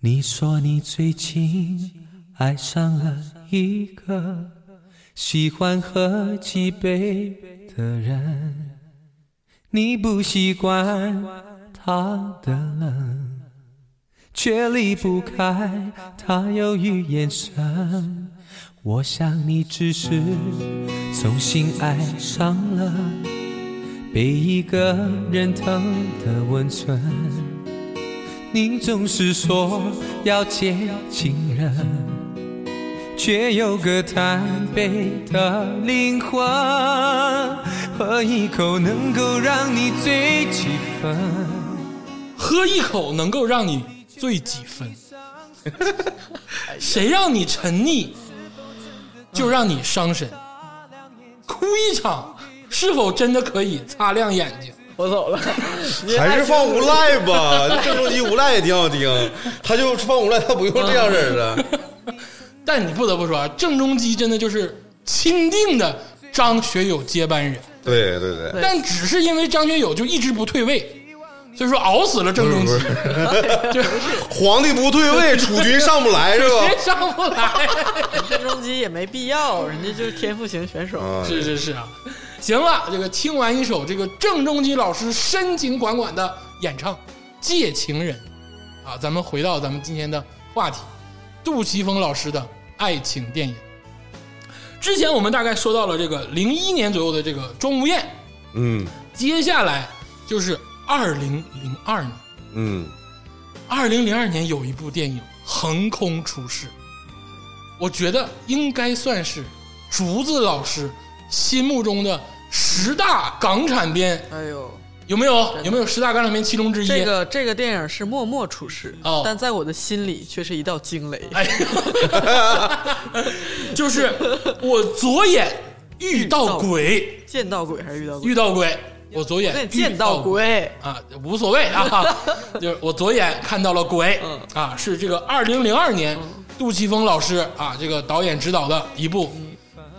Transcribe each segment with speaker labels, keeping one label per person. Speaker 1: 你说你最近爱上了一个喜欢喝几杯的人，你不习惯他的冷，却离不开他忧郁眼神。我想你只是重新爱上了被一个人疼的温存。你总是说要接近人，却有个贪杯的灵魂，喝一口能够让你醉几分。
Speaker 2: 喝一口能够让你醉几分，谁让你沉溺，就让你伤身。哭一场，是否真的可以擦亮眼睛？
Speaker 3: 我走 了，
Speaker 4: 还是放无赖吧，郑中基无赖也挺好听，他就放无赖，他不用这样式儿了。
Speaker 2: 但你不得不说啊，郑中基真的就是钦定的张学友接班人，
Speaker 4: 对对对，
Speaker 2: 但只是因为张学友就一直不退位，所以说熬死了郑中基， 就
Speaker 4: 皇帝不退位，储君上不来是 吧
Speaker 2: 别？上不来。啊
Speaker 3: 郑中基也没必要，人家就是天赋型选手。
Speaker 4: 啊，
Speaker 2: 是是是啊，行了，这个听完一首这个郑中基老师深情款款的演唱《借情人》，啊，咱们回到咱们今天的话题，杜琪峰老师的爱情电影。之前我们大概说到了这个零一年左右的这个钟无艳，
Speaker 4: 嗯
Speaker 2: 接下来就是二零零二年，
Speaker 4: 嗯，
Speaker 2: 二零零二年有一部电影横空出世，我觉得应该算是竹子老师心目中的十大港产片，
Speaker 3: 哎呦，
Speaker 2: 有没有？有没有十大港产片其中之一？
Speaker 3: 这个这个电影是默默出世
Speaker 2: 哦，
Speaker 3: 但在我的心里却是一道惊雷。
Speaker 2: 哎呦 就是我左眼遇到鬼，
Speaker 3: 见到鬼还是遇到鬼？
Speaker 2: 遇到鬼，我左
Speaker 3: 我得
Speaker 2: 眼
Speaker 3: 见
Speaker 2: 遇
Speaker 3: 到
Speaker 2: 到
Speaker 3: 鬼，
Speaker 2: 啊，无所谓啊，就是我左眼看到了鬼，
Speaker 3: 嗯
Speaker 2: 啊，是这个二零零二年杜琪峰老师啊，这个导演执导的一部，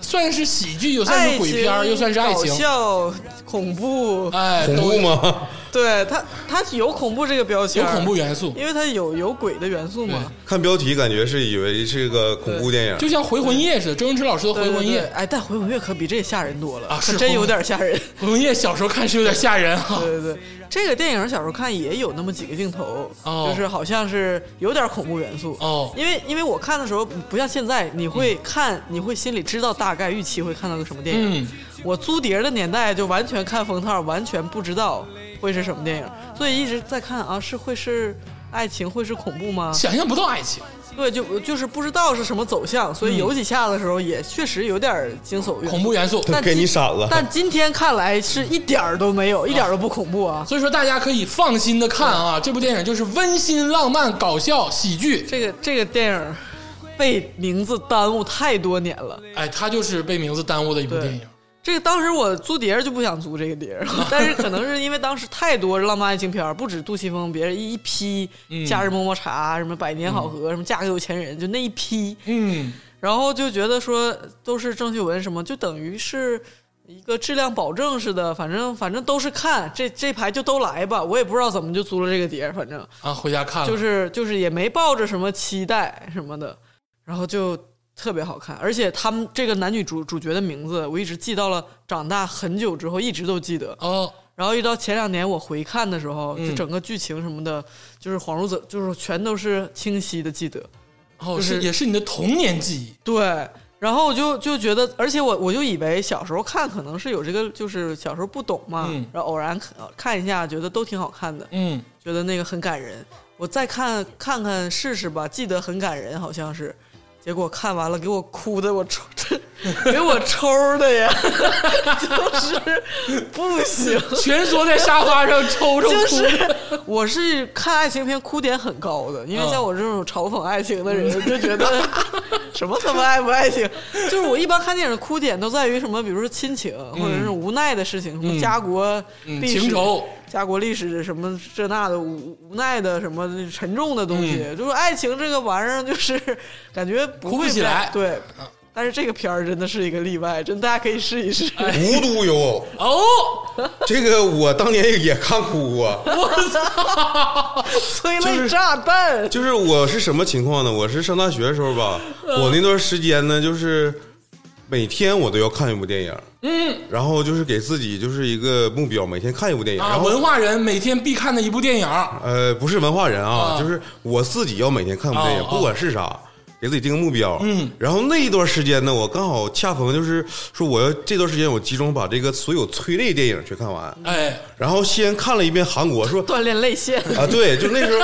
Speaker 2: 算是喜剧，又算是鬼片儿，
Speaker 3: 嗯爱情
Speaker 2: 又算是爱
Speaker 3: 搞
Speaker 2: 情，
Speaker 3: 笑、恐怖，
Speaker 2: 哎，
Speaker 4: 恐怖
Speaker 2: 都
Speaker 4: 吗？
Speaker 3: 对它它有恐怖这个标
Speaker 2: 有
Speaker 3: 签，
Speaker 2: 恐怖，元素，
Speaker 3: 因为它有有鬼的元素嘛。
Speaker 4: 看标题感觉是以为是个恐怖电影，
Speaker 2: 就像《回魂夜》似的，周星驰老师的《
Speaker 3: 对
Speaker 2: 回魂夜
Speaker 3: 对对》，哎，但回魂夜可比这吓人多了，
Speaker 2: 啊是
Speaker 3: 可真有点吓人。
Speaker 2: 《回魂夜》小时候看是有点吓人啊哈，
Speaker 3: 对对对，这个电影小时候看也有那么几个镜头，
Speaker 2: 哦
Speaker 3: 就是好像是有点恐怖元素。
Speaker 2: 哦
Speaker 3: 因为因为我看的时候不像现在，你会看，你会心里知道大概预期会看到个什么电影。
Speaker 2: 嗯
Speaker 3: 我租碟儿的年代就完全看封套，完全不知道会是什么电影，所以一直在看啊，是会是爱情，会是恐怖吗？
Speaker 2: 想象不到爱情，
Speaker 3: 对，就就是不知道是什么走向，所
Speaker 2: 嗯
Speaker 3: 以有几下的时候也确实有点惊悚元素
Speaker 2: 恐怖元素。
Speaker 3: 但
Speaker 4: 给你
Speaker 3: 今
Speaker 4: 闪了
Speaker 3: 但今天看来是一点儿都没有，一点儿都不恐怖啊。
Speaker 2: 所以说，大家可以放心的看啊，这部电影就是温馨、浪漫、搞笑、喜剧。
Speaker 3: 这个这个电影被名字耽误太多年了。
Speaker 2: 哎，它就是被名字耽误的一部
Speaker 3: 对
Speaker 2: 电影。
Speaker 3: 这个当时我租碟儿就不想租这个碟儿， 但是可能是因为当时太多浪漫爱情片儿，不止杜琪峰，别人一批
Speaker 2: 嗯
Speaker 3: 《夏日么么茶》什么《百年好合》什么《嫁给有钱人》，就那一批，
Speaker 2: 嗯，
Speaker 3: 然后就觉得说都是郑秀文什么，就等于是一个质量保证似的，反正反正都是看这这排就都来吧，我也不知道怎么就租了这个碟儿，反正
Speaker 2: 啊，回家看了，
Speaker 3: 就是就是也没抱着什么期待什么的，然后就特别好看，而且他们这个男女主主角的名字我一直记到了长大很久之后一直都记得，
Speaker 2: 哦，
Speaker 3: 然后一直到前两年我回看的时候，
Speaker 2: 嗯
Speaker 3: 就整个剧情什么的，就是恍如走，就是全都是清晰的记得，
Speaker 2: 哦，
Speaker 3: 就是是
Speaker 2: 也是你的童年记忆，
Speaker 3: 对。然后我就就觉得，而且我我就以为小时候看可能是有这个，就是小时候不懂嘛，
Speaker 2: 嗯
Speaker 3: 然后偶然看看一下，觉得都挺好看的。
Speaker 2: 嗯，
Speaker 3: 觉得那个很感人。我再看看看试试吧，记得很感人，好像是。结果看完了，给我哭的，我抽， 给我抽的呀， 就是不行。
Speaker 2: 蜷缩在沙发上抽抽哭，
Speaker 3: 就是我是看爱情片哭点很高的，因为
Speaker 2: 嗯
Speaker 3: 像我这种嘲讽爱情的人，就觉得 什么他妈爱不爱情，就是我一般看电影的哭点都在于什么，比如说亲情或者是无奈的事情，什么家国
Speaker 2: 嗯
Speaker 3: 历史、
Speaker 2: 情仇、
Speaker 3: 家国历史什么这那的无无奈的什么沉重的东西，就是爱情这个玩意儿，就是 感觉不
Speaker 2: 嗯哭
Speaker 3: 会
Speaker 2: 不起
Speaker 3: 被
Speaker 2: 来嗯
Speaker 3: 对。但是这个片儿真的是一个例外，真大家可以试一试。
Speaker 2: 哎
Speaker 4: 无独有偶，
Speaker 2: 哦，
Speaker 4: 这个我当年也看哭过，
Speaker 2: 我操，
Speaker 3: 催泪炸弹，
Speaker 4: 就是我是什么情况呢？我是上大学的时候吧，我那段时间呢，就是每天我都要看一部电影，嗯，然后就是给自己就是一个目标，每天看一部电影，
Speaker 2: 啊，
Speaker 4: 然后
Speaker 2: 文化人每天必看的一部电影儿
Speaker 4: 呃，不是文化人啊，
Speaker 2: 啊
Speaker 4: 就是我自己要每天看部电影，
Speaker 2: 啊啊
Speaker 4: 不管是啥，给自己定个目标。
Speaker 2: 嗯，
Speaker 4: 然后那一段时间呢，我刚好恰逢就是说，我要这段时间我集中把这个所有催泪电影全看完，
Speaker 2: 哎，
Speaker 4: 然后先看了一遍韩国， 说
Speaker 3: 锻炼泪腺。
Speaker 4: 啊，对，就那时候，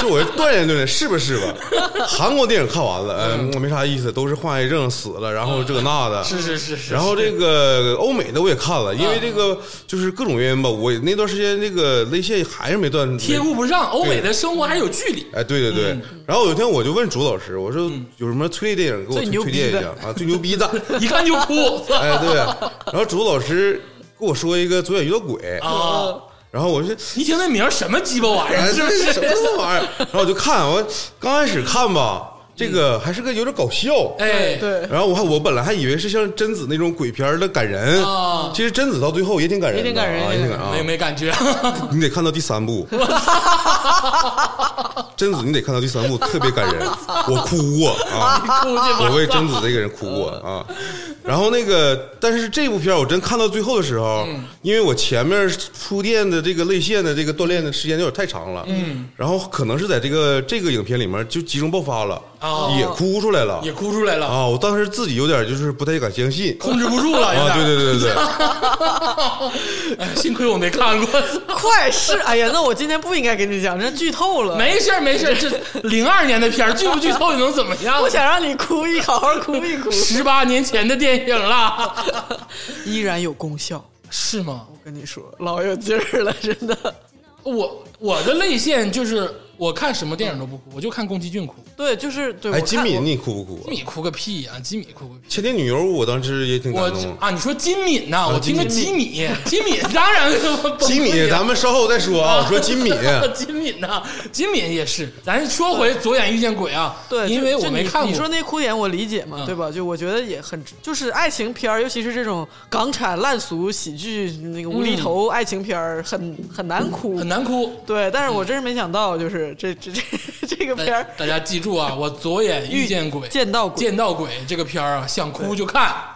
Speaker 4: 就我锻炼锻炼，是吧是吧？ 韩国电影看完了，嗯，没啥意思，都是患癌症死了，然后这个那的，
Speaker 2: 是是是是，
Speaker 4: 然后这个欧美的我也看了，因为
Speaker 2: 啊
Speaker 4: 这个就是各种原因吧，我那段时间这个泪腺还是没断，
Speaker 2: 贴
Speaker 4: 没
Speaker 2: 顾不上，欧美的生活还是有距离。
Speaker 4: 哎，对对对。
Speaker 3: 嗯
Speaker 4: 然后有一天我就问朱老师，我说有什么推理电影给我
Speaker 3: 最
Speaker 4: 推
Speaker 3: 牛
Speaker 4: 推
Speaker 3: 逼
Speaker 4: 荐一
Speaker 3: 的
Speaker 4: 下啊？最牛 逼的，
Speaker 2: 一看就哭
Speaker 4: 哎，对。然后朱老师跟我说一个《左眼遇到鬼》，
Speaker 2: 啊！
Speaker 4: 然后我就。
Speaker 2: 一听那名儿什么鸡巴玩意
Speaker 4: 哎，
Speaker 2: 儿，是
Speaker 4: 这
Speaker 2: 不
Speaker 4: 是
Speaker 2: 是？
Speaker 4: 什么玩意儿？然后我就看，我刚开始看吧，这
Speaker 3: 嗯
Speaker 4: 个还是个有点搞笑，
Speaker 2: 哎，
Speaker 3: 对，
Speaker 4: 然后我还我本来还以为是像贞子那种鬼片儿的感人
Speaker 2: 啊
Speaker 4: 其实贞子到最后也挺感人的，
Speaker 3: 也挺感人
Speaker 4: 啊，也
Speaker 3: 也
Speaker 4: 挺
Speaker 3: 挺
Speaker 4: 感人
Speaker 2: 没
Speaker 4: 啊。
Speaker 2: 没感觉，
Speaker 4: 你得看到第三部，贞子你得看到第三部，特别感人，我哭过 啊，
Speaker 2: 哭去吧。
Speaker 4: 我为贞子这个人哭过啊。然后那个，但是这部片儿我真看到最后的时候，
Speaker 2: 嗯
Speaker 4: 因为我前面铺垫的这个泪腺的这个锻炼的时间有点太长了，嗯，然后可能是在这个这个影片里面就集中爆发了，
Speaker 2: 哦
Speaker 4: 也哭出来了，
Speaker 2: 也哭出来了，
Speaker 4: 啊，我当时自己有点就是不太敢相信。
Speaker 2: 控制不住了。有
Speaker 4: 啊，
Speaker 2: 点
Speaker 4: 对对对对对，
Speaker 2: 哎幸亏我没看过。
Speaker 3: 快是，哎呀，那我今天不应该跟你讲，这剧透了。
Speaker 2: 没事儿没事儿，这零二年的片儿，剧不剧透又能怎么样
Speaker 3: 我？想让你哭一，好好哭一哭，
Speaker 2: 十八年前的电影了，
Speaker 3: 依然有功效。
Speaker 2: 是吗？
Speaker 3: 我跟你说，老有劲儿了，真的。
Speaker 2: 我我的泪腺就是我看什么电影都不哭，我就看宫崎骏哭，
Speaker 3: 对，就是对。
Speaker 4: 哎，
Speaker 3: 我
Speaker 4: 金
Speaker 3: 看
Speaker 4: 敏，
Speaker 3: 我
Speaker 4: 你哭不哭
Speaker 2: 吉
Speaker 4: 啊？
Speaker 2: 米哭个屁呀、吉米哭个屁。
Speaker 4: 千年女优，我当时也挺
Speaker 2: 我
Speaker 4: 感动。
Speaker 2: 啊，你说金敏呐、我听
Speaker 4: 金
Speaker 2: 个吉米，吉米当然
Speaker 4: 金
Speaker 3: 啊
Speaker 4: 敏，咱们稍后再 说啊。我说金 敏，
Speaker 2: 金敏呐、金敏也是。咱说回左眼遇见鬼啊，
Speaker 3: 对，就
Speaker 2: 因为
Speaker 3: 就
Speaker 2: 我没
Speaker 3: 你
Speaker 2: 看过。
Speaker 3: 你说那哭点我理解嘛，对吧？就我觉得也很，就是爱情片儿，尤其是这种港产烂俗喜剧那个无厘头爱情片儿，很嗯很难哭，
Speaker 2: 很难哭，
Speaker 3: 对，但是我真是没想到，就是这这这这 个
Speaker 2: 大
Speaker 3: 片儿
Speaker 2: 大家记住啊，我左眼遇见鬼，
Speaker 3: 见到鬼
Speaker 2: 见到鬼这个片儿啊，想哭就看，啊，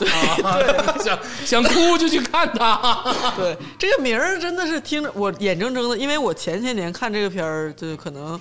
Speaker 2: 想想哭就去看它。
Speaker 3: 对这个名儿真的是听着我眼睁睁的，因为我前些年看这个片儿，就可能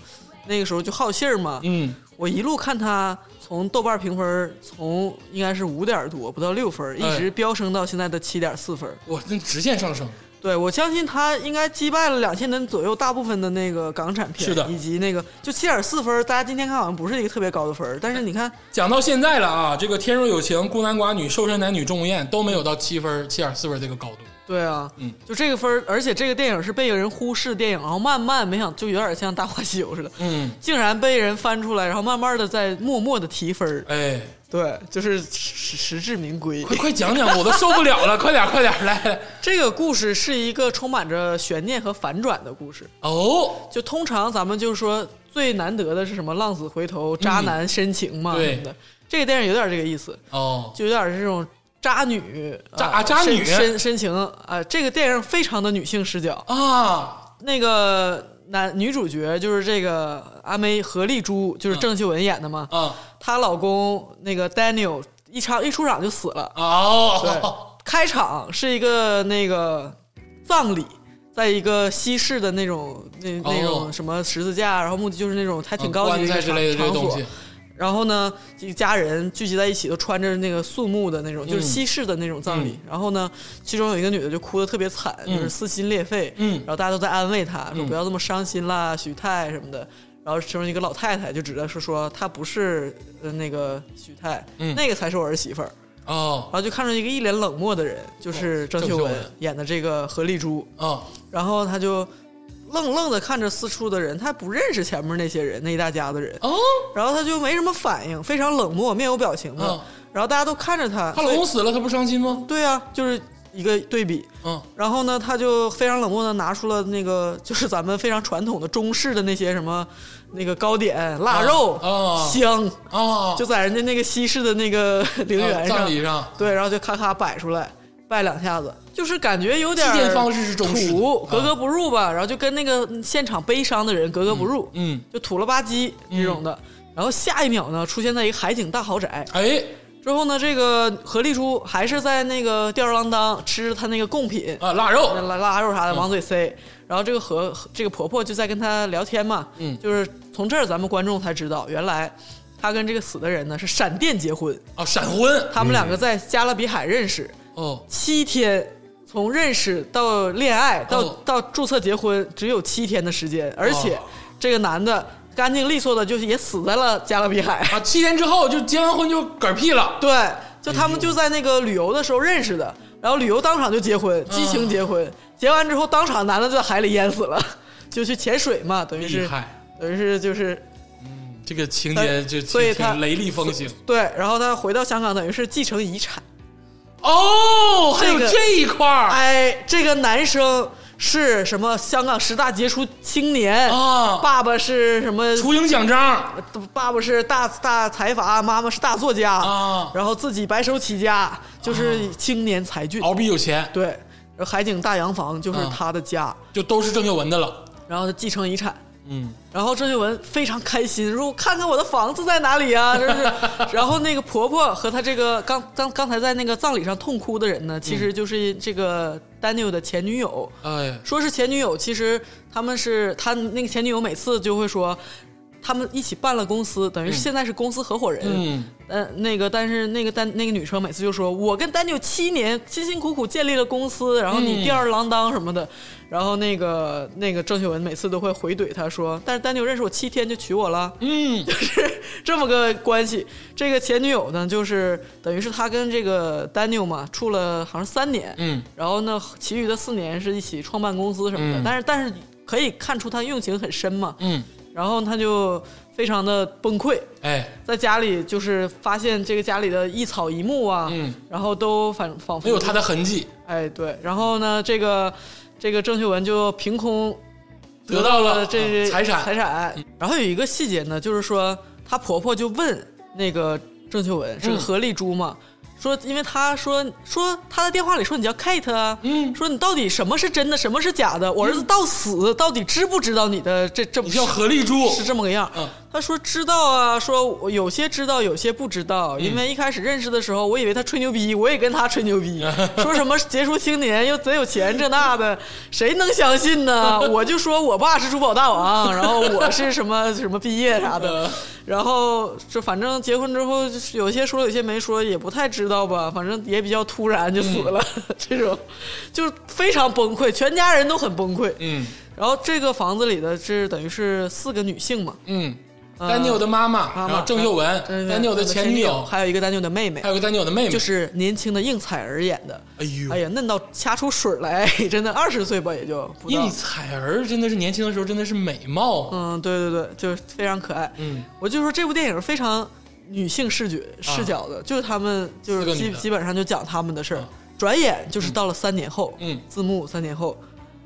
Speaker 3: 那个时候就好信儿嘛，
Speaker 2: 嗯，
Speaker 3: 我一路看它从豆瓣评分儿从应该是五点多不到六分儿，
Speaker 2: 哎
Speaker 3: 一直飙升到现在的七点四分儿。
Speaker 2: 我那直线上升，
Speaker 3: 对，我相信它应该击败了两千年左右大部分的那个港产片，
Speaker 2: 是的
Speaker 3: 以及那个就七点四分儿，大家今天看好像不是一个特别高的分儿，但是你看，
Speaker 2: 讲到现在了啊，这个《天若有情》《孤男寡女》《瘦身男女》《钟无艳》都没有到七分、七点四分这个高度。
Speaker 3: 对啊，
Speaker 2: 嗯，
Speaker 3: 就这个分儿，而且这个电影是被人忽视的电影，然后慢慢没想就有点像《大话西游》似的，
Speaker 2: 嗯，
Speaker 3: 竟然被人翻出来，然后慢慢的在默默的提分儿，
Speaker 2: 哎，
Speaker 3: 对，就是实实至名归。
Speaker 2: 快快讲讲，我都受不了 了，快点快点来来。
Speaker 3: 这个故事是一个充满着悬念和反转的故事，
Speaker 2: 哦，
Speaker 3: 就通常咱们就是说最难得的是什么浪子回头、渣男深情嘛、
Speaker 2: 对
Speaker 3: 什么的，这个电影有点这个意思，
Speaker 2: 哦，
Speaker 3: 就有点这种渣女、
Speaker 2: 渣
Speaker 3: 啊
Speaker 2: 渣女
Speaker 3: 深深深情啊、这个电影非常的女性视角，
Speaker 2: 啊，
Speaker 3: 那个男女主角就是这个阿梅何丽珠，就是郑秀文演的嘛，
Speaker 2: 啊，
Speaker 3: 她老公那个 Daniel 一场一出场就死了，对
Speaker 2: 哦，，
Speaker 3: 开场是一个那个葬礼。在一个西式的那种那那
Speaker 2: 哦啊
Speaker 3: 种什么十字架，然后目的就是那种还挺高级
Speaker 2: 嗯棺
Speaker 3: 的
Speaker 2: 材
Speaker 3: 一
Speaker 2: 之
Speaker 3: 个
Speaker 2: 类的这
Speaker 3: 场
Speaker 2: 些
Speaker 3: 场
Speaker 2: 东
Speaker 3: 所
Speaker 2: 西，，
Speaker 3: 然后呢，一家人聚集在一起，都穿着那个肃穆的那种，
Speaker 2: 嗯
Speaker 3: 就是西式的那种葬礼。然后呢，其中有一个女的就哭得特别惨，就是撕心裂肺。
Speaker 2: 嗯
Speaker 3: 然后大家都在安慰她，说
Speaker 2: 嗯
Speaker 3: 不要这么伤心啦，许泰什么的。然后其中一个老太太就指着说说她不是呃那个许泰，
Speaker 2: 嗯
Speaker 3: 那个才是我儿媳妇儿。
Speaker 2: 哦，
Speaker 3: 然后就看着一个一脸冷漠的人，就是郑
Speaker 2: 郑
Speaker 3: 秀
Speaker 2: 秀
Speaker 3: 文
Speaker 2: 文
Speaker 3: 演的这个何丽珠。
Speaker 2: 哦，
Speaker 3: 然后她就愣愣的看着四处的人，她不认识前面那些人，那一大家子人。
Speaker 2: 哦，
Speaker 3: 然后他就没什么反应，非常冷漠，面无表情的。
Speaker 2: 嗯
Speaker 3: 然后大家都看着他，
Speaker 2: 她老
Speaker 3: 所以
Speaker 2: 公死了，她不伤心吗？
Speaker 3: 对啊，就是一个对比。
Speaker 2: 嗯，
Speaker 3: 然后呢，他就非常冷漠的拿出了那个，就是咱们非常传统的中式的那些什么那个糕点、腊肉、
Speaker 2: 啊
Speaker 3: 香，
Speaker 2: 啊，
Speaker 3: 就在人家那个西式的那个 陵园
Speaker 2: 嗯葬
Speaker 3: 上，
Speaker 2: 礼上，
Speaker 3: 对，然后就咔咔摆出来。拜两下子，就是感觉有点
Speaker 2: 祭奠方式是中式的
Speaker 3: 土
Speaker 2: 啊，
Speaker 3: 格格不入吧，然后就跟那个现场悲伤的人格格不入，
Speaker 2: 嗯，
Speaker 3: 就土了吧唧这种的。然后下一秒呢，出现在一个海景大豪宅，
Speaker 2: 哎，
Speaker 3: 之后呢，这个何丽珠还是在那个吊儿郎当吃着她那个贡品，
Speaker 2: 啊，腊肉
Speaker 3: 那，腊腊肉
Speaker 2: 嗯
Speaker 3: 啥的往嘴塞。然后这个和这个婆婆就在跟她聊天嘛，
Speaker 2: 嗯
Speaker 3: 就是从这儿咱们观众才知道，原来她跟这个死的人呢是闪电结婚，
Speaker 2: 啊，闪婚，
Speaker 3: 他们两个在加勒比海认识，
Speaker 2: 哦，
Speaker 3: 七天，从认识到恋爱到、
Speaker 2: 哦
Speaker 3: 到注册结婚，只有七天的时间，而且
Speaker 2: 哦
Speaker 3: 这个男的干净利索的，就是也死在了加勒比海。
Speaker 2: 啊，七天之后就结完婚就嗝屁了，
Speaker 3: 对，就他们就在那个旅游的时候认识的，然后旅游当场就结婚，激情结
Speaker 2: 嗯
Speaker 3: 婚，结完之后当场男的就在海里淹死了， 就去潜水嘛，等于
Speaker 2: 厉
Speaker 3: 是
Speaker 2: 害，
Speaker 3: 等于是就是
Speaker 2: 这个情节就
Speaker 3: 所以
Speaker 2: 挺
Speaker 3: 他
Speaker 2: 挺雷厉风行。
Speaker 3: 对，然后他回到香港等于是继承遗产，
Speaker 2: 哦，还有
Speaker 3: 这个
Speaker 2: 这一块儿
Speaker 3: 哎，这个男生是什么香港十大杰出青年
Speaker 2: 啊
Speaker 3: 爸爸是什么？
Speaker 2: 雏鹰奖章
Speaker 3: 爸爸是大大财阀，妈妈是大作家
Speaker 2: 啊
Speaker 3: 然后自己白手起家，就是青年才俊。
Speaker 2: 敖丙有钱，
Speaker 3: 对，然后海景大洋房就是
Speaker 2: 啊
Speaker 3: 他的家，
Speaker 2: 就都是郑秀文的了。
Speaker 3: 然后他继承遗产。
Speaker 2: 嗯，
Speaker 3: 然后郑秀文非常开心，说：“我看看我的房子在哪 里啊！”就是，然后那个婆婆和她这个刚刚刚才在那个葬礼上痛哭的人呢，
Speaker 2: 嗯
Speaker 3: 其实就是这个 Daniel 的前女友。
Speaker 2: 哎呀，
Speaker 3: 说是前女友，其实他们是他那个前女友每次就会说，他们一起办了公司，等于是现在是公司合伙人。
Speaker 2: 嗯，
Speaker 3: 呃，那个但是那个丹那个女生每次就说，我跟丹尼尔七年辛辛苦苦建立了公司，然后
Speaker 2: 嗯
Speaker 3: 你吊儿郎当什么的，然后那个那个郑秀文每次都会回怼她说，但是丹尼尔认识我七天就娶我了，
Speaker 2: 嗯，
Speaker 3: 是这么个关系。这个前女友呢，就是等于是他跟这个 Daniel 嘛处了好像三年，
Speaker 2: 嗯，
Speaker 3: 然后呢，其余的四年是一起创办公司什么的，
Speaker 2: 嗯
Speaker 3: 但是但是可以看出他用情很深嘛，
Speaker 2: 嗯，
Speaker 3: 然后他就非常的崩溃，
Speaker 2: 哎，
Speaker 3: 在家里就是发现这个家里的一草一木啊，
Speaker 2: 嗯
Speaker 3: 然后都反仿佛
Speaker 2: 没有他的痕迹，
Speaker 3: 哎对，然后呢，这个这个郑秀文就凭空
Speaker 2: 得到了
Speaker 3: 了这
Speaker 2: 呃
Speaker 3: 些
Speaker 2: 财产
Speaker 3: 财产。然后有一个细节呢，就是说她婆婆就问那个郑秀文是个
Speaker 2: 嗯
Speaker 3: 何丽珠嘛，说因为她说说她在电话里说你叫 Kate 啊，
Speaker 2: 嗯
Speaker 3: 说你到底什么是真的，什么是假的？我儿子到死到底知不知道你的这这
Speaker 2: 你叫何丽珠，
Speaker 3: 是这么个样儿。
Speaker 2: 嗯
Speaker 3: 他说知道啊，说我有些知道，有些不知道。因为一开始认识的时候，我以为他吹牛逼，我也跟他吹牛逼，说什么杰出青年又贼有钱这那的，谁能相信呢？我就说我爸是珠宝大王，然后我是什么什么毕业啥的， 然后这反正结婚之后，就是有些说有些没说，也不太知道吧，反正也比较突然就死了， 这种就是非常崩溃，全家人都很崩溃。
Speaker 2: 嗯
Speaker 3: 然后这个房子里的这等于是四个女性嘛，
Speaker 2: 嗯，丹尼尔的妈妈，
Speaker 3: 妈妈呃
Speaker 2: 然后郑秀文，
Speaker 3: 对
Speaker 2: 丹尼尔的前女友，
Speaker 3: 还有一个丹妞的妹妹
Speaker 2: 还，有个丹尼尔的妹妹，
Speaker 3: 就是年轻的应采儿演的。
Speaker 2: 哎呦
Speaker 3: 哎呀，嫩到掐出水来， 哎真的二十岁吧，也就不到
Speaker 2: 应。采儿真的是年轻的时候真的是美貌，啊
Speaker 3: 嗯，对对对，就是非常可爱。
Speaker 2: 嗯，
Speaker 3: 我就说这部电影非常女性视觉视角的，就是他们就
Speaker 2: 啊四个
Speaker 3: 是
Speaker 2: 女
Speaker 3: 基
Speaker 2: 的
Speaker 3: 基本上就讲他们的事儿
Speaker 2: 啊。
Speaker 3: 转眼就是到了三年后，
Speaker 2: 嗯
Speaker 3: 字幕三年后，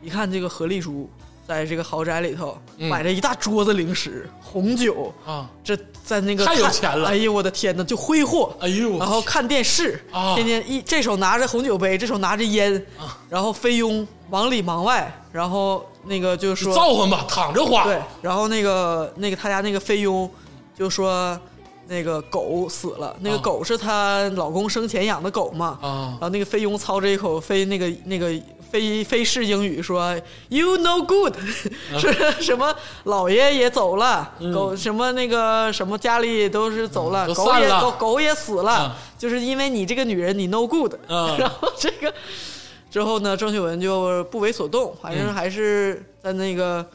Speaker 3: 一看这个何丽珠在这个豪宅里头
Speaker 2: 嗯
Speaker 3: 买了一大桌子零食、红酒，
Speaker 2: 啊，
Speaker 3: 这在那个
Speaker 2: 太有
Speaker 3: 看
Speaker 2: 钱了
Speaker 3: 哎呦我的天呐，就挥霍，
Speaker 2: 哎呦
Speaker 3: 然后看电视，
Speaker 2: 啊
Speaker 3: 天天一这手拿着红酒杯，这手拿着烟，然后菲佣忙里忙外，然后那个就说
Speaker 2: 造化吧，躺着花，
Speaker 3: 对，然后那个那个他家那个菲佣就说那个狗死了，那个
Speaker 2: 啊
Speaker 3: 狗是她老公生前养的狗嘛，
Speaker 2: 啊
Speaker 3: 然后那个菲佣操着一口非那个那个非非式英语说 “you no good”，是、
Speaker 2: 啊
Speaker 3: 什么老爷也走了，狗什么那个什么家里都是走了，
Speaker 2: 嗯嗯都
Speaker 3: 狗
Speaker 2: 散
Speaker 3: 也
Speaker 2: 了
Speaker 3: 狗狗也死了，
Speaker 2: 啊
Speaker 3: 就是因为你这个女人你 no good，、
Speaker 2: 啊
Speaker 3: 然后这个。之后呢，郑秀文就不为所动，反正还是在那个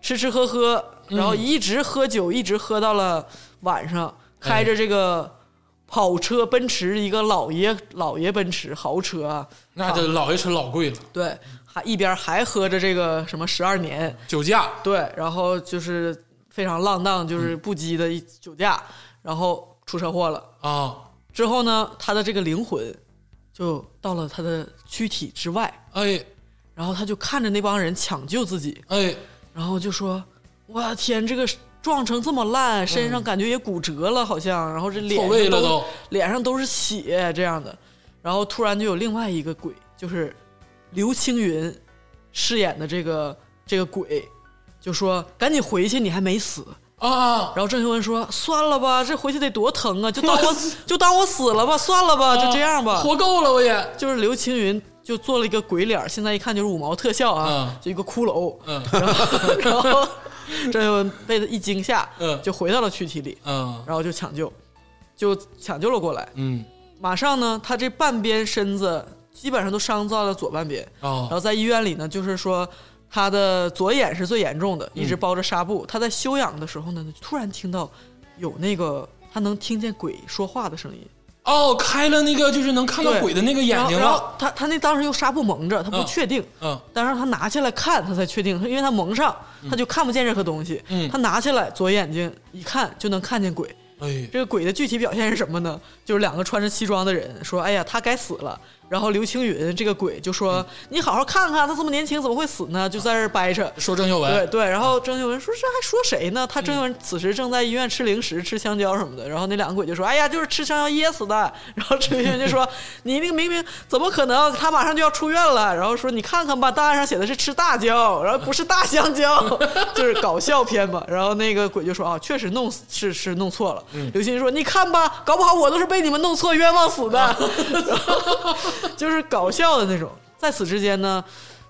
Speaker 3: 吃吃喝喝，然后一直喝酒，一直喝到了晚上，开着这个跑车奔驰，一个老爷老爷奔驰豪车啊，
Speaker 2: 那这老爷车老贵了，
Speaker 3: 对，还一边还喝着这个什么十二年，
Speaker 2: 酒驾，
Speaker 3: 对，然后就是非常浪荡，就是不羁的一酒驾，然后出车祸了。
Speaker 2: 啊，
Speaker 3: 之后呢，他的这个灵魂就到了他的躯体之外，
Speaker 2: 哎
Speaker 3: 然后他就看着那帮人抢救自己，
Speaker 2: 哎，
Speaker 3: 然后就说：“我的天，这个撞成这么烂，身上感觉也骨折了，好像，然后这脸
Speaker 2: 嗯错位
Speaker 3: 上
Speaker 2: 了
Speaker 3: 都
Speaker 2: 都
Speaker 3: 脸上都是血这样的。”然后突然就有另外一个鬼，就是刘青云饰演的这个这个鬼，就说赶紧回去，你还没死。
Speaker 2: 啊，
Speaker 3: 然后郑秀文说：“算了吧，这回去得多疼啊！就 当我就当我死了吧，算了吧，就这样吧。
Speaker 2: 啊活够了我也，
Speaker 3: 就是刘青云就做了一个鬼脸儿，现在一看就是五毛特效啊，
Speaker 2: 嗯
Speaker 3: 就一个骷髅。
Speaker 2: 嗯
Speaker 3: 然后 然后郑秀文被他一惊吓，
Speaker 2: 嗯
Speaker 3: 就回到了躯体里，
Speaker 2: 嗯
Speaker 3: 然后就抢救，就抢救了过来。
Speaker 2: 嗯
Speaker 3: 马上呢，他这半边身子基本上都伤到了左半边，然
Speaker 2: 哦
Speaker 3: 后在医院里呢，就是说他的左眼是最严重的，
Speaker 2: 嗯
Speaker 3: 一直包着纱布。他在休养的时候呢，突然听到有那个他能听见鬼说话的声音，
Speaker 2: 哦，开了那个就是能看到
Speaker 3: 对
Speaker 2: 鬼的那个眼睛
Speaker 3: 然后然
Speaker 2: 了，
Speaker 3: 后他他那当时用纱布蒙着，他不
Speaker 2: 嗯
Speaker 3: 确定。
Speaker 2: 嗯
Speaker 3: 但是他拿起来看，他才确定，因为他蒙上，他就看不见任何东西。
Speaker 2: 嗯
Speaker 3: 他拿起来左眼睛一看，就能看见鬼。
Speaker 2: 哎
Speaker 3: 这个鬼的具体表现是什么呢？就是两个穿着西装的人说：“哎呀，他该死了。”然后刘青云这个鬼就说：“
Speaker 2: 嗯
Speaker 3: 你好好看看，他这么年轻，怎么会死呢？”就在这儿掰扯。
Speaker 2: 说郑秀
Speaker 3: 对
Speaker 2: 文
Speaker 3: 对，然后郑秀文说：“这还说谁呢？”他郑秀文此时正在医院吃零食、吃香蕉什么的。然后那两个鬼就说：“哎呀，就是吃香蕉噎死的。”然后郑秀文就说：“ 你那个明明怎么可能？他马上就要出院了。”然后说：“你看看吧，档案上写的是吃大蕉，然后不是大香蕉， 就是搞笑片嘛。”然后那个鬼就说：“啊，确实弄死是是弄错了。刘星说：“你看吧，搞不好我都是被你们弄错冤枉死的。 然后就是搞笑的那种。在此之间呢，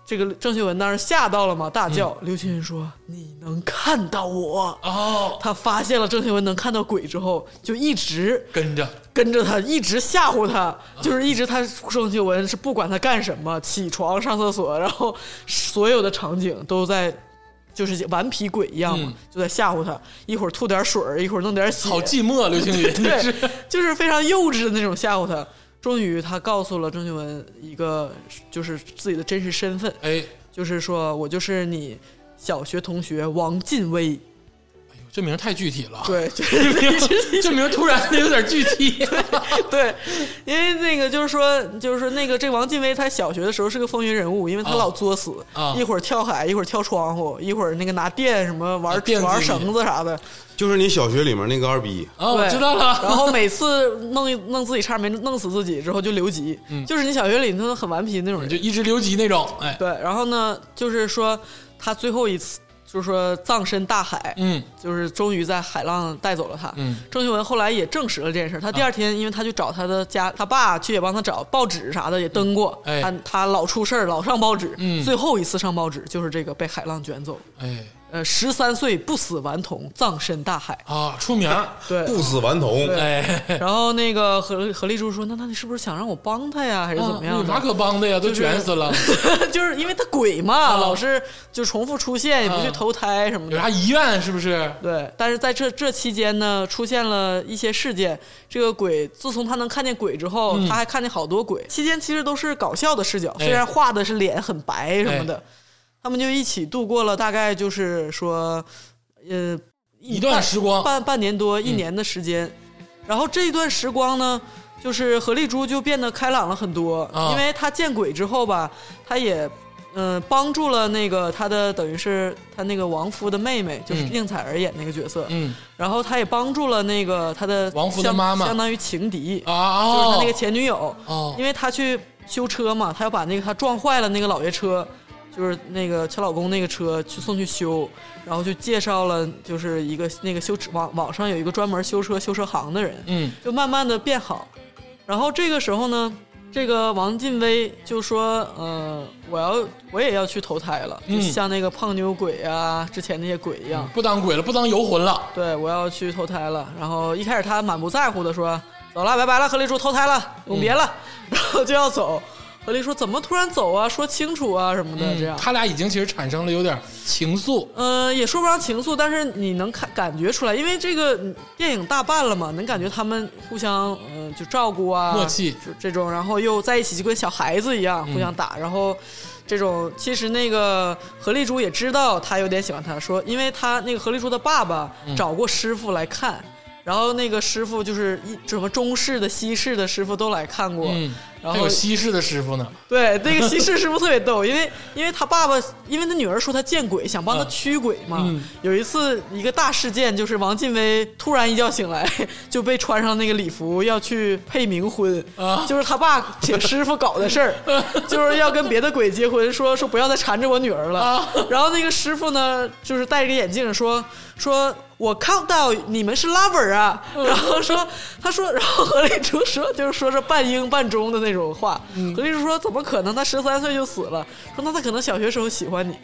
Speaker 3: 这个郑秀文当时吓到了嘛，大叫。
Speaker 2: 嗯
Speaker 3: 刘青云说：“你能看到我
Speaker 2: 哦？”，
Speaker 3: 他发现了郑秀文能看到鬼之后，就一直
Speaker 2: 跟着
Speaker 3: 跟着他，一直吓唬他，就是一直他郑秀文是不管他干什么，起床、上厕所，然后所有的场景都在。就是顽皮鬼一样嘛，
Speaker 2: 嗯
Speaker 3: 就在吓唬他，一会儿吐点水儿，一会儿弄点血，
Speaker 2: 好寂寞，啊刘青云真是
Speaker 3: 对，就是非常幼稚的那种吓唬他。终于，他告诉了郑秀文一个就是自己的真实身份，
Speaker 2: 哎，哎呦
Speaker 3: 就是说我就是你小学同学王劲威。
Speaker 2: 哎这名儿太具体了，
Speaker 3: 对，就
Speaker 2: 这名
Speaker 3: 是
Speaker 2: 儿 这名儿突然的有点具体，
Speaker 3: 对，因为那个就是说，就是说那个这王劲威，他小学的时候是个风云人物，因为他
Speaker 2: 啊
Speaker 3: 老作死，
Speaker 2: 啊
Speaker 3: 一会儿跳海，一会儿跳窗户，一会儿那个拿电什么玩
Speaker 2: 啊电子
Speaker 3: 玩
Speaker 2: 鱼
Speaker 3: 绳子啥的。
Speaker 4: 就是你小学里面那个二逼，
Speaker 2: 啊，我
Speaker 3: 对
Speaker 2: 知道
Speaker 3: 然
Speaker 2: 了，
Speaker 3: 后每次弄一弄自己差点没弄死自己之后就留级，就是你小学里头很顽皮那种 人
Speaker 2: 嗯就。一直留级那种，哎，
Speaker 3: 对，然后呢，就是说他最后一次，就是说葬身大海，
Speaker 2: 嗯
Speaker 3: 就是终于在海浪带走了他。
Speaker 2: 嗯，啊
Speaker 3: 郑秀文后来也证实了这件事儿。他第二天，因为他去找他的家，他爸去也帮他找报纸啥的，也登过。
Speaker 2: 哎
Speaker 3: 他他老出事儿，老上报纸。
Speaker 2: 嗯
Speaker 3: 最后一次上报纸就是这个被海浪卷走。
Speaker 2: 哎
Speaker 3: 呃，十三岁不死顽童葬身大海。
Speaker 2: 啊，出名儿，
Speaker 3: 对，
Speaker 4: 不死顽童，
Speaker 2: 哎，
Speaker 3: 然后那个何何丽珠说：“那那你是不是想让我帮他呀，还 是怎么样
Speaker 2: 有
Speaker 3: 的？”
Speaker 2: 啥哦哎可帮的呀？都
Speaker 3: 就是
Speaker 2: 卷死 了，
Speaker 3: 就是因为他鬼嘛，
Speaker 2: 啊
Speaker 3: 老是就重复出现，也不去投胎什么
Speaker 2: 有
Speaker 3: 的。
Speaker 2: 啥遗愿是不是？
Speaker 3: 对，但是在这这期间呢，出现了一些事件。这个鬼自从他能看见鬼之后，他还看见好多鬼。期间其实都是搞笑的视角，
Speaker 2: 哎
Speaker 3: 虽然画的是脸很白什么的，他们就一起度过了大概就是说，呃，
Speaker 2: 一段时光
Speaker 3: 半半年多一年的时间。然后这一段时光呢，就是何丽珠就变得开朗了很多，
Speaker 2: 啊
Speaker 3: 因为她见鬼之后吧，她也。嗯，帮助了那个她的等于是她那个亡夫的妹妹，就是
Speaker 2: 嗯
Speaker 3: 宁采儿演那个角色，
Speaker 2: 嗯
Speaker 3: 然后她也帮助了那个她的
Speaker 2: 亡夫的
Speaker 3: 相
Speaker 2: 妈妈
Speaker 3: 相当于情敌，
Speaker 2: 啊
Speaker 3: 就是她
Speaker 2: 哦
Speaker 3: 那个前女友，
Speaker 2: 哦
Speaker 3: 因为她去修车嘛，她要把那个她撞坏了那个老爷车，就是那个她老公那个车去送去修，然后就介绍了就是一个那个修车网网上有一个专门修车修车行的人，
Speaker 2: 嗯
Speaker 3: 就慢慢的变好。然后这个时候呢，这个王劲威就说：“呃，我要我也要去投胎了，就
Speaker 2: 嗯
Speaker 3: 像那个胖妞鬼啊，之前那些鬼一样。
Speaker 2: 不当鬼了，不当游魂了，
Speaker 3: 对，我要去投胎了。然后一开始他满不在乎的说：“走了，拜拜了，何丽珠，投胎了，永别了。 然后就要走。何丽说：“怎么突然走啊？说清楚啊什么的，这样。
Speaker 2: 嗯他俩已经其实产生了有点情愫，
Speaker 3: 呃，也说不上情愫，但是你能看感觉出来，因为这个嗯电影大半了嘛，能感觉他们互相嗯、呃就照顾啊，
Speaker 2: 默契嗯
Speaker 3: 就这种，然后又在一起就跟小孩子一样互相打，然后这种其实那个何丽珠也知道他有点喜欢他，说因为他那个何丽珠的爸爸
Speaker 2: 嗯
Speaker 3: 找过师傅来看。然后那个师傅就是一什么中式的、西式的师傅都来看过，
Speaker 2: 嗯
Speaker 3: 然
Speaker 2: 还
Speaker 3: 后
Speaker 2: 有西式的师傅呢，
Speaker 3: 对那个西式师傅特别逗，因为因为他爸爸，因为他女儿说他见鬼，想帮他驱鬼嘛。
Speaker 2: 嗯
Speaker 3: 有一次一个大事件，就是王劲威突然一觉醒来 就被穿上那个礼服要去配冥婚，
Speaker 2: 啊
Speaker 3: 就是他爸请师傅搞的 事儿，就是要跟别的鬼结婚，说说不要再缠着我女儿了。
Speaker 2: 啊
Speaker 3: 然后那个师傅呢，就是戴着个眼镜说说。我看到你们是 lover 啊，然后说，他说，然后何立竹说，就是说是半英半中的那种话。何立竹说，怎么可能？他十三岁就死了。说那他可能小学时候喜欢你。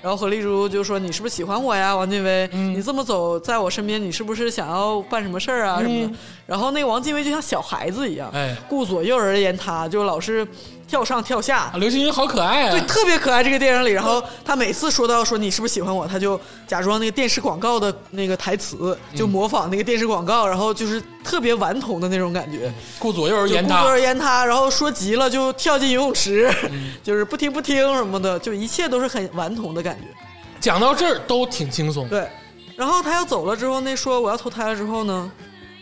Speaker 3: 然后何丽珠就说：“你是不是喜欢我呀，王劲威？你这么走在我身边，你是不是想要办什么事儿啊什么的？”然后那个王劲威就像小孩子一样，
Speaker 2: 哎
Speaker 3: 顾左右而言他，就老是跳上跳下
Speaker 2: 啊，，刘青云好可爱
Speaker 3: 对，
Speaker 2: 啊，
Speaker 3: 特别可爱。这个电影里，然后他每次说到说你是不是喜欢我，他就假装那个电视广告的那个台词，就模仿那个电视广告，然后就是特别顽童的那种感觉。
Speaker 2: 顾左右而
Speaker 3: 就
Speaker 2: 言
Speaker 3: 顾左
Speaker 2: 他
Speaker 3: 而，言他，然后说急了就跳进游泳池， 就是不听不听什么的，就一切都是很顽童的感觉。
Speaker 2: 讲到这儿都挺轻松，
Speaker 3: 对，然后他要走了之后，那说我要投胎了之后呢，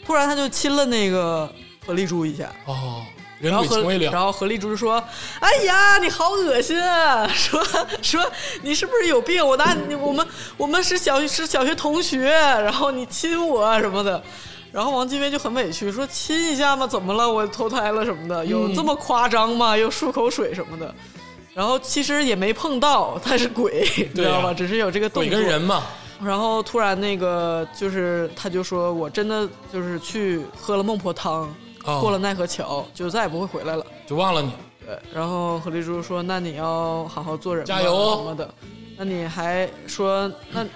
Speaker 3: 突然他就亲了那个何丽珠一下，
Speaker 2: 哦，
Speaker 3: 然
Speaker 2: 人
Speaker 3: 后
Speaker 2: 鬼情
Speaker 3: 何
Speaker 2: 未了
Speaker 3: 然，后何丽珠就说：“哎呀，你好恶心啊！说 说你是不是有病？我拿你我们我们是小是小学同学，然后你亲我啊什么的。”然后王金威就很委屈，说亲一下嘛，怎么了？我投胎了什么的，有这么
Speaker 2: 嗯
Speaker 3: 夸张吗？又漱口水什么的。然后其实也没碰到，他是鬼，你知
Speaker 2: 对啊
Speaker 3: 道吧？只是有这个动
Speaker 2: 鬼
Speaker 3: 作。
Speaker 2: 跟人嘛，
Speaker 3: 然后突然那个就是，他就说我真的就是去喝了孟婆汤，
Speaker 2: 哦
Speaker 3: 过了奈何桥，就再也不会回来了。
Speaker 2: 就忘了你，
Speaker 3: 对，然后何丽珠说：“那你要好好做人吧，
Speaker 2: 加油哦
Speaker 3: 什么的。”那你还说那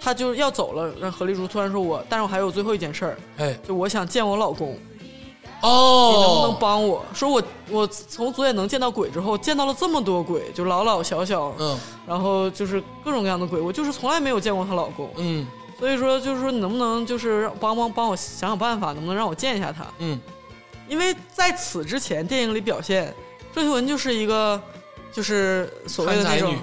Speaker 3: 他就要走了，让何丽珠突然说我，但是我还有最后一件事儿，
Speaker 2: 哎，
Speaker 3: 就我想见我老公，你能不能
Speaker 2: 哦，
Speaker 3: 帮我？说我我从左眼能见到鬼之后，见到了这么多鬼，就老老小小，
Speaker 2: 嗯
Speaker 3: 然后就是各种各样的鬼，我就是从来没有见过她老公。
Speaker 2: 嗯
Speaker 3: 所以说，就是说，你能不能就是让帮帮帮我想想办法，能不能让我见一下他？
Speaker 2: 嗯，
Speaker 3: 因为在此之前，电影里表现郑秀文就是一个，就是所谓的
Speaker 2: 贪财
Speaker 3: 那种
Speaker 2: 女，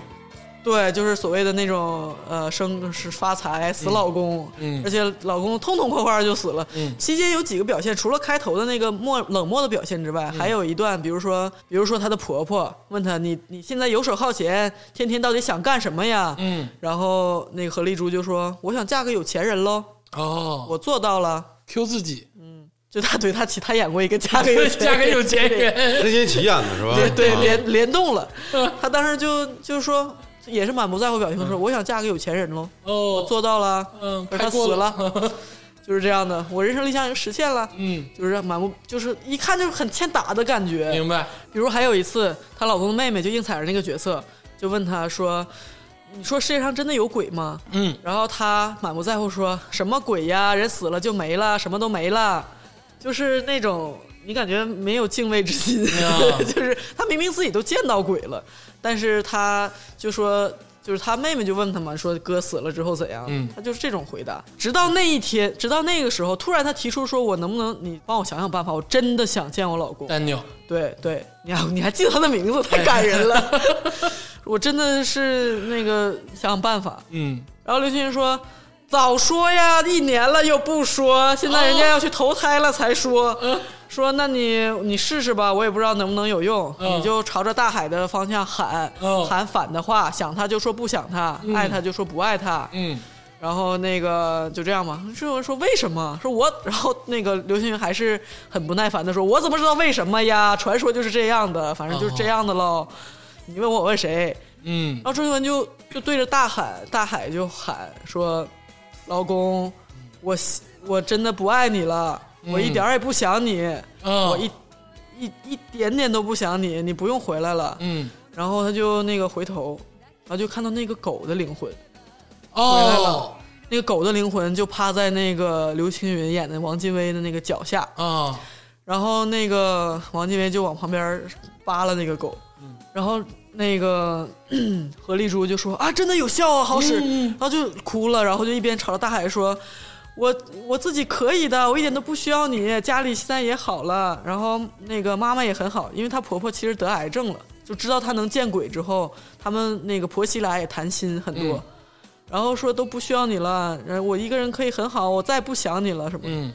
Speaker 3: 对，就是所谓的那种呃，生是发财死老公，
Speaker 2: 嗯
Speaker 3: 而且老公痛痛快快就死了。
Speaker 2: 嗯
Speaker 3: 期间有几个表现，除了开头的那个漠冷漠的表现之外，还有一段，比如说，比如说她的婆婆问她，你你现在游手好闲，天天到底想干什么呀？
Speaker 2: 嗯，
Speaker 3: 然后那个何丽珠就说：“我想嫁个有钱人喽，
Speaker 2: 哦，
Speaker 3: 我做到了。
Speaker 2: Q 自己，”
Speaker 3: 就他对他起，他 演过一个嫁给有钱
Speaker 2: 嫁给有钱人，嗯
Speaker 4: 任贤齐演的是吧？
Speaker 3: 对对
Speaker 4: 啊
Speaker 3: 联联动了。他当时就就是说，也是满不在乎表情说：“我想嫁个有钱人喽，
Speaker 2: 哦，
Speaker 3: 我做到了。”
Speaker 2: 嗯，
Speaker 3: 可是
Speaker 2: 拍
Speaker 3: 他
Speaker 2: 过
Speaker 3: 死了，就是这样的。我人生理想已经实现了，
Speaker 2: 嗯，
Speaker 3: 就是满不就是一看就是很欠打的感觉。
Speaker 2: 明白，
Speaker 3: 比如还有一次，她老公的妹妹就应采儿那个角色，就问她说：“你说世界上真的有鬼吗？”
Speaker 2: 嗯，
Speaker 3: 然后她满不在乎说什么鬼呀，人死了就没了，什么都没了，就是那种你感觉没有敬畏之心，
Speaker 2: 呀
Speaker 3: 就是她明明自己都见到鬼了，但是她就说。就是她妹妹就问她嘛，说哥死了之后怎样？
Speaker 2: 嗯
Speaker 3: 她就是这种回答。直到那一天，直到那个时候，突然她提出说：“我能不能你帮我想想办法？我真的想见我老公。”
Speaker 2: 丹妞，
Speaker 3: 对对，你还你还记得他的名字，太感人了。 我真的是那个想想办法。
Speaker 2: 嗯，
Speaker 3: 然后刘青云说：“早说呀，一年了又不说，现在人家要去投胎了才说。
Speaker 2: 嗯
Speaker 3: 说那你你试试吧，我也不知道能不能有用，
Speaker 2: 嗯
Speaker 3: 你就朝着大海的方向喊，
Speaker 2: 嗯
Speaker 3: 喊反的话，想他就说不想他，爱他就说不爱他。
Speaker 2: 嗯，
Speaker 3: 然后那个就这样吧。这有人说为什么？说我，然后那个刘青云还是很不耐烦的说：“我怎么知道为什么呀？传说就是这样的，反正就是这样的喽。你问我，我问谁？”
Speaker 2: 嗯
Speaker 3: 然，后郑秀文就就对着大海，大海就喊说：“老公，我喜我真的不爱你了，我一点儿也不想你，我
Speaker 2: 嗯哦，
Speaker 3: 一一一点点都不想你，你不用回来了。
Speaker 2: 嗯，
Speaker 3: 然后他就那个回头，然后就看到那个狗的灵魂。来
Speaker 2: 哦
Speaker 3: 了，那个狗的灵魂就趴在那个刘青云演的王劲威的那个脚下，
Speaker 2: 啊，
Speaker 3: 然后那个王劲威就往旁边扒拉那个狗，然后那个 咳何丽珠就说啊，真的有效啊，好使，然后就哭了，然后就一边朝着大海说。我我自己可以的，我一点都不需要你。家里现在也好了，然后那个妈妈也很好，因为她婆婆其实得癌症了，就知道她能见鬼之后，他们那个婆媳俩也谈心很多，
Speaker 2: 嗯
Speaker 3: 然后说都不需要你了，然后我一个人可以很好，我再也不想你了什么的。
Speaker 2: 嗯，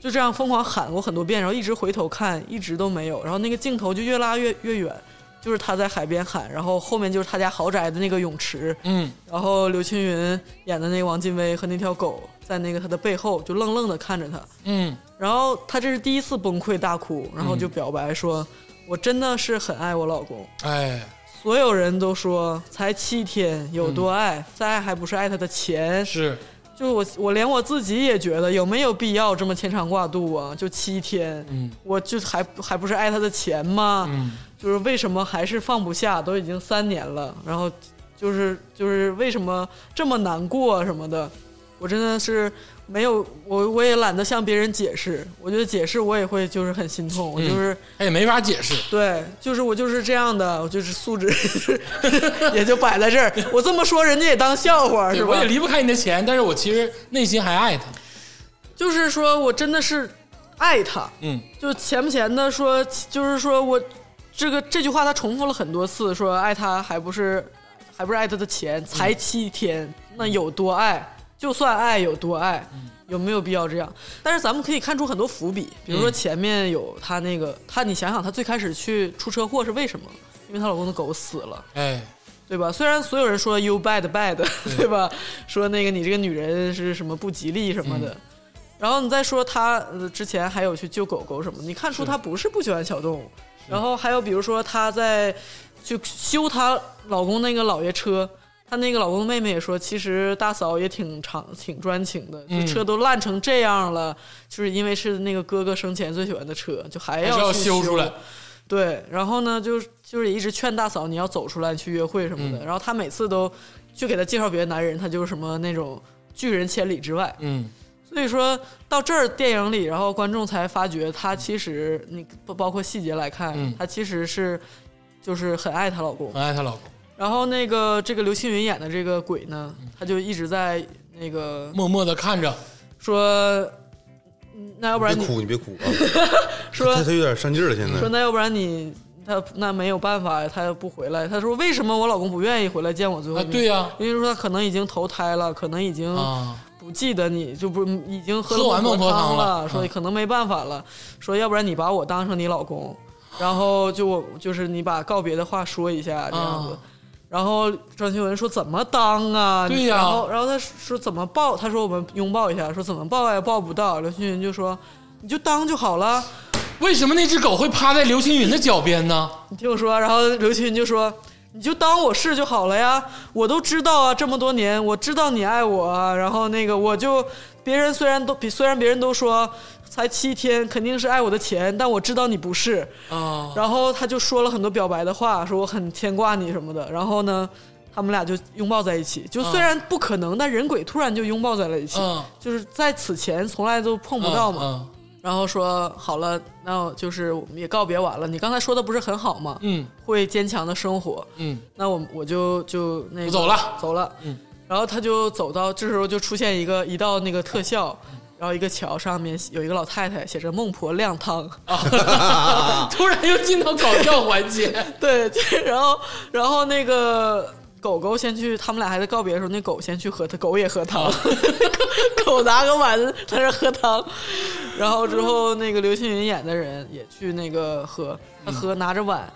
Speaker 3: 就这样疯狂喊过很多遍，然后一直回头看，一直都没有。然后那个镜头就越拉越越远，就是他在海边喊，然后后面就是他家豪宅的那个泳池，
Speaker 2: 嗯，
Speaker 3: 然后刘青云演的那个王劲威和那条狗在那个他的背后就愣愣的看着他，
Speaker 2: 嗯
Speaker 3: 然后他这是第一次崩溃大哭，然后就表白说：“我真的是很爱我老公。”
Speaker 2: 哎，
Speaker 3: 所有人都说才七天有多爱，再爱还不是爱他的钱，
Speaker 2: 是，
Speaker 3: 就我我连我自己也觉得有没有必要这么牵肠挂肚啊？就七天，
Speaker 2: 嗯
Speaker 3: 我就还还不是爱他的钱吗？
Speaker 2: 嗯
Speaker 3: 就是为什么还是放不下？都已经三年了，然后就是就是为什么这么难过啊什么的？我真的是没有我我也懒得向别人解释，我觉得解释我也会就是很心痛，我就是。
Speaker 2: 哎，没法解释，
Speaker 3: 对，就是我就是这样的，我就是素质 也就摆在这儿。我这么说，人家也当笑话
Speaker 2: 对
Speaker 3: 是
Speaker 2: 我
Speaker 3: 吧
Speaker 2: 也？离不开你的钱，但是我其实内心还爱他，
Speaker 3: 就是说我真的是爱他，
Speaker 2: 嗯
Speaker 3: 就钱不钱的说，就是说我这个这句话他重复了很多次，说爱他还不是还不是爱他的钱，才七天，那有多爱？就算爱有多爱，有没有必要这样？但是咱们可以看出很多伏笔，比如说前面有他那个他，你想想他最开始去出车祸是为什么？因为她老公的狗死了。
Speaker 2: 哎，
Speaker 3: 对吧？虽然所有人说 you bad bad，对吧？说那个你这个女人是什么不吉利什么的，
Speaker 2: 嗯
Speaker 3: 然后你再说她呃之前还有去救狗狗什么的，你看出她不是不喜欢小动物。然后还有比如说她在去修她老公那个老爷车，她那个老公的妹妹也说，其实大嫂也挺长挺专情的，
Speaker 2: 嗯
Speaker 3: 就车都烂成这样了，就是因为是那个哥哥生前最喜欢的车，就还
Speaker 2: 还是
Speaker 3: 要
Speaker 2: 要
Speaker 3: 去
Speaker 2: 修出来，
Speaker 3: 对，然后呢，就是就是也一直劝大嫂你要走出来去约会什么的，然后她每次都就给她介绍别的男人，她就是什么那种拒人千里之外。
Speaker 2: 嗯
Speaker 3: 所以说到这儿电影里，然后观众才发觉她其实你不包括细节来看，
Speaker 2: 嗯
Speaker 3: 她其实是就是很爱她老公。
Speaker 2: 很爱她老公，
Speaker 3: 然后那个这个刘青云演的这个鬼呢，他就一直在那个
Speaker 2: 默默的看着，
Speaker 3: 说，嗯那要不然
Speaker 4: 别
Speaker 3: 你
Speaker 4: 哭，你别哭啊！
Speaker 3: 说
Speaker 4: 他他有点上劲儿了，现在
Speaker 3: 说那要不然你他那没有办法，他不回来。他说为什么我老公不愿意回来见我最后
Speaker 2: 啊，
Speaker 3: 一面？
Speaker 2: 对呀，
Speaker 3: 因为说他可能已经投胎了，可能已经
Speaker 2: 啊，
Speaker 3: 不记得你，就不已经喝
Speaker 2: 喝完孟婆
Speaker 3: 婆
Speaker 2: 汤了
Speaker 3: 了，说
Speaker 2: 嗯
Speaker 3: 可能没办法了，说要不然你把我当成你老公，然后就我就是你把告别的话说一下这样子
Speaker 2: 啊。
Speaker 3: 然后张秀文说怎么当啊？
Speaker 2: 对呀
Speaker 3: 然后然后他说怎么抱？他说我们拥抱一下，说怎么抱也抱不到。刘青云就说你就当就好了。
Speaker 2: 为什么那只狗会趴在刘青云的脚边呢？
Speaker 3: 你听我说，然后刘青云就说：“你就当我是就好了呀，我都知道啊，这么多年我知道你爱我啊。然后那个我就，别人虽然都比虽然别人都说才七天肯定是爱我的钱，但我知道你不是。
Speaker 2: 啊，
Speaker 3: 然后他就说了很多表白的话，说我很牵挂你什么的。然后呢，他们俩就拥抱在一起，就虽然不可能，但人鬼突然就拥抱在了一起，
Speaker 2: 嗯
Speaker 3: 就是在此前从来都碰不到嘛。然后说好了，那就是我们也告别完了。你刚才说的不是很好吗？
Speaker 2: 嗯
Speaker 3: 会坚强的生活。
Speaker 2: 嗯
Speaker 3: 那我我就就那个
Speaker 2: 我走了
Speaker 3: 走了。
Speaker 2: 嗯，
Speaker 3: 然后他就走到这时候就出现一个一道那个特效，然后一个桥上面有一个老太太写着“孟婆靓汤”，啊
Speaker 2: 嗯， 突然又进到搞笑环 节，
Speaker 3: 对，就是然后然后那个狗狗先去，他们俩还在告别的时候，那狗先去喝，它狗也喝
Speaker 2: 啊
Speaker 3: 汤， 狗拿个碗在那儿喝汤，然后之后那个刘青云演的人也去那个喝，他
Speaker 2: 嗯
Speaker 3: 喝拿着碗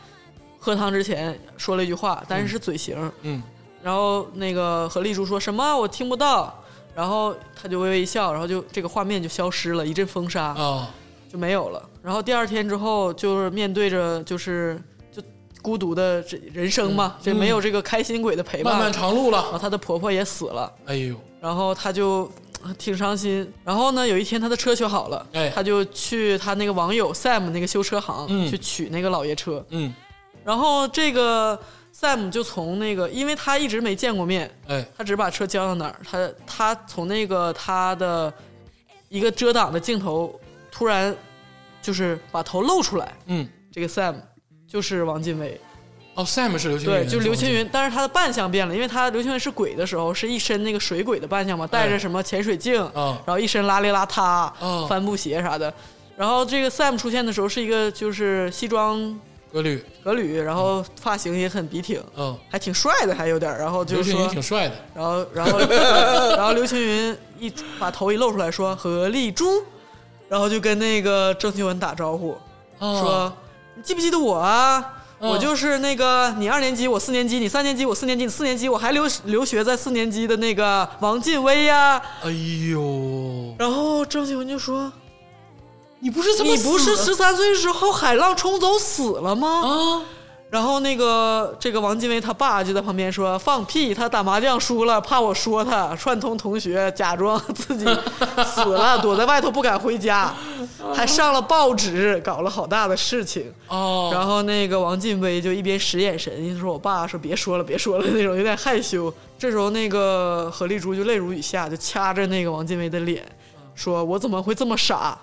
Speaker 3: 喝汤之前说了一句话，但是是嘴型，
Speaker 2: 嗯
Speaker 3: 然后那个何丽珠说什么我听不到，然后他就微微一笑，然后就这个画面就消失了，一阵风沙，
Speaker 2: 啊，
Speaker 3: 就没有了。然后第二天之后，就是面对着就是就孤独的这人生嘛，
Speaker 2: 嗯
Speaker 3: 这没有这个开心鬼的陪伴。
Speaker 2: 漫漫长路
Speaker 3: 然
Speaker 2: 了，
Speaker 3: 后她的婆婆也死了，
Speaker 2: 哎呦，
Speaker 3: 然后她就呃挺伤心。然后呢，有一天她的车修好了，
Speaker 2: 哎
Speaker 3: 她就去她那个网友 Sam 那个修车行、
Speaker 2: 嗯
Speaker 3: 去取那个老爷车。
Speaker 2: 嗯，
Speaker 3: 然后这个 Sam 就从那个，因为他一直没见过面，
Speaker 2: 哎，
Speaker 3: 他只把车交到哪儿，他他从那个他的一个遮挡的镜头突然就是把头露出来，
Speaker 2: 嗯，
Speaker 3: 这个 Sam 就是王劲威，
Speaker 2: 哦，Sam 是刘青
Speaker 3: 对，
Speaker 2: 云，
Speaker 3: 就是刘青云，但是他的扮相变了，因为他刘青云是鬼的时候是一身那个水鬼的扮相嘛，戴着什么潜水镜，
Speaker 2: 哎嗯
Speaker 3: 然后一身邋里邋遢，
Speaker 2: 嗯
Speaker 3: 帆布鞋啥的。然后这个 Sam 出现的时候是一个就是西装
Speaker 2: 格律，
Speaker 3: 革履，然后发型也很笔挺，
Speaker 2: 嗯，
Speaker 3: 还挺帅的，还有点儿，然后就
Speaker 2: 刘
Speaker 3: 是
Speaker 2: 青
Speaker 3: 说
Speaker 2: 云挺帅的，
Speaker 3: 然后，然后，然后刘青云一把头一露出来说：“何丽珠。”然后就跟那个郑秀文打招呼，
Speaker 2: 啊
Speaker 3: 说你记不记得我啊？
Speaker 2: 嗯
Speaker 3: 我就是那个你二年级，我四年级，你三年级，我四年级，你四年级，我还留留学在四年级的那个王劲威呀、
Speaker 2: 哎呦，
Speaker 3: 然后郑秀文就说
Speaker 2: 你不是：“这么
Speaker 3: 你不是
Speaker 2: 死
Speaker 3: 十三岁时候海浪冲走死了吗？”
Speaker 2: 啊？
Speaker 3: 然后那个这个王劲威他爸就在旁边说：“放屁，他打麻将输了，怕我说他串通同学，假装自己死了，躲在外头不敢回家，还上了报纸，搞了好大的事情。”
Speaker 2: 哦，
Speaker 3: 然后那个王劲威就一边使眼神，一边说我爸说别说了，别说了那种，有点害羞。这时候那个何丽珠就泪如雨下，就掐着那个王劲威的脸，说：“我怎么会这么傻？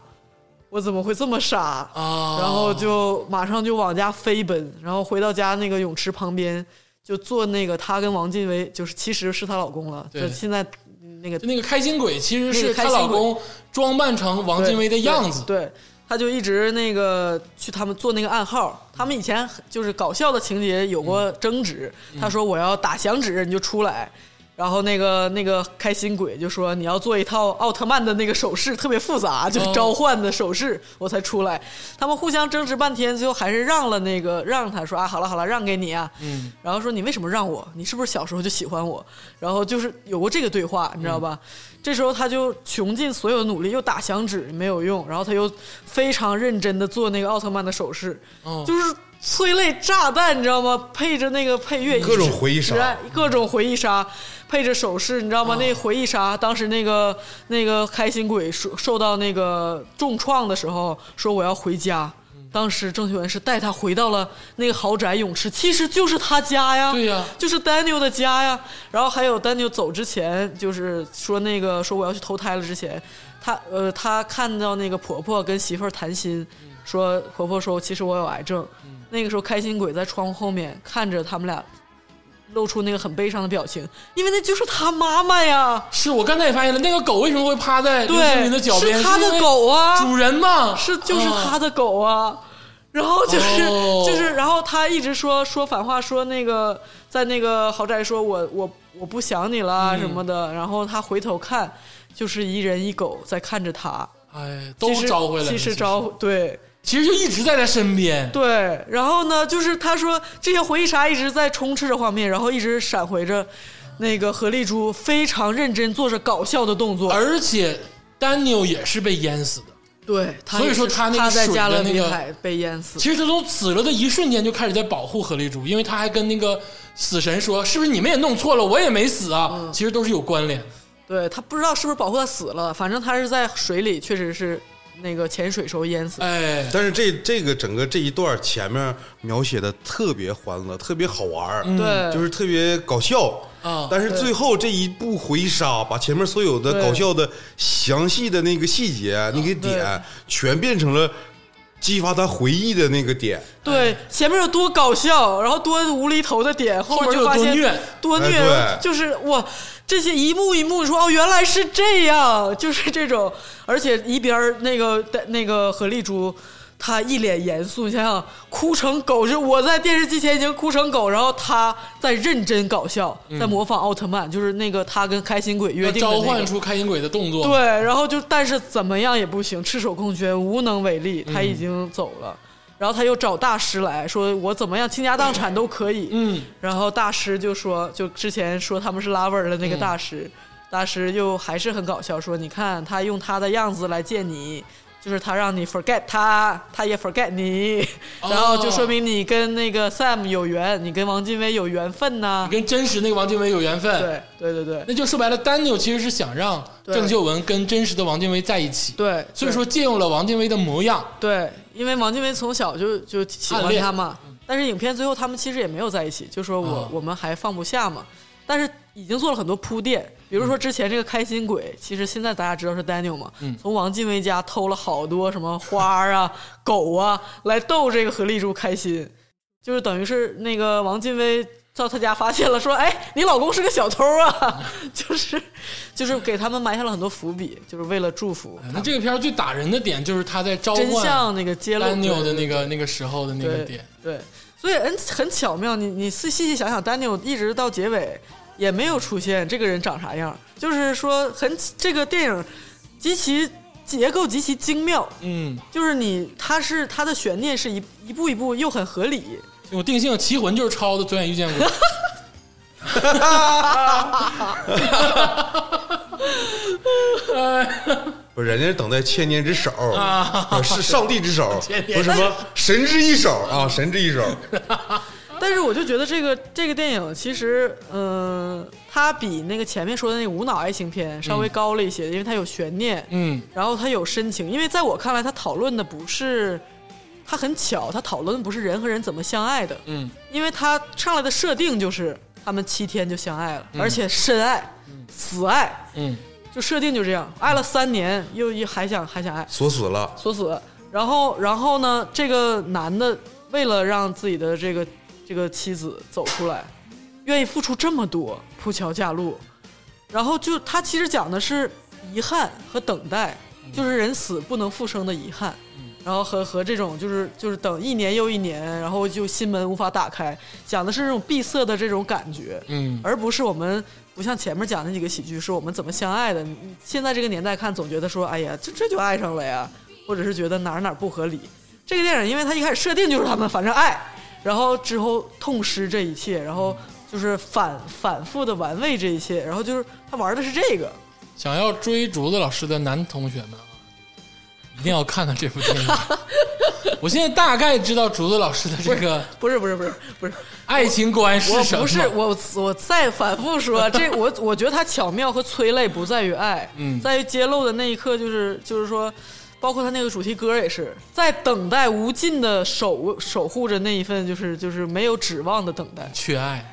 Speaker 3: 我怎么会这么傻？”
Speaker 2: 啊，
Speaker 3: 然后就马上就往家飞奔，然后回到家那个泳池旁边，就坐那个她跟王劲威，就是其实是她老公了，
Speaker 2: 对
Speaker 3: 就现在那个
Speaker 2: 就那个开心鬼其实是
Speaker 3: 那个
Speaker 2: 她
Speaker 3: 开心鬼
Speaker 2: 老公装扮成王劲威的样子，
Speaker 3: 对，对他就一直那个去他们做那个暗号，他们以前就是搞笑的情节有过争执，
Speaker 2: 嗯
Speaker 3: 他说我要打响指你就出来。然后那个那个开心鬼就说你要做一套奥特曼的那个手势，特别复杂，
Speaker 2: 哦
Speaker 3: 就是召唤的手势，我才出来。他们互相争执半天，最后还是让了那个让他说啊，好了好了，让给你啊。
Speaker 2: 嗯，
Speaker 3: 然后说你为什么让我？你是不是小时候就喜欢我？然后就是有过这个对话，
Speaker 4: 嗯
Speaker 3: 你知道吧？这时候他就穷尽所有努力，又打响指没有用，然后他又非常认真的做那个奥特曼的手势，
Speaker 2: 哦
Speaker 4: 嗯
Speaker 3: 就是催泪炸弹，你知道吗？配着那个配乐，
Speaker 4: 各种回忆杀
Speaker 3: 一直各种回忆杀，配着手势，你知道
Speaker 2: 啊
Speaker 3: 吗？那回忆杀，当时那个那个开心鬼受受到那个重创的时候，说我要回家。
Speaker 2: 嗯
Speaker 3: 当时郑秀文是带他回到了那个豪宅泳池，其实就是他家呀，
Speaker 2: 对呀
Speaker 3: 就是 Daniel 的家呀。然后还有 Daniel 走之前，就是说那个说我要去投胎了之前，他呃他看到那个婆婆跟媳妇儿谈心，
Speaker 2: 嗯
Speaker 3: 说婆婆说其实我有癌症。那个时候开心鬼在窗户后面看着他们俩，露出那个很悲伤的表情，因为那就是他妈妈呀。
Speaker 2: 是我刚才也发现了，那个狗为什么会趴在刘青
Speaker 3: 对
Speaker 2: 云的脚边？
Speaker 3: 是他的
Speaker 2: 因为
Speaker 3: 狗啊
Speaker 2: 主人嘛，
Speaker 3: 是就是
Speaker 2: 啊
Speaker 3: 他的狗啊。然后就是、
Speaker 2: 哦
Speaker 3: 就是，然后他一直说说反话，说那个在那个豪宅说我我我不想你
Speaker 2: 嗯
Speaker 3: 了什么的。然后他回头看，就是一人一狗在看着他，
Speaker 2: 哎，都
Speaker 3: 其实
Speaker 2: 招回来了，
Speaker 3: 其实招对
Speaker 2: 其实就一直在他身边。
Speaker 3: 对。然后呢，就是他说这些回忆杀一直在充斥着画面，然后一直闪回着那个何丽珠非常认真做着搞笑的动作，
Speaker 2: 而且丹尼尔也是被淹死的。
Speaker 3: 对，他
Speaker 2: 所以
Speaker 3: 也是
Speaker 2: 说他那个
Speaker 3: 他在
Speaker 2: 水的
Speaker 3: 加勒
Speaker 2: 那
Speaker 3: 比
Speaker 2: 个
Speaker 3: 海被淹死，
Speaker 2: 其实他从死了的一瞬间就开始在保护何丽珠，因为他还跟那个死神说：“是不是你们也弄错了？我也没死啊。
Speaker 3: 嗯
Speaker 2: 其实都是有关联。
Speaker 3: 对他不知道是不是保护他死了，反正他是在水里，确实是那个潜水时候淹死。
Speaker 2: 哎，
Speaker 4: 但是这这个整个这一段前面描写的特别欢乐，特别好玩儿，
Speaker 3: 嗯对
Speaker 4: 就是特别搞笑
Speaker 2: 啊
Speaker 4: 但是最后这一步回杀，把前面所有的
Speaker 3: 对
Speaker 4: 搞笑的详细的那个细节、那个点，全变成了激发他回忆的那个点。
Speaker 3: 对，前面有多搞笑，然后多无厘头的点，后面
Speaker 2: 面有
Speaker 3: 就发
Speaker 2: 多
Speaker 3: 现
Speaker 2: 虐
Speaker 3: 多虐
Speaker 4: 哎对
Speaker 3: 就是哇，这些一幕一幕说哦，原来是这样，就是这种，而且一边儿那个那个何丽珠。她一脸严肃，你想想，哭成狗，就我在电视机前已经哭成狗，然后她在认真搞笑，在模仿奥特曼，就是那个她跟开心鬼约定的、那
Speaker 2: 嗯召
Speaker 3: 个、
Speaker 2: 唤出开心鬼的动作。
Speaker 3: 对，然后就但是怎么样也不行，赤手空拳，无能为力，他已经走了。
Speaker 2: 嗯
Speaker 3: 然后他又找大师来说，我怎么样倾家荡产都可以。
Speaker 2: 嗯，
Speaker 3: 然后大师就说，就之前说他们是拉文的那个大师，
Speaker 2: 嗯
Speaker 3: 大师又还是很搞笑，说你看他用他的样子来见你。就是他让你 forget 他，他也 forget 你，
Speaker 2: 哦
Speaker 3: 然后就说明你跟那个 Sam 有缘，你跟王劲威有缘分呐
Speaker 2: 你、跟真实那个王靖伟有缘分。
Speaker 3: 对对对对
Speaker 2: 那就说白了，丹尼尔其实是想让
Speaker 3: 对
Speaker 2: 郑秀文跟真实的王靖威在一起。，
Speaker 3: 对，
Speaker 2: 所以
Speaker 3: 对
Speaker 2: 说借用了王靖威的模样。
Speaker 3: 对，因为王劲威从小就就喜
Speaker 2: 暗
Speaker 3: 欢
Speaker 2: 恋
Speaker 3: 他嘛，但是影片最后他们其实也没有在一起，就说我、
Speaker 2: 啊
Speaker 3: 我们还放不下嘛，但是已经做了很多铺垫，比如说之前这个开心鬼，其实现在大家知道是 Daniel 嘛，
Speaker 2: 嗯
Speaker 3: 从王劲威家偷了好多什么花儿啊、 狗啊，来逗这个何丽珠开心，就是等于是那个王劲威。到他家发现了，说：“哎，你老公是个小偷啊！” 就是，就是给他们埋下了很多伏笔，就是为了祝福
Speaker 2: 那这个片儿最打人的点就是他在召
Speaker 3: 真
Speaker 2: 唤
Speaker 3: 相那个揭露。
Speaker 2: 丹尼尔
Speaker 3: 对
Speaker 2: 的那个那个时候的那个
Speaker 3: 对
Speaker 2: 点。
Speaker 3: 对，所以很很巧妙。你你细细细想想，丹尼尔一直到结尾也没有出现这个人长啥样，就是说很这个电影极其结构极其精妙，
Speaker 2: 嗯，
Speaker 3: 就是你它是它的悬念是一一步一步又很合理，
Speaker 2: 我定性《棋魂》就是抄的《左眼遇见 鬼》
Speaker 4: 不是，人家是等待千年之手
Speaker 2: 啊，
Speaker 4: 是上帝之手，
Speaker 2: 千年哎
Speaker 4: 不是什么神之一手啊，神之一手。
Speaker 3: 但是我就觉得这个这个电影其实，嗯、它比那个前面说的那个无脑爱情片稍微高了一些，因为它有悬念，
Speaker 2: 嗯
Speaker 3: 然后它有深情。因为在我看来，它讨论的不是，它很巧，它讨论的不是人和人怎么相爱的，
Speaker 2: 嗯
Speaker 3: 因为它上来的设定就是他们七天就相爱了，而且深爱、死爱，
Speaker 2: 嗯
Speaker 3: 就设定就这样，爱了三年，又又还想还想爱，
Speaker 4: 锁死了，
Speaker 3: 锁死。然后，然后呢，这个男的为了让自己的这个这个妻子走出来，愿意付出这么多，铺桥架路。然后就他其实讲的是遗憾和等待，就是人死不能复生的遗憾。然后和和这种就是就是等一年又一年，然后就心门无法打开，讲的是这种闭塞的这种感觉。
Speaker 2: 嗯
Speaker 3: 而不是我们不像前面讲的那几个喜剧，是我们怎么相爱的。你你现在这个年代看，总觉得说，哎呀，这这就爱上了呀，或者是觉得哪儿哪儿不合理。这个电影，因为它一开始设定就是他们反正爱，然后之后痛失这一切，然后就是反反复的玩味这一切，然后就是他玩的是这个。
Speaker 2: 想要追竹子老师的男同学们啊，一定要看看这部 电影。我现在大概知道竹子老师的这个
Speaker 3: 不是不是不是不是，
Speaker 2: 爱情观是
Speaker 3: 我
Speaker 2: 什么，
Speaker 3: 不是我我再反复说，这我我觉得它巧妙和催泪不在于爱，
Speaker 2: 嗯
Speaker 3: 在于揭露的那一刻，就是就是说，包括他那个主题歌也是在等待无尽的守守护着那一份，就是就是没有指望的等待。
Speaker 2: 缺爱。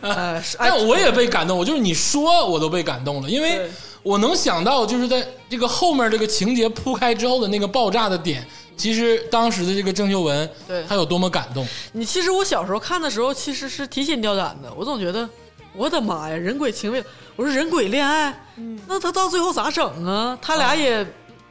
Speaker 3: 呃， 是哎
Speaker 2: 但我也被感动，我就是你说我都被感动了，因为
Speaker 3: 对
Speaker 2: 我能想到，就是在这个后面这个情节铺开之后的那个爆炸的点，其实当时的这个郑秀文，
Speaker 3: 对
Speaker 2: 他有多么感动。
Speaker 3: 你其实我小时候看的时候，其实是提心吊胆的。我总觉得，我的妈呀，人鬼情未，我说人鬼恋爱，
Speaker 2: 嗯
Speaker 3: 那他到最后咋整啊？他俩也、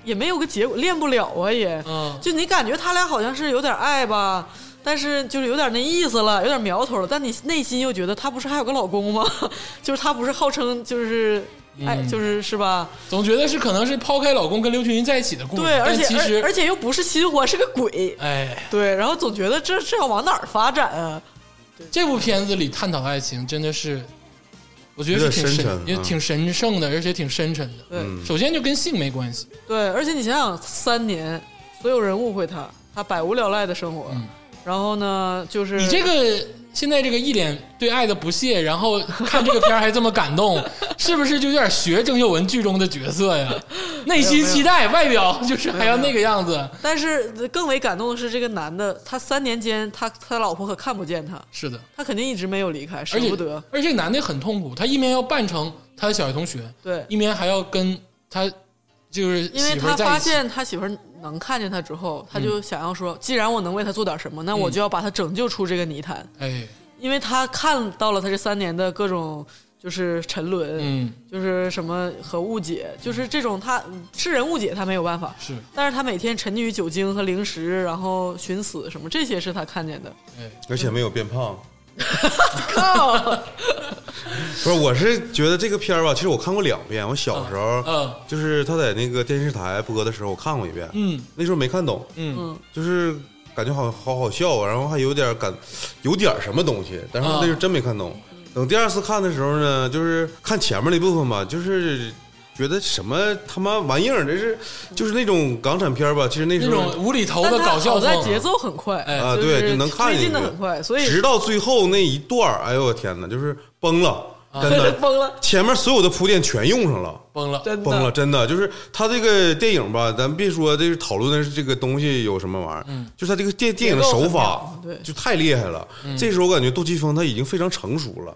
Speaker 3: 也没有个结果，练不了啊也。
Speaker 2: 嗯
Speaker 3: 就你感觉他俩好像是有点爱吧，但是就是有点那意思了，有点苗头了。但你内心又觉得他不是还有个老公吗？ 就是他不是号称就是。哎，
Speaker 2: 嗯
Speaker 3: 就是是吧？
Speaker 2: 总觉得是可能是抛开老公跟刘青云在一起的故事，
Speaker 3: 对，而
Speaker 2: 但
Speaker 3: 且
Speaker 2: 其实
Speaker 3: 而而且又不是新欢，是个鬼。
Speaker 2: 哎，
Speaker 3: 对，然后总觉得这这要往哪儿发展啊？
Speaker 2: 这部片子里探讨爱情真的是，我觉得是挺
Speaker 4: 有点深沉
Speaker 2: 也
Speaker 4: 嗯
Speaker 2: 挺神圣的，而且挺深沉的。
Speaker 3: 对，
Speaker 2: 首先就跟性没关系，
Speaker 3: 对，而且你想想，三年所有人误会他，他百无聊赖的生活，然后呢，就
Speaker 2: 嗯
Speaker 3: 是
Speaker 2: 你这个现在这个一脸对爱的不屑，然后看这个片儿还这么感动，是不是就有点学郑秀文剧中的角色呀？内心期待，外表就是还要那个样子。
Speaker 3: 但是更为感动的是，这个男的他三年间，他他老婆可看不见他，
Speaker 2: 是的，
Speaker 3: 他肯定一直没有离开，
Speaker 2: 而
Speaker 3: 舍
Speaker 2: 且
Speaker 3: 不得。
Speaker 2: 而且男的很痛苦，他一面要扮成他的小学同学，
Speaker 3: 对，
Speaker 2: 一面还要跟他就是
Speaker 3: 因为
Speaker 2: 媳妇
Speaker 3: 他
Speaker 2: 儿在
Speaker 3: 发
Speaker 2: 一起。嗯
Speaker 3: 现他媳妇儿能看见他之后，他就想要说，既然我能为他做点什么，那我就要把他拯救出这个泥潭。
Speaker 2: 哎，
Speaker 3: 因为他看到了他这三年的各种就是沉沦，
Speaker 2: 嗯，
Speaker 3: 就是什么和误解，就是这种他是人误解他没有办法，
Speaker 2: 是，
Speaker 3: 但是他每天沉溺于酒精和零食，然后寻死什么，这些是他看 见的。
Speaker 2: 哎，
Speaker 4: 而且没有变胖。
Speaker 3: 靠，
Speaker 4: 不是，我是觉得这个片儿吧，其实我看过两遍。我小时候，
Speaker 2: 嗯
Speaker 4: 就是他在那个电视台播的时候，我看过一遍。
Speaker 2: 嗯
Speaker 4: 那时候没看懂，
Speaker 2: 嗯
Speaker 4: 就是感觉好好好笑啊，然后还有点感，有点什么东西，但是
Speaker 2: 啊
Speaker 4: 那时候真没看懂。等第二次看的时候呢，就是看前面那部分吧，就是觉得什么他妈玩意儿，这是就是那种港产片吧。其实那
Speaker 2: 那
Speaker 4: 时候
Speaker 2: 种无厘头
Speaker 3: 但
Speaker 2: 的
Speaker 3: 他
Speaker 2: 搞笑
Speaker 3: 好在
Speaker 2: 风，
Speaker 3: 节奏很快，
Speaker 2: 哎
Speaker 4: 啊，
Speaker 3: 就是
Speaker 4: 对，就能看
Speaker 3: 推
Speaker 4: 进
Speaker 3: 进
Speaker 4: 去
Speaker 3: 的很快，所以，
Speaker 4: 直到最后那一段儿，哎呦我天哪，就是崩了，
Speaker 2: 啊
Speaker 4: 真的
Speaker 3: 崩了，
Speaker 4: 前面所有的铺垫全用上了。
Speaker 2: 崩了，
Speaker 3: 真的
Speaker 4: 崩了，真的就是他这个电影吧，咱别说这是讨论的是这个东西有什么玩意儿，
Speaker 3: 嗯
Speaker 4: 就是他这个电电影的手法，
Speaker 3: 对嗯
Speaker 4: 就太厉害了。这时候我感觉杜琪峰他已经非常成熟了，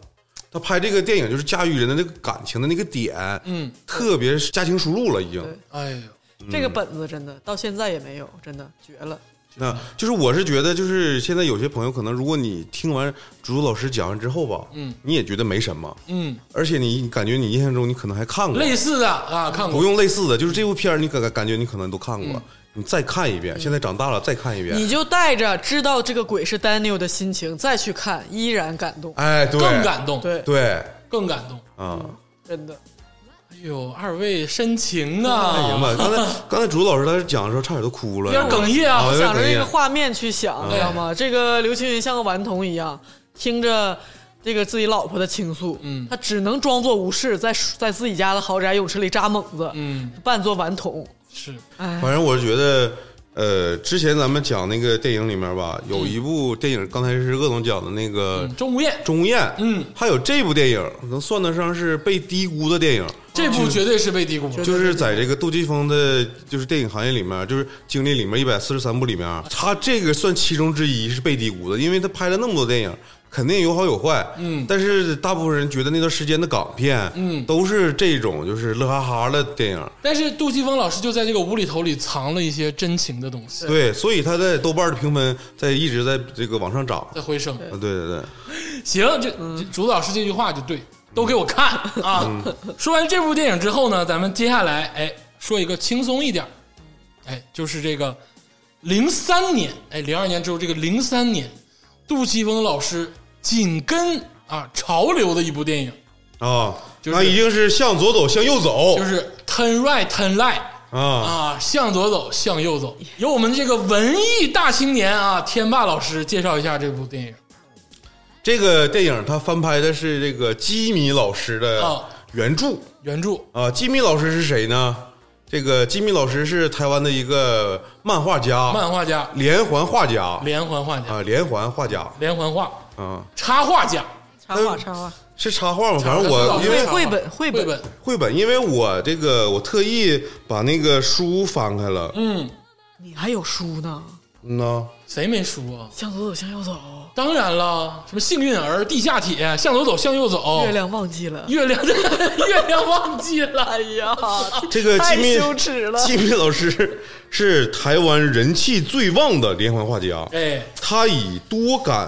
Speaker 4: 他拍这个电影就是驾驭人的那个感情的那个点，
Speaker 2: 嗯，
Speaker 4: 特别是家庭输入了已经。
Speaker 3: 对
Speaker 2: 哎呦，
Speaker 4: 嗯
Speaker 3: 这个本子真的到现在也没有，真的绝了。
Speaker 4: 那就是我是觉得，就是现在有些朋友可能，如果你听完竹子老师讲完之后吧，
Speaker 2: 嗯，
Speaker 4: 你也觉得没什么，
Speaker 2: 嗯，
Speaker 4: 而且你你感觉你印象中你可能还看过
Speaker 2: 类似的啊，看过
Speaker 4: 不，用类似的，就是这部片儿，你感感觉你可能都看过，
Speaker 2: 嗯
Speaker 4: 你再看一遍。现在长大了再看一遍，
Speaker 3: 你就带着知道这个鬼是 Daniel 的心情再去看，依然感动，
Speaker 4: 哎，对，
Speaker 2: 更感动，
Speaker 3: 对，
Speaker 4: 对
Speaker 2: 更感动。
Speaker 4: 啊，
Speaker 3: 真的。
Speaker 2: 哎呦，二位深情啊！
Speaker 4: 那行吧，哎刚才刚才竹子老师他讲的时候差点都哭了，
Speaker 2: 有点哽咽啊
Speaker 4: 哦有点
Speaker 3: 想着
Speaker 4: 哽
Speaker 3: 这
Speaker 4: 咽嗯
Speaker 3: 个。画面去想，知道吗？这个刘青云像个顽童一样，听着这个自己老婆的倾诉，
Speaker 2: 嗯
Speaker 3: 他只能装作无事，在在自己家的豪宅泳池里扎猛子，
Speaker 2: 嗯，
Speaker 3: 扮作顽童。
Speaker 2: 是，
Speaker 3: 哎，
Speaker 4: 反正我是觉得，呃，之前咱们讲那个电影里面吧，有
Speaker 2: 嗯
Speaker 4: 一部电影，刚才是鄂总讲的那个
Speaker 2: 钟无艳
Speaker 4: 《钟无艳》，
Speaker 2: 嗯，
Speaker 4: 还有这部电影能算得上是被低估的电影，
Speaker 2: 这部绝对是被低估了，
Speaker 4: 就是在这个杜琪峰的，就是电影行业里面，就是经历里面一百四十三部里面，啊他这个算其中之一，是被低估的，因为他拍了那么多电影，肯定有好有坏。
Speaker 2: 嗯
Speaker 4: 但是大部分人觉得那段时间的港片，
Speaker 2: 嗯
Speaker 4: 都是这种就是乐哈哈的电影。
Speaker 2: 但是杜琪峰老师就在这个无厘头里藏了一些真情的东西，
Speaker 4: 对，所以他在豆瓣的评分在一直在这个往上涨。
Speaker 2: 在回声。
Speaker 4: 啊，对对对，
Speaker 2: 行，这这竹子老师这句话就对，都给我看啊！说完这部电影之后呢，咱们接下来哎说一个轻松一点儿，哎，就是这个零三年，哎，零二年之后这个零三年，杜琪峰老师紧跟啊潮流的一部电影，
Speaker 4: 啊，
Speaker 2: 就是
Speaker 4: 那一定是向左走，向右走，
Speaker 2: 就是《Turn Right Turn Left》。
Speaker 4: 啊，
Speaker 2: 啊，向左走，向右走。由我们这个文艺大青年啊，天霸老师介绍一下这部电影。
Speaker 4: 这个电影他翻拍的是这个基米老师的
Speaker 2: 啊
Speaker 4: 原著。
Speaker 2: 原著
Speaker 4: 啊，吉米老师是谁呢？这个吉米老师是台湾的一个漫画家，
Speaker 2: 漫画家、
Speaker 4: 连环画家
Speaker 2: 连环画家、
Speaker 4: 啊，连环画家
Speaker 2: 连环画、
Speaker 4: 啊，
Speaker 2: 插画家、
Speaker 3: 插画插画，
Speaker 4: 是插画吗？
Speaker 2: 插画
Speaker 4: 反正
Speaker 2: 插
Speaker 4: 我
Speaker 2: 画
Speaker 4: 因为
Speaker 3: 绘绘本绘
Speaker 2: 绘
Speaker 3: 本
Speaker 2: 本，
Speaker 4: 绘本，因为我这个我特意把那个书翻开了，
Speaker 2: 嗯，
Speaker 3: 你还有书呢？
Speaker 4: 嗯呐，
Speaker 2: 谁没书啊？
Speaker 3: 向左走，向右走，
Speaker 4: 哦
Speaker 2: 当然了，什么幸运儿、地下铁、向左走，向右走，
Speaker 3: 月亮忘记了。
Speaker 2: 月亮， 月亮忘记了。
Speaker 3: 哎呀，
Speaker 4: 这个吉
Speaker 3: 太
Speaker 4: 米
Speaker 3: 羞耻了！
Speaker 4: 吉米老师是台湾人气最旺的连环画家，
Speaker 2: 哎，
Speaker 4: 他以多感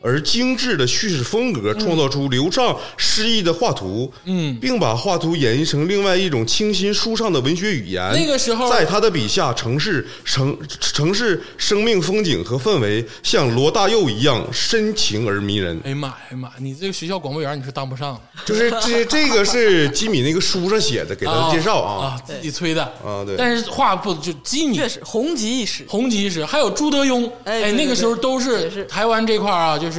Speaker 4: 而精致的叙事风格，创造出流畅诗意的画图，
Speaker 2: 嗯
Speaker 4: 并把画图演绎成另外一种清新舒畅的文学语言。
Speaker 2: 那个时候
Speaker 4: 在他的笔下，城市城城市生命风景和氛围像罗大佑一样深情而迷人。
Speaker 2: 哎呀妈呀哎呀妈呀，你这个学校广播员你是当不上的
Speaker 4: 就是这这个是吉米那个书上写的，给他
Speaker 2: 啊
Speaker 4: 的介绍
Speaker 2: 啊
Speaker 4: 啊，
Speaker 2: 自己催的
Speaker 4: 啊对
Speaker 2: 但是画不就基米
Speaker 3: 确实红极一时，
Speaker 4: 哦
Speaker 2: 红极一时，还有朱德庸，
Speaker 3: 哎对
Speaker 2: 那个
Speaker 3: 对
Speaker 2: 时候都
Speaker 3: 也
Speaker 2: 是
Speaker 3: 是
Speaker 2: 台湾这块儿啊，就是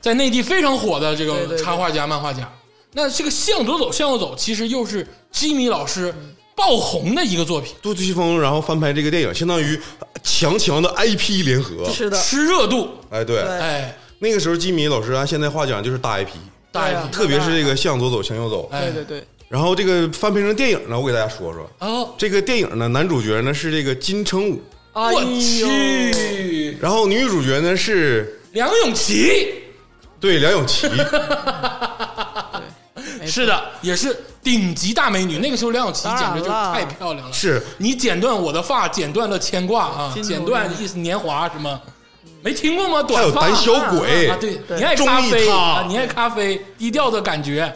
Speaker 2: 在内地非常火的这
Speaker 3: 对对
Speaker 2: 个
Speaker 3: 对
Speaker 2: 插画家、漫画家。那这个向左走，向右走，其实又是基米老师爆红的一个作品，
Speaker 4: 杜琪峰然后翻拍这个电影，相当于强强的 IP 联合。
Speaker 3: 是的，
Speaker 2: 吃热度，
Speaker 4: 哎，对，
Speaker 3: 对
Speaker 2: 哎，
Speaker 4: 那个时候吉米老师按现在话讲就是大 IP，
Speaker 2: 大
Speaker 3: 对
Speaker 2: IP，、
Speaker 3: 啊
Speaker 4: 特别是这个向左走，向右走。
Speaker 2: 嗯哎，
Speaker 3: 对对对，
Speaker 4: 然后这个翻拍成电影呢，我给大家说说。
Speaker 2: 哦，
Speaker 4: 这个电影呢，男主角呢是这个金城武，
Speaker 3: 哎
Speaker 2: 我
Speaker 3: 呦，
Speaker 2: 去，
Speaker 4: 然后女主角呢是
Speaker 2: 梁咏琪，
Speaker 4: 对梁咏 琪，
Speaker 2: 是的，也是顶级大美女。那个时候梁咏琪
Speaker 3: 当
Speaker 2: 简
Speaker 3: 然
Speaker 2: 直就是
Speaker 3: 了
Speaker 2: 太漂亮了，
Speaker 4: 是
Speaker 2: 你剪断我的发，剪断了牵挂啊，
Speaker 3: 金头
Speaker 2: 剪断一丝年华什么。没听过吗？短
Speaker 4: 还有
Speaker 2: 发
Speaker 4: 胆小鬼
Speaker 2: 啊，对，
Speaker 3: 对
Speaker 2: 你爱咖
Speaker 4: 中
Speaker 2: 啡
Speaker 4: 意他哎
Speaker 2: 啊，你爱咖啡，低调的感觉，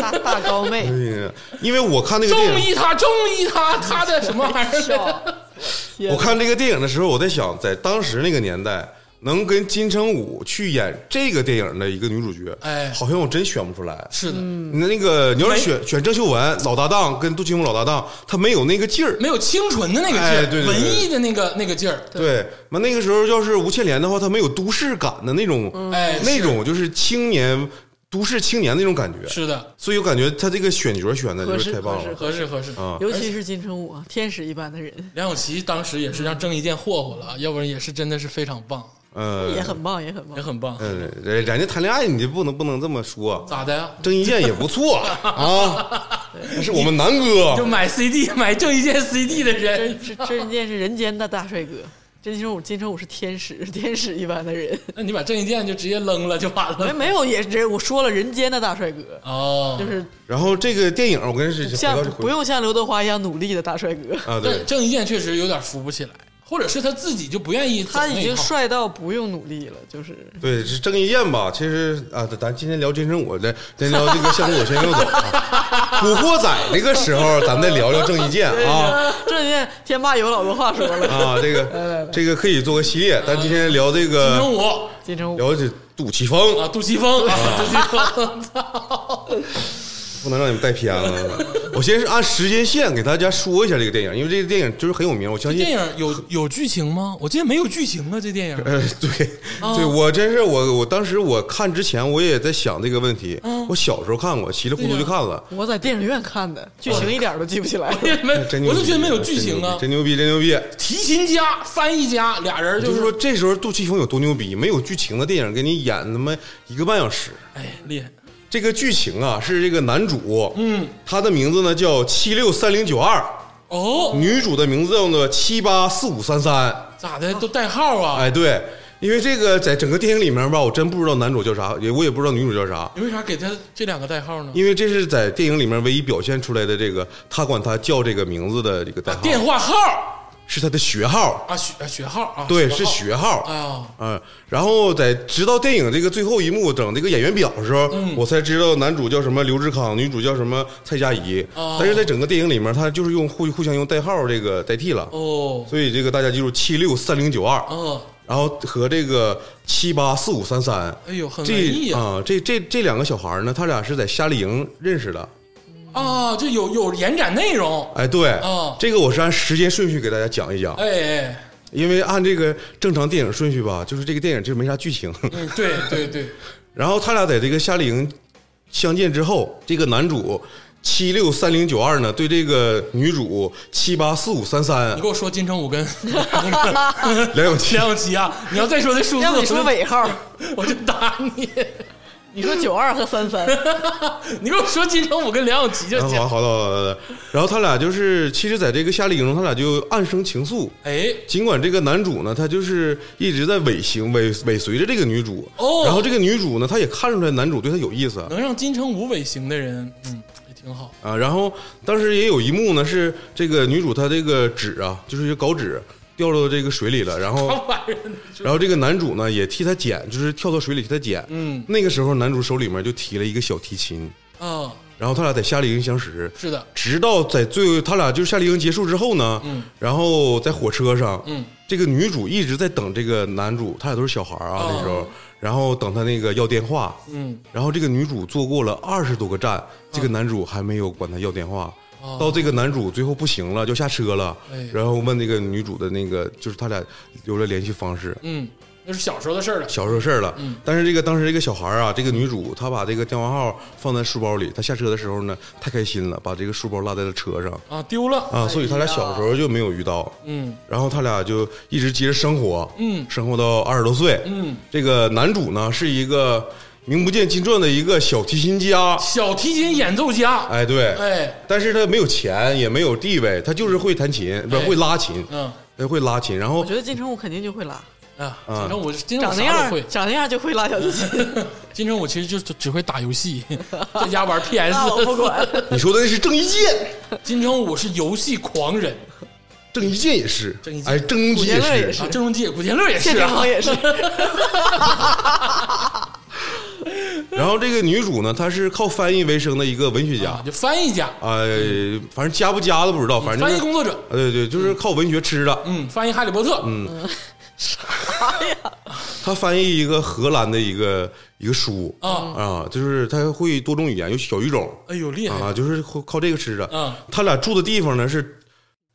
Speaker 3: 大大高 妹，
Speaker 4: 嗯因为我看那个
Speaker 2: 中
Speaker 4: 电影，
Speaker 2: 意他，中意他，他的什么玩意儿？
Speaker 3: 笑
Speaker 4: 我看这个电影的时候，我在想，在当时那个年代，能跟金城武去演这个电影的一个女主角，
Speaker 2: 哎
Speaker 4: 好像我真选不出来。
Speaker 2: 是的，
Speaker 4: 那那个你要
Speaker 2: 没
Speaker 4: 是选选郑秀文老搭档跟杜琪峰老搭档，他没有那个劲儿，
Speaker 2: 没有清纯的那个劲
Speaker 4: 哎
Speaker 2: 儿，
Speaker 4: 对对对
Speaker 2: 文艺的那个那个劲儿，
Speaker 4: 对，那那个时候要是吴倩莲的话，她没有都市感的那种，
Speaker 3: 嗯
Speaker 2: 哎
Speaker 4: 那
Speaker 2: 是
Speaker 4: 种就是青年都市青年那种感觉，
Speaker 2: 是的，
Speaker 4: 所以我感觉她这个选角选的就
Speaker 3: 合
Speaker 4: 是
Speaker 3: 适
Speaker 4: 太棒
Speaker 3: 合适
Speaker 4: 了。
Speaker 2: 合适合适。
Speaker 4: 啊
Speaker 3: 尤其是金城武，啊，天使一般的人，
Speaker 2: 梁咏琪当时也是让郑伊健霍霍了啊，要不然也是真的是非常棒，
Speaker 4: 嗯
Speaker 3: 也很棒，也很棒
Speaker 2: 也。很棒。
Speaker 4: 嗯，人人家谈恋爱你就不能不能这么 说，
Speaker 2: 咋的呀？
Speaker 4: 郑伊健也不错啊，那是我们南
Speaker 2: 就
Speaker 4: 哥，
Speaker 2: 买 CD 买郑伊健 CD 的人，
Speaker 3: 这这人健是人间的大帅哥，这金城武，金城武是天使，天使一般的人。
Speaker 2: 那你把郑伊健就直接扔了就完
Speaker 3: 没
Speaker 2: 了。
Speaker 3: 没有也人，我说了，人间的大帅哥，
Speaker 2: 哦，
Speaker 3: 就是
Speaker 4: 然后这个电影我跟是
Speaker 3: 像
Speaker 4: 嗯回到
Speaker 3: 不用像刘德华一样努力的大帅哥，
Speaker 4: 啊，对
Speaker 2: 但，郑伊健确实有点扶不起来，或者是他自己就不愿意走
Speaker 3: 他
Speaker 2: 那一套。
Speaker 3: 已经帅到不用努力了，就是
Speaker 4: 对，是郑伊健吧？其实啊，咱咱今天聊金城武，咱咱聊这个向左向右走啊。 古惑仔那个时候，咱们再聊聊郑伊健啊
Speaker 3: 这几天天霸有老多话说了。
Speaker 4: 啊， 这个这个可以做个系列。咱今天聊这
Speaker 2: 金城
Speaker 4: 个，
Speaker 2: 武
Speaker 3: 金城武，
Speaker 2: 啊
Speaker 4: 聊这杜琪峰
Speaker 2: 啊，杜琪峰啊，杜琪峰，操！
Speaker 4: 不能让你们带偏了。 我先是按时间线给大家说一下这个电影，因为这个电影就是很有名，我相
Speaker 2: 这
Speaker 4: 信
Speaker 2: 电影有有剧情吗？我记得没有剧情啊，这电影。
Speaker 4: 呃，对，
Speaker 2: 哦
Speaker 4: 对我真是我，我当时我看之前我也在想这个问题。
Speaker 2: 嗯
Speaker 4: 我小时候看过，稀里糊涂就看了，
Speaker 3: 我在电影院看的，剧情一点都记不起来。
Speaker 4: 哦
Speaker 2: 没，
Speaker 4: 真牛
Speaker 2: 啊我
Speaker 4: 逼！
Speaker 2: 就觉得没有剧情啊。
Speaker 4: 真牛逼，真牛逼！真牛逼
Speaker 2: 提琴家、翻译家俩人就
Speaker 4: 就是是说，这时候杜琪峰有多牛逼？没有剧情的电影给你演他妈一个半小时。
Speaker 2: 哎，厉害。
Speaker 4: 这个剧情啊，是这个男主，嗯，他的名字呢叫七六三零九二，
Speaker 2: 哦，
Speaker 4: 女主的名字叫做七八四五三三。
Speaker 2: 咋的都代号啊？
Speaker 4: 哎，对，因为这个在整个电影里面吧，我真不知道男主叫啥，也我也不知道女主叫啥。
Speaker 2: 你为啥给他这两个代号呢？
Speaker 4: 因为这是在电影里面唯一表现出来的这个，他管他叫这个名字的这个代号，
Speaker 2: 啊电话号
Speaker 4: 是他的学号，
Speaker 2: 啊，学学号啊，
Speaker 4: 对，
Speaker 2: 学
Speaker 4: 是
Speaker 2: 号
Speaker 4: 学号。
Speaker 2: 啊，
Speaker 4: 嗯，然后在直到电影这个最后一幕整这个演员表的时候，
Speaker 2: 嗯
Speaker 4: 我才知道男主叫什么刘志康，女主叫什么蔡佳怡。
Speaker 2: 哦
Speaker 4: 但是在整个电影里面，他就是用互互相用代号这个代替了，
Speaker 2: 哦，
Speaker 4: 所以这个大家记住七六三零九二，
Speaker 2: 哦，
Speaker 4: 然后和这个七八四五三三。
Speaker 2: 哎呦，很文艺
Speaker 4: 这
Speaker 2: 啊！
Speaker 4: 啊、这这这两个小孩呢，他俩是在夏令营认识的。
Speaker 2: 啊，这有有延展内容，
Speaker 4: 哎，对，
Speaker 2: 哦
Speaker 4: 这个我是按时间顺序给大家讲一讲，
Speaker 2: 哎 哎，
Speaker 4: 因为按这个正常电影顺序吧，就是这个电影就没啥 剧情。
Speaker 2: 嗯，对对对，
Speaker 4: 然后他俩在这个夏令营相见之后，这个男主七六三零九二呢，对这个女主七八四五三三
Speaker 2: 你给我说金城 武跟
Speaker 4: 梁咏琪
Speaker 2: 梁咏琪啊，你要再说这数字，
Speaker 3: 要不你说
Speaker 2: 我
Speaker 3: 尾 号，
Speaker 2: 就我就打你。
Speaker 3: 你说九二和三三，
Speaker 2: 你给我说金城武跟梁咏琪就
Speaker 4: 然后
Speaker 2: 行
Speaker 4: 好。好的好的，好的然后他俩就是，其实在这个夏令营中，他俩就暗生情愫。
Speaker 2: 哎，
Speaker 4: 尽管这个男主呢，他就是一直在尾行尾尾随着这个女主，
Speaker 2: 哦
Speaker 4: 然后这个女主呢，她也看出来男主对她有意思
Speaker 2: 能让金城武尾行的人，嗯，也挺好。
Speaker 4: 啊。然后当时也有一幕呢，是这个女主她这个纸啊，就是稿纸掉到这个水里了，然后
Speaker 2: 好烦人的就
Speaker 4: 然后这个男主呢也替她捡，就是跳到水里替她捡。
Speaker 2: 嗯
Speaker 4: 那个时候男主手里面就提了一个小提琴，
Speaker 2: 啊，
Speaker 4: 然后他俩在夏令营相识，
Speaker 2: 是的，
Speaker 4: 直到在最后他俩就是夏令营结束之后呢，
Speaker 2: 嗯
Speaker 4: 然后在火车上，
Speaker 2: 嗯，
Speaker 4: 这个女主一直在等这个男主，他俩都是小孩儿啊、
Speaker 2: 哦
Speaker 4: 那时候，然后等他那个要电话，
Speaker 2: 嗯，
Speaker 4: 然后这个女主坐过了二十多个站，这个男主还没有管她要电话。
Speaker 2: 哦
Speaker 4: 到这个男主最后不行了，就下车了，
Speaker 2: 哎
Speaker 4: 然后问那个女主的那个，就是他俩留了联系方式，
Speaker 2: 嗯，那是小时候的事儿了。
Speaker 4: 小时候事儿了。但是这个当时这个小孩儿啊，这个女主她把这个电话号放在书包里，她下车的时候呢太开心了，把这个书包落在了车上
Speaker 2: 啊，丢了。
Speaker 4: 啊，所以他俩小时候就没有遇到。
Speaker 2: 嗯
Speaker 4: 然后他俩就一直接着生活，
Speaker 2: 嗯
Speaker 4: 生活到二十多岁，
Speaker 2: 嗯，
Speaker 4: 这个男主呢是一个名不见经传的一个小提琴家，
Speaker 2: 小提琴演奏家，
Speaker 4: 哎，对，
Speaker 2: 哎，
Speaker 4: 但是他没有钱，也没有地位，他就是会弹琴，不是
Speaker 2: 哎
Speaker 4: 会拉琴，
Speaker 2: 嗯
Speaker 4: 他会拉琴，然后
Speaker 3: 我觉得金城武肯定就会 拉，
Speaker 2: 啊，
Speaker 4: 啊
Speaker 2: 金城武，金城武
Speaker 3: 长那
Speaker 2: 啥都
Speaker 3: 样
Speaker 2: 会。
Speaker 3: 长那样就会拉小提琴，
Speaker 2: 金城武其实就只会打游戏， 在家玩 PS
Speaker 3: 那。我不管。
Speaker 4: 你说的那是啊郑伊健，
Speaker 2: 金城武是游戏狂人
Speaker 4: 郑伊健也是
Speaker 2: 郑伊，健
Speaker 4: 哎，郑伊
Speaker 3: 古
Speaker 4: 健
Speaker 3: 天乐
Speaker 4: 也
Speaker 3: 也
Speaker 4: 是，
Speaker 3: 是
Speaker 2: 啊，郑中基、古天乐也
Speaker 3: 谢
Speaker 2: 是
Speaker 3: 霆
Speaker 2: 啊
Speaker 3: 锋。 也是，
Speaker 4: 然后这个女主呢，她是靠翻译为生的一个文学
Speaker 2: 啊
Speaker 4: 家，
Speaker 2: 就翻译家、
Speaker 4: 哎，反正加不加的不知道，反正
Speaker 2: 翻
Speaker 4: 就
Speaker 2: 译
Speaker 4: 是，
Speaker 2: 工作者，
Speaker 4: 哎对对，就是靠文学吃的，
Speaker 2: 嗯，翻译《哈利波特》，嗯，
Speaker 4: 他翻译一个荷兰的一个一个书
Speaker 2: 啊
Speaker 4: 啊，就是他会多种语言，有小语种
Speaker 2: 哎呦，厉害
Speaker 4: 啊，就是靠靠这个吃的。
Speaker 2: 啊！
Speaker 4: 他俩住的地方呢是，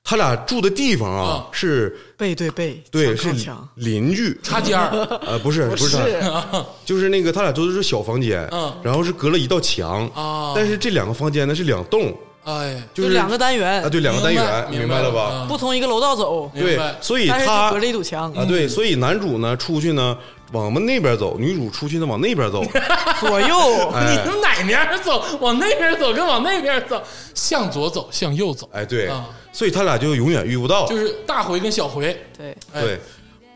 Speaker 4: 他俩住的地方啊
Speaker 2: 啊
Speaker 4: 是
Speaker 3: 背对背，
Speaker 4: 对是
Speaker 3: 强强。
Speaker 4: 邻 居，
Speaker 2: 擦尖 儿，
Speaker 4: 呃不是不
Speaker 3: 不
Speaker 4: 是 他，就是那个他俩都是小房间
Speaker 2: 嗯，
Speaker 4: 然后是隔了一道墙
Speaker 2: 啊
Speaker 4: 但是这两个房间呢是两栋，
Speaker 2: 哎，
Speaker 4: 就是
Speaker 3: 两个单元
Speaker 4: 啊，对两个单元，
Speaker 2: 明白
Speaker 4: 明白了吧？
Speaker 2: 嗯
Speaker 3: 不从一个楼道走，
Speaker 2: 明
Speaker 4: 对
Speaker 2: 白，
Speaker 4: 所以
Speaker 3: 但是
Speaker 4: 他
Speaker 3: 就隔着一堵墙，
Speaker 4: 啊对，所以男主呢出去呢往我们那边走，女主出去呢往那边 走，
Speaker 3: 左右
Speaker 4: 哎
Speaker 2: 你从哪面儿走？往那边走跟往那边走，向左走，向右走，
Speaker 4: 哎，对
Speaker 2: 啊，
Speaker 4: 所以他俩就永远遇不到。
Speaker 2: 就是大回跟小回。
Speaker 3: 对，
Speaker 2: 哎
Speaker 4: 对，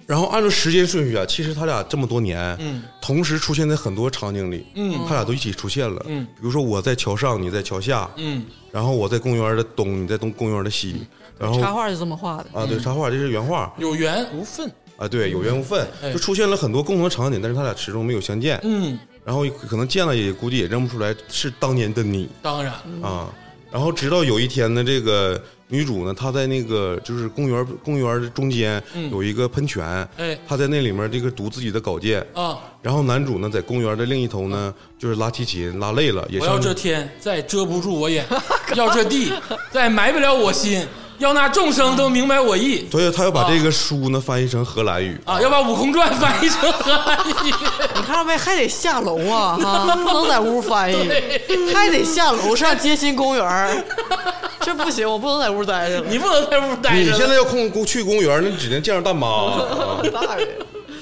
Speaker 4: 然后按照时间顺序啊，其实他俩这么多年，嗯，同时出现在很多场景里，嗯，他俩都一起出现了，
Speaker 2: 嗯
Speaker 4: 比如说我在桥上，你在桥下，
Speaker 2: 嗯，
Speaker 4: 然后我在公园的东，你在东公园的西，然后
Speaker 3: 插画就这么画的。
Speaker 4: 啊，
Speaker 2: 嗯
Speaker 4: 对，插画这是原画
Speaker 2: 有缘无分。
Speaker 4: 啊，对，有缘无分，
Speaker 2: 哎
Speaker 4: 就出现了很多共同的场景，但是他俩始终没有相见，
Speaker 2: 嗯，
Speaker 4: 然后可能见了也估计也认不出来是当年的你
Speaker 2: 当然，
Speaker 4: 啊。然后直到有一天呢，这个女主呢，她在那个就是公园公园的中间有一个喷泉，
Speaker 2: 嗯哎
Speaker 4: 她在那里面这个读自己的稿件，
Speaker 2: 啊！
Speaker 4: 然后男主呢在公园的另一头呢就是拉提琴，拉累了也
Speaker 2: 我要
Speaker 4: 上
Speaker 2: 这天再遮不住我眼，要这地再埋不了我心，要那众生都明白我意
Speaker 4: 所以他要把
Speaker 2: 啊
Speaker 4: 这个书呢翻译成荷兰语，
Speaker 2: 啊！要把《悟空传》翻译 成荷兰语，
Speaker 3: 你看到没？还得下楼啊，哈，不能在屋翻译，还得下楼上街心公园儿，这不行，我不能在屋待着了。
Speaker 2: 你不能在屋待
Speaker 4: 你
Speaker 2: 着
Speaker 4: 现
Speaker 2: 了。
Speaker 4: 在要空公去公园，那只能见着大妈。啊
Speaker 3: 大人，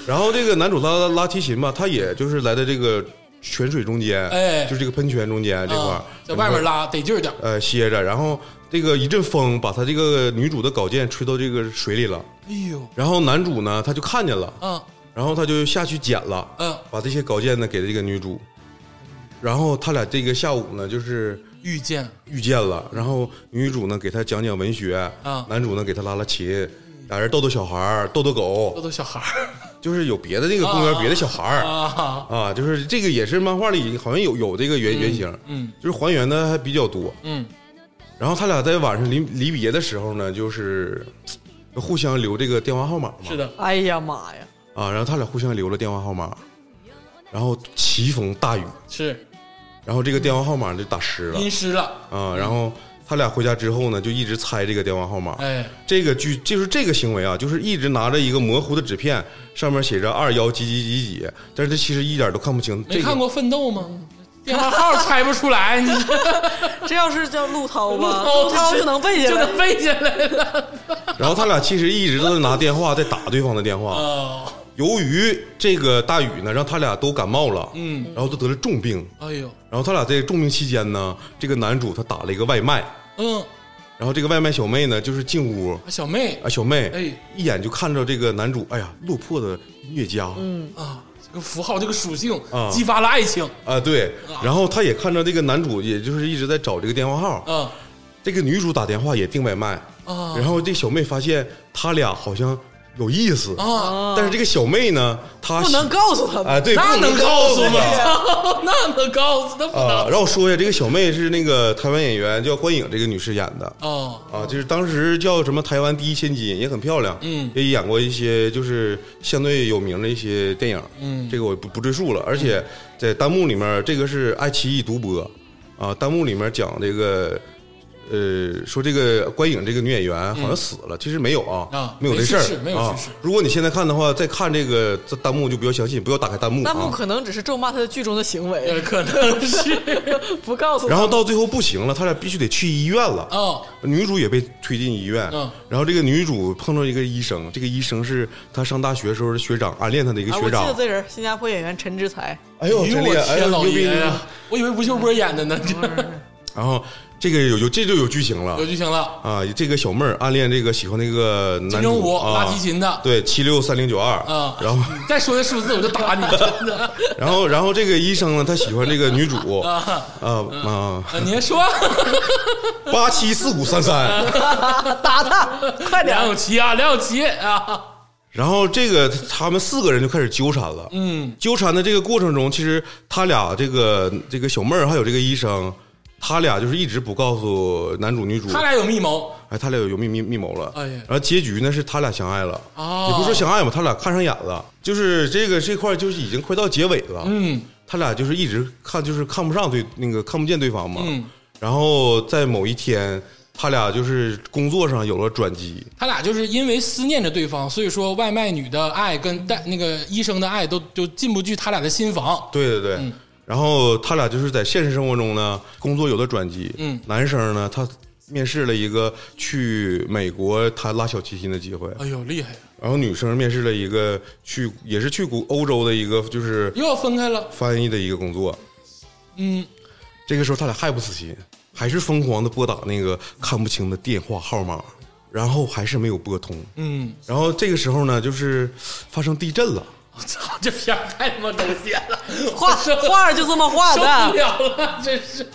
Speaker 4: 然后这个男主拉拉提琴吧，他也就是来在这个泉水中间，
Speaker 2: 哎
Speaker 4: 就是这个喷泉中间这块儿
Speaker 2: 啊，在外面
Speaker 4: 拉，
Speaker 2: 拉得劲儿点儿。
Speaker 4: 呃，歇着。然后这个一阵风把他这个女主的稿件吹到这个水里了。
Speaker 2: 哎呦，
Speaker 4: 然后男主呢，他就看见了，
Speaker 2: 啊，
Speaker 4: 然后他就下去捡了，
Speaker 2: 嗯
Speaker 4: 把这些稿件呢给了这个女主。然后他俩这个下午呢，就是
Speaker 2: 遇见
Speaker 4: 遇见了，然后女主呢给他讲讲文学，
Speaker 2: 啊
Speaker 4: 男主呢给他拉拉琴，俩人逗逗小孩儿，逗逗
Speaker 2: 逗
Speaker 4: 狗，
Speaker 2: 逗小孩儿
Speaker 4: 就是有别的那个公园、别的小孩儿
Speaker 2: 啊，
Speaker 4: 啊，就是这个也是漫画里好像有有这个原原型，
Speaker 2: 嗯
Speaker 4: 就是还原的还比较多。
Speaker 2: 嗯，
Speaker 4: 然后他俩在晚上离离别的时候呢，就是嘖互相留这个电话号码嘛，
Speaker 2: 是的，
Speaker 3: 哎呀妈呀，
Speaker 4: 啊，然后他俩互相留了电话号码，然后奇逢大雨，
Speaker 2: 是
Speaker 4: 然后这个电话号码就打湿了
Speaker 2: 阴湿了，
Speaker 4: 啊，然后他俩回家之后呢，就一直猜这个电话号码。
Speaker 2: 哎，
Speaker 4: 这个剧就是这个行为啊，就是一直拿着一个模糊的纸片，上面写着二幺几几几几，但是他其实一点都看不清。这
Speaker 2: 没
Speaker 4: 个
Speaker 2: 看过《奋斗》吗？电话号猜不出来， 你
Speaker 3: 这要是叫陆涛吧，
Speaker 2: 陆涛
Speaker 3: 陆涛就能背下
Speaker 2: 就
Speaker 3: 来。
Speaker 2: 能背下来了。
Speaker 4: 然后他俩其实一直都在拿电话在打对方的电话。
Speaker 2: 哦，
Speaker 4: 由于这个大雨呢，让他俩都感冒了，嗯，然后都得了重病。
Speaker 2: 哎呦，
Speaker 4: 然后他俩在重病期间呢，这个男主他打了一个外卖，
Speaker 2: 嗯，
Speaker 4: 然后这个外卖小妹呢就是进屋
Speaker 2: 小妹
Speaker 4: 啊，小妹，
Speaker 2: 哎
Speaker 4: 一眼就看着这个男主，哎呀，落魄的音乐家，嗯
Speaker 2: 啊，这个符号，这个属性
Speaker 4: 啊
Speaker 2: 激发了爱情
Speaker 4: 啊，对。然后他也看着这个男主，也就是一直在找这个电话号，
Speaker 2: 啊
Speaker 4: 这个女主打电话也订外卖
Speaker 2: 啊
Speaker 4: 然后这小妹发现他俩好像有意思
Speaker 2: 啊，
Speaker 4: 但是这个小妹呢，她
Speaker 3: 不能告诉他们，
Speaker 4: 啊，对，
Speaker 2: 那
Speaker 4: 不能
Speaker 2: 能告诉
Speaker 4: 她
Speaker 2: 吗？ 那能告诉他不
Speaker 4: 啊，
Speaker 2: 能
Speaker 4: 让我说一下，这个小妹是那个台湾演员叫关颖这个女士演的
Speaker 2: 哦，
Speaker 4: 啊，就是当时叫什么台湾第一千金，也很漂亮，
Speaker 2: 嗯
Speaker 4: 也演过一些就是相对有名的一些电影，
Speaker 2: 嗯
Speaker 4: 这个我不不赘述了。而且在弹幕里面，这个是爱奇艺独播啊，弹幕里面讲这个。呃，说这个关颖这个女演员好像死了，其实没有啊，
Speaker 2: 嗯啊
Speaker 4: 没有这事儿
Speaker 2: 没去世没有
Speaker 4: 啊
Speaker 2: 去世。
Speaker 4: 如果你现在看的话，再看这个这弹幕就不要相信，不要打开弹幕啊。
Speaker 3: 弹幕可能只是咒骂他的剧中的行为，
Speaker 2: 呃，可能是
Speaker 3: 不告诉他
Speaker 4: 然后到最后不行了，他俩必须得去医院了。
Speaker 2: 哦，
Speaker 4: 女主也被推进医院，
Speaker 2: 嗯
Speaker 4: 然后这个女主碰到一个医生，这个医生是她上大学时候的学长，暗恋她的一个
Speaker 3: 啊，
Speaker 4: 学
Speaker 3: 我记
Speaker 4: 长
Speaker 3: 得。这人，新加坡演员陈之才，
Speaker 4: 哎呦，
Speaker 2: 哎呦
Speaker 4: 真厉
Speaker 2: 我
Speaker 4: 害！哎
Speaker 2: 天，
Speaker 4: 呦，
Speaker 2: 老
Speaker 4: 牛逼！嗯
Speaker 2: 爷
Speaker 4: 牛逼
Speaker 2: 呀！我以为吴秀波演的呢，这
Speaker 4: 然后这个有有这就有剧情了
Speaker 2: 有就行了。
Speaker 4: 啊！这个小妹儿暗恋这个喜欢那个
Speaker 2: 金
Speaker 4: 男
Speaker 2: 城武
Speaker 4: 主
Speaker 2: 拉
Speaker 4: 啊
Speaker 2: 提，琴的
Speaker 4: 对七六三零九二
Speaker 2: 啊
Speaker 4: 然后
Speaker 2: 你再说这数字我就打你，真的
Speaker 4: 然后然后这个医生呢，他喜欢这个女主啊
Speaker 2: 啊！
Speaker 4: 啊
Speaker 2: 啊您说，
Speaker 4: 八七四五三三。
Speaker 3: 打他，快点
Speaker 2: 梁
Speaker 3: 儿！
Speaker 2: 咏琪啊，梁咏琪啊，
Speaker 4: 然后这个他们四个人就开始纠缠了。
Speaker 2: 嗯，
Speaker 4: 纠缠的这个过程中，其实他俩这个这个小妹儿还有这个医生，他俩就是一直不告诉男主女主，
Speaker 2: 他俩有密谋，
Speaker 4: 哎，他俩有密密密谋了。
Speaker 2: 哎呀
Speaker 4: 然后结局呢是他俩相爱了。
Speaker 2: 哦
Speaker 4: 也不是说相爱吧，他俩看上眼了，就是这个这块儿就是已经快到结尾了。
Speaker 2: 嗯，
Speaker 4: 他俩就是一直看就是看不上对那个看不见对方嘛。
Speaker 2: 嗯，
Speaker 4: 然后在某一天，他俩就是工作上有了转机。
Speaker 2: 他俩就是因为思念着对方，所以说外卖女的爱跟带那个医生的爱都就进不去他俩的心房。
Speaker 4: 对对
Speaker 2: 嗯
Speaker 4: 对。然后他俩就是在现实生活中呢，工作有了转机。
Speaker 2: 嗯
Speaker 4: 男生呢，他面试了一个去美国弹拉小提琴的机会，
Speaker 2: 哎呦，厉害！
Speaker 4: 然后女生面试了一个去也是去古欧洲的一个就是
Speaker 2: 又要分开了，
Speaker 4: 翻译的一个工作。
Speaker 2: 嗯，
Speaker 4: 这个时候他俩还不死心，还是疯狂的拨打那个看不清的电话号码，然后还是没有拨通。
Speaker 2: 嗯，
Speaker 4: 然后这个时候呢，就是发生地震了。
Speaker 2: 我操，这片儿太他妈狗血了，
Speaker 3: 画 画儿就这么画
Speaker 2: 受不
Speaker 3: 的，
Speaker 2: 了了，真是。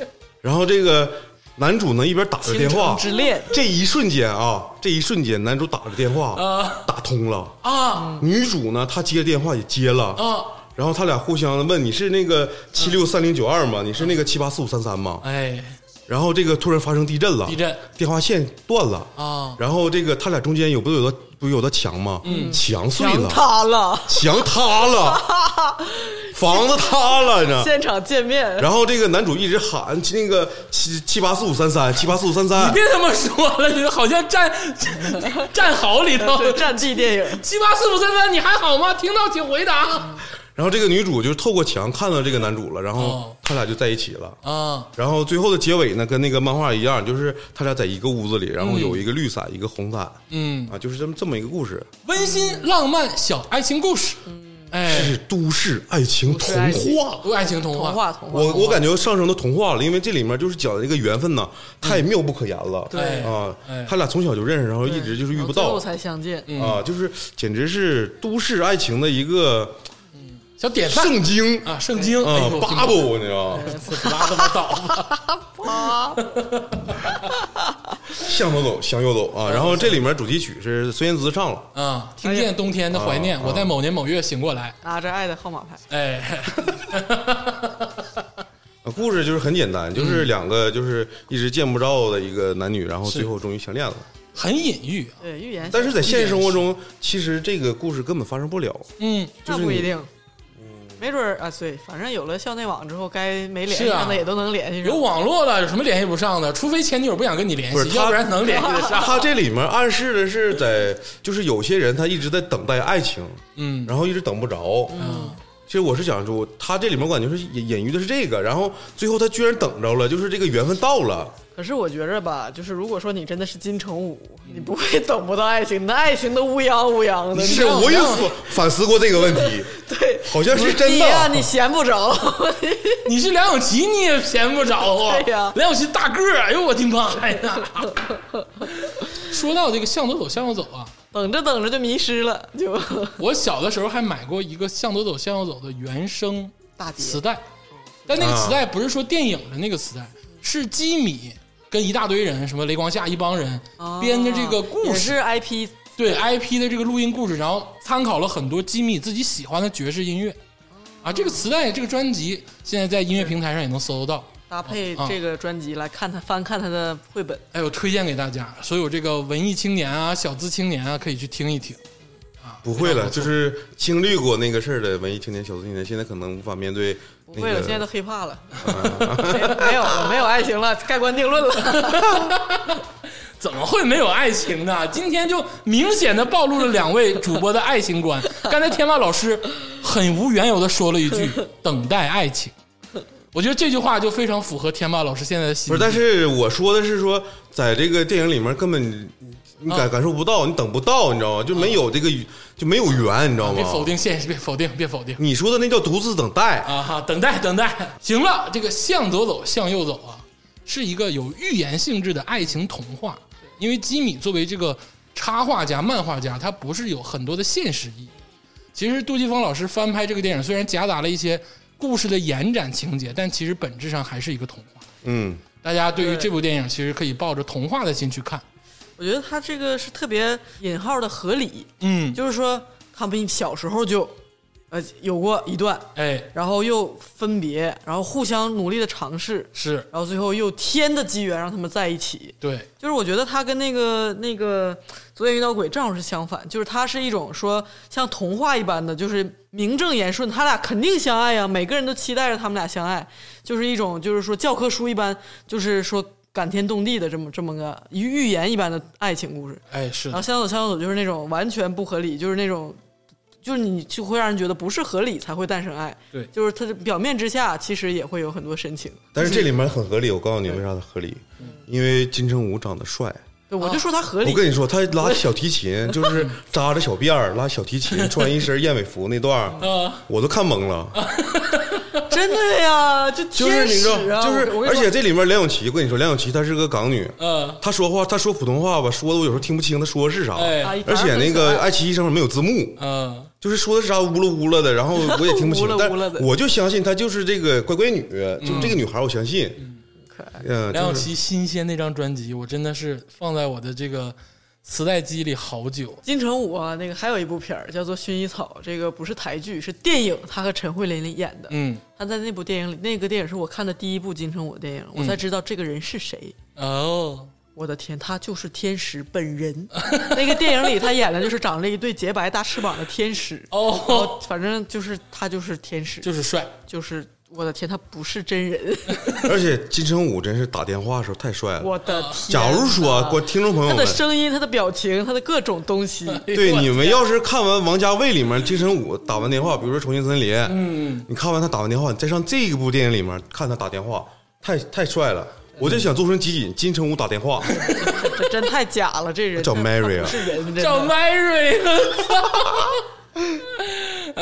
Speaker 4: 然后这个男主呢一边打着电话，
Speaker 3: 之恋
Speaker 4: 这一瞬间啊，这一瞬间，男主打着电话
Speaker 2: 啊
Speaker 4: 打通了，
Speaker 2: 啊
Speaker 4: 女主呢，她接电话也接了，
Speaker 2: 啊！
Speaker 4: 然
Speaker 2: 啊
Speaker 4: 后他俩互相问你是那个七六三零九二吗？你是那个七八四五三三吗？
Speaker 2: 哎，
Speaker 4: 然后这个突然发生地震了，
Speaker 2: 地震
Speaker 4: 电话线断了
Speaker 2: 啊
Speaker 4: 然后这个他俩中间有不有个不有的墙吗？嗯，墙碎
Speaker 3: 墙
Speaker 4: 了，啊
Speaker 3: 塌 了，
Speaker 4: 墙塌 了，房子塌了，你知道。
Speaker 3: 现场见面，
Speaker 4: 然后这个男主一直喊那个七七八四五三三七八四五三
Speaker 2: 你
Speaker 4: 三，
Speaker 2: 别他妈说了，你好像 战战壕里头
Speaker 3: 是战地电 影，
Speaker 2: 七八四五三三，你还好吗？听到请回答
Speaker 4: 然后这个女主就透过墙看到这个男主了，然
Speaker 2: 哦
Speaker 4: 后他俩就在一起了。
Speaker 2: 啊
Speaker 4: 然后最后的结尾呢，跟那个漫画一样，就是他俩在一个屋子里，然后有一个绿伞，一个红伞，
Speaker 2: 嗯，
Speaker 4: 啊，就是这么这么一个故事，
Speaker 2: 温馨浪漫小爱情故事，哎，
Speaker 4: 是都市爱情童
Speaker 3: 都市爱情
Speaker 4: 话。
Speaker 2: 爱情童
Speaker 3: 童话童话，
Speaker 4: 我我感觉上升到童话了，因为这里面就是讲的这个缘分呢，太妙不可言了。
Speaker 2: 对
Speaker 4: 啊
Speaker 2: 哎，
Speaker 4: 他俩从小就认识，然后一直就是遇
Speaker 3: 然哦
Speaker 4: 不
Speaker 3: 后最
Speaker 4: 到
Speaker 3: 后才相见，
Speaker 4: 啊，就是简直是都市爱情的一个
Speaker 2: 小典范
Speaker 4: 圣经
Speaker 2: 啊，圣经哎
Speaker 4: 啊
Speaker 2: 呦我听不懂
Speaker 4: ，bubble，你知道吗？
Speaker 2: 拉他妈倒 吧！
Speaker 3: 啊
Speaker 4: 向左走，向右走
Speaker 3: 嗯
Speaker 4: 啊！然后这里面主题曲是孙燕姿唱了，
Speaker 2: 啊，听见冬天的怀
Speaker 4: 嗯
Speaker 2: 念，我在某年某月醒过来。
Speaker 3: 拿着爱的号码牌，
Speaker 2: 哎，
Speaker 4: 啊故事就是很简单，
Speaker 3: 嗯
Speaker 4: 就是两个就是一直见不着的一个男女，然后最后终于相恋了。
Speaker 3: 嗯
Speaker 2: 很隐喻。啊
Speaker 3: 对，预言，
Speaker 4: 但是在现实生活中，其实这个故事根本发生 不了。
Speaker 2: 嗯，
Speaker 4: 就
Speaker 3: 那
Speaker 4: 是
Speaker 3: 不一
Speaker 4: 你嗯
Speaker 3: 定。没准儿啊，对，反正有了校内网之后，该没联系
Speaker 2: 是啊
Speaker 3: 上的也都能联系上
Speaker 2: 有。网络了，有什么联系不上的？除非前女友不想跟你联
Speaker 4: 不是
Speaker 2: 系，
Speaker 4: 他
Speaker 2: 要不然能联系得上。
Speaker 4: 他这里面暗示的是在，就是有些人他一直在等待爱情，
Speaker 2: 嗯
Speaker 4: 然后一直等不着。
Speaker 2: 嗯
Speaker 4: 其实我是想说，他这里面我感觉是隐隐喻的是这个，然后最后他居然等着了，就是这个缘分到了。
Speaker 3: 可是我觉着吧，就是如果说你真的是金城武，你不会等不到爱情，那爱情都乌泱乌泱的。
Speaker 4: 是，我也反反思过这个问题，
Speaker 3: 对，
Speaker 4: 好像是真
Speaker 3: 你
Speaker 4: 的。啊
Speaker 3: 呀、你闲不着，
Speaker 2: 你是梁咏琪，你也嫌不着啊？
Speaker 3: 对呀
Speaker 2: 梁咏琪大个儿，哎呦我的妈 呀！说到这个向左走，向右走啊，
Speaker 3: 等着等着就迷失了，就
Speaker 2: 我小的时候还买过一个《向左走，向右走》的原声
Speaker 3: 大姐
Speaker 2: 磁带，但那个磁带不是说电影的那个磁带，是基米跟一大堆人，什么雷光夏一帮人编的这个故
Speaker 3: 哦也
Speaker 2: 事，
Speaker 3: 是 IP
Speaker 2: 对 IP 的这个录音故事，然后参考了很多基米自己喜欢的爵士音乐。啊，这个磁带、这个专辑现在在音乐平台上也能搜得到。
Speaker 3: 搭配
Speaker 4: 哦啊
Speaker 3: 这个专辑来看他翻看他的绘本，
Speaker 2: 哎，我推荐给大家，所有这个文艺青年啊、小资青年啊，可以去听一听。
Speaker 4: 不会了，就是经历过那个事儿的文艺青年、小资青年，现在可能无法面对
Speaker 3: 不
Speaker 4: 那
Speaker 3: 会了，现在都
Speaker 4: 个。
Speaker 3: 黑 怕了，没没有了，没有爱情了，盖棺定论了。
Speaker 2: 怎么会没有爱情呢？今天就明显的暴露了两位主播的爱情 观。刚才天霸老师很无缘由的说了一 句“等待爱情”，我觉得这句话就非常符合天霸老师现在的
Speaker 4: 不
Speaker 2: 心境。
Speaker 4: 是，但是我说的是说，在这个电影里面根本你感感受不到，你等不到，你知道吗？就没有这个就没有缘，你知道
Speaker 2: 别否
Speaker 4: 吗？
Speaker 2: 定现实，别否定，别否定
Speaker 4: 你说的那叫独自等待，
Speaker 2: 啊！哈，等待，等待，行了，这个向左走，向右走啊，是一个有寓言性质的爱情童话。因为基米作为这个插画家、漫画家，他不是有很多的现实意义。其实杜琪峰老师翻拍这个电影，虽然夹杂了一些故事的延展情节，但其实本质上还是一个童话。
Speaker 4: 嗯，
Speaker 2: 大家对于
Speaker 3: 对
Speaker 2: 这部电影，其实可以抱着童话的心去看。
Speaker 3: 我觉得他这个是特别引号的合理，
Speaker 2: 嗯，
Speaker 3: 就是说他们小时候就呃有过一段，
Speaker 2: 哎，
Speaker 3: 然后又分别，然后互相努力的尝试，
Speaker 2: 是
Speaker 3: 然后最后又天的机缘让他们在一起。
Speaker 2: 对，
Speaker 3: 就是我觉得他跟那个那个昨天遇到鬼正好是相反，就是他是一种说像童话一般的，就是名正言顺，他俩肯定相爱呀、每个人都期待着他们俩相爱，就是一种就是说教科书一般，就是说感天动地的这么这么个预言一般的爱情故事。
Speaker 2: 哎，是
Speaker 3: 然后
Speaker 2: 的，
Speaker 3: 相左相左就是那种完全不合理，就是那种，就是你就会让人觉得不是合理才会诞生爱，
Speaker 2: 对
Speaker 3: 就是它表面之下其实也会有很多深情。
Speaker 4: 但是这里面很合理。我告诉你为啥它合理，因为金城武长得帅。
Speaker 3: 对，我就说它合理
Speaker 4: 我，跟你说，他拉小提琴，就是扎着小辫儿，拉小提琴，穿一身燕尾服那段儿，
Speaker 2: 啊，
Speaker 4: 我都看懵了。
Speaker 3: 真的呀，就
Speaker 4: 就是
Speaker 3: 天
Speaker 4: 你知
Speaker 3: 使
Speaker 4: 道，
Speaker 3: 啊，
Speaker 4: 就是
Speaker 3: 我我跟
Speaker 4: 而
Speaker 3: 你说嗯
Speaker 4: 且这里面梁咏琪，我跟你说，梁咏琪她是个港女，
Speaker 2: 呃，
Speaker 4: 她说话，她说普通话吧，说的我有时候听不清她说的是啥。
Speaker 3: 啊一
Speaker 2: 哎，
Speaker 3: 反而
Speaker 4: 而且那
Speaker 3: 很
Speaker 4: 个
Speaker 3: 可爱
Speaker 4: 爱奇艺上面没有字幕，
Speaker 2: 嗯，
Speaker 4: 就是说的是啥乌了乌了的，然后我也听不
Speaker 3: 乌
Speaker 4: 清
Speaker 3: 了。
Speaker 4: 但
Speaker 3: 乌了的嗯
Speaker 4: 我就相信她就是这个乖乖女，就这个女孩，我相信。
Speaker 3: 可爱
Speaker 4: 嗯，
Speaker 2: 梁
Speaker 4: 就
Speaker 2: 咏
Speaker 4: 是
Speaker 2: 琪新鲜那张专辑，我真的是放在我的这个磁带机里好久。
Speaker 3: 金城武啊，那个还有一部片儿叫做《薰衣草》，这个不是台剧，是电影，他和陈慧琳演的。
Speaker 2: 嗯
Speaker 3: 他在那部电影里，那个电影是我看的第一部金城武的电影，
Speaker 4: 嗯
Speaker 3: 我才知道这个人是谁。
Speaker 2: 哦，
Speaker 3: 我的天，他就是天使本 人。那个电影里他演的就是长了一对洁白大翅膀的天使。
Speaker 2: 哦
Speaker 3: 然后反正就是他就是天使，
Speaker 2: 就是 帅，
Speaker 3: 就是我的天，他不是真 人。
Speaker 4: 而且金城武真是打电话的时候太帅了。
Speaker 3: 我的天！
Speaker 4: 假如说啊，观听众朋
Speaker 3: 他
Speaker 4: 友
Speaker 3: 的
Speaker 4: 们，
Speaker 3: 声音、他的表情、他的各种东西，
Speaker 4: 对你们要是看完王家卫里面金城武打完电话，比如说《重庆森林》，嗯，你看完他打完电话，你再上这一部电影里面看他打电话，太太帅了。我就想做成集锦，金城武打电话
Speaker 3: 哎这真太假了。这人
Speaker 4: 找
Speaker 3: 他
Speaker 4: Mary
Speaker 3: 不
Speaker 4: 啊，
Speaker 3: 是人，真的
Speaker 2: 找 Mary 了，操！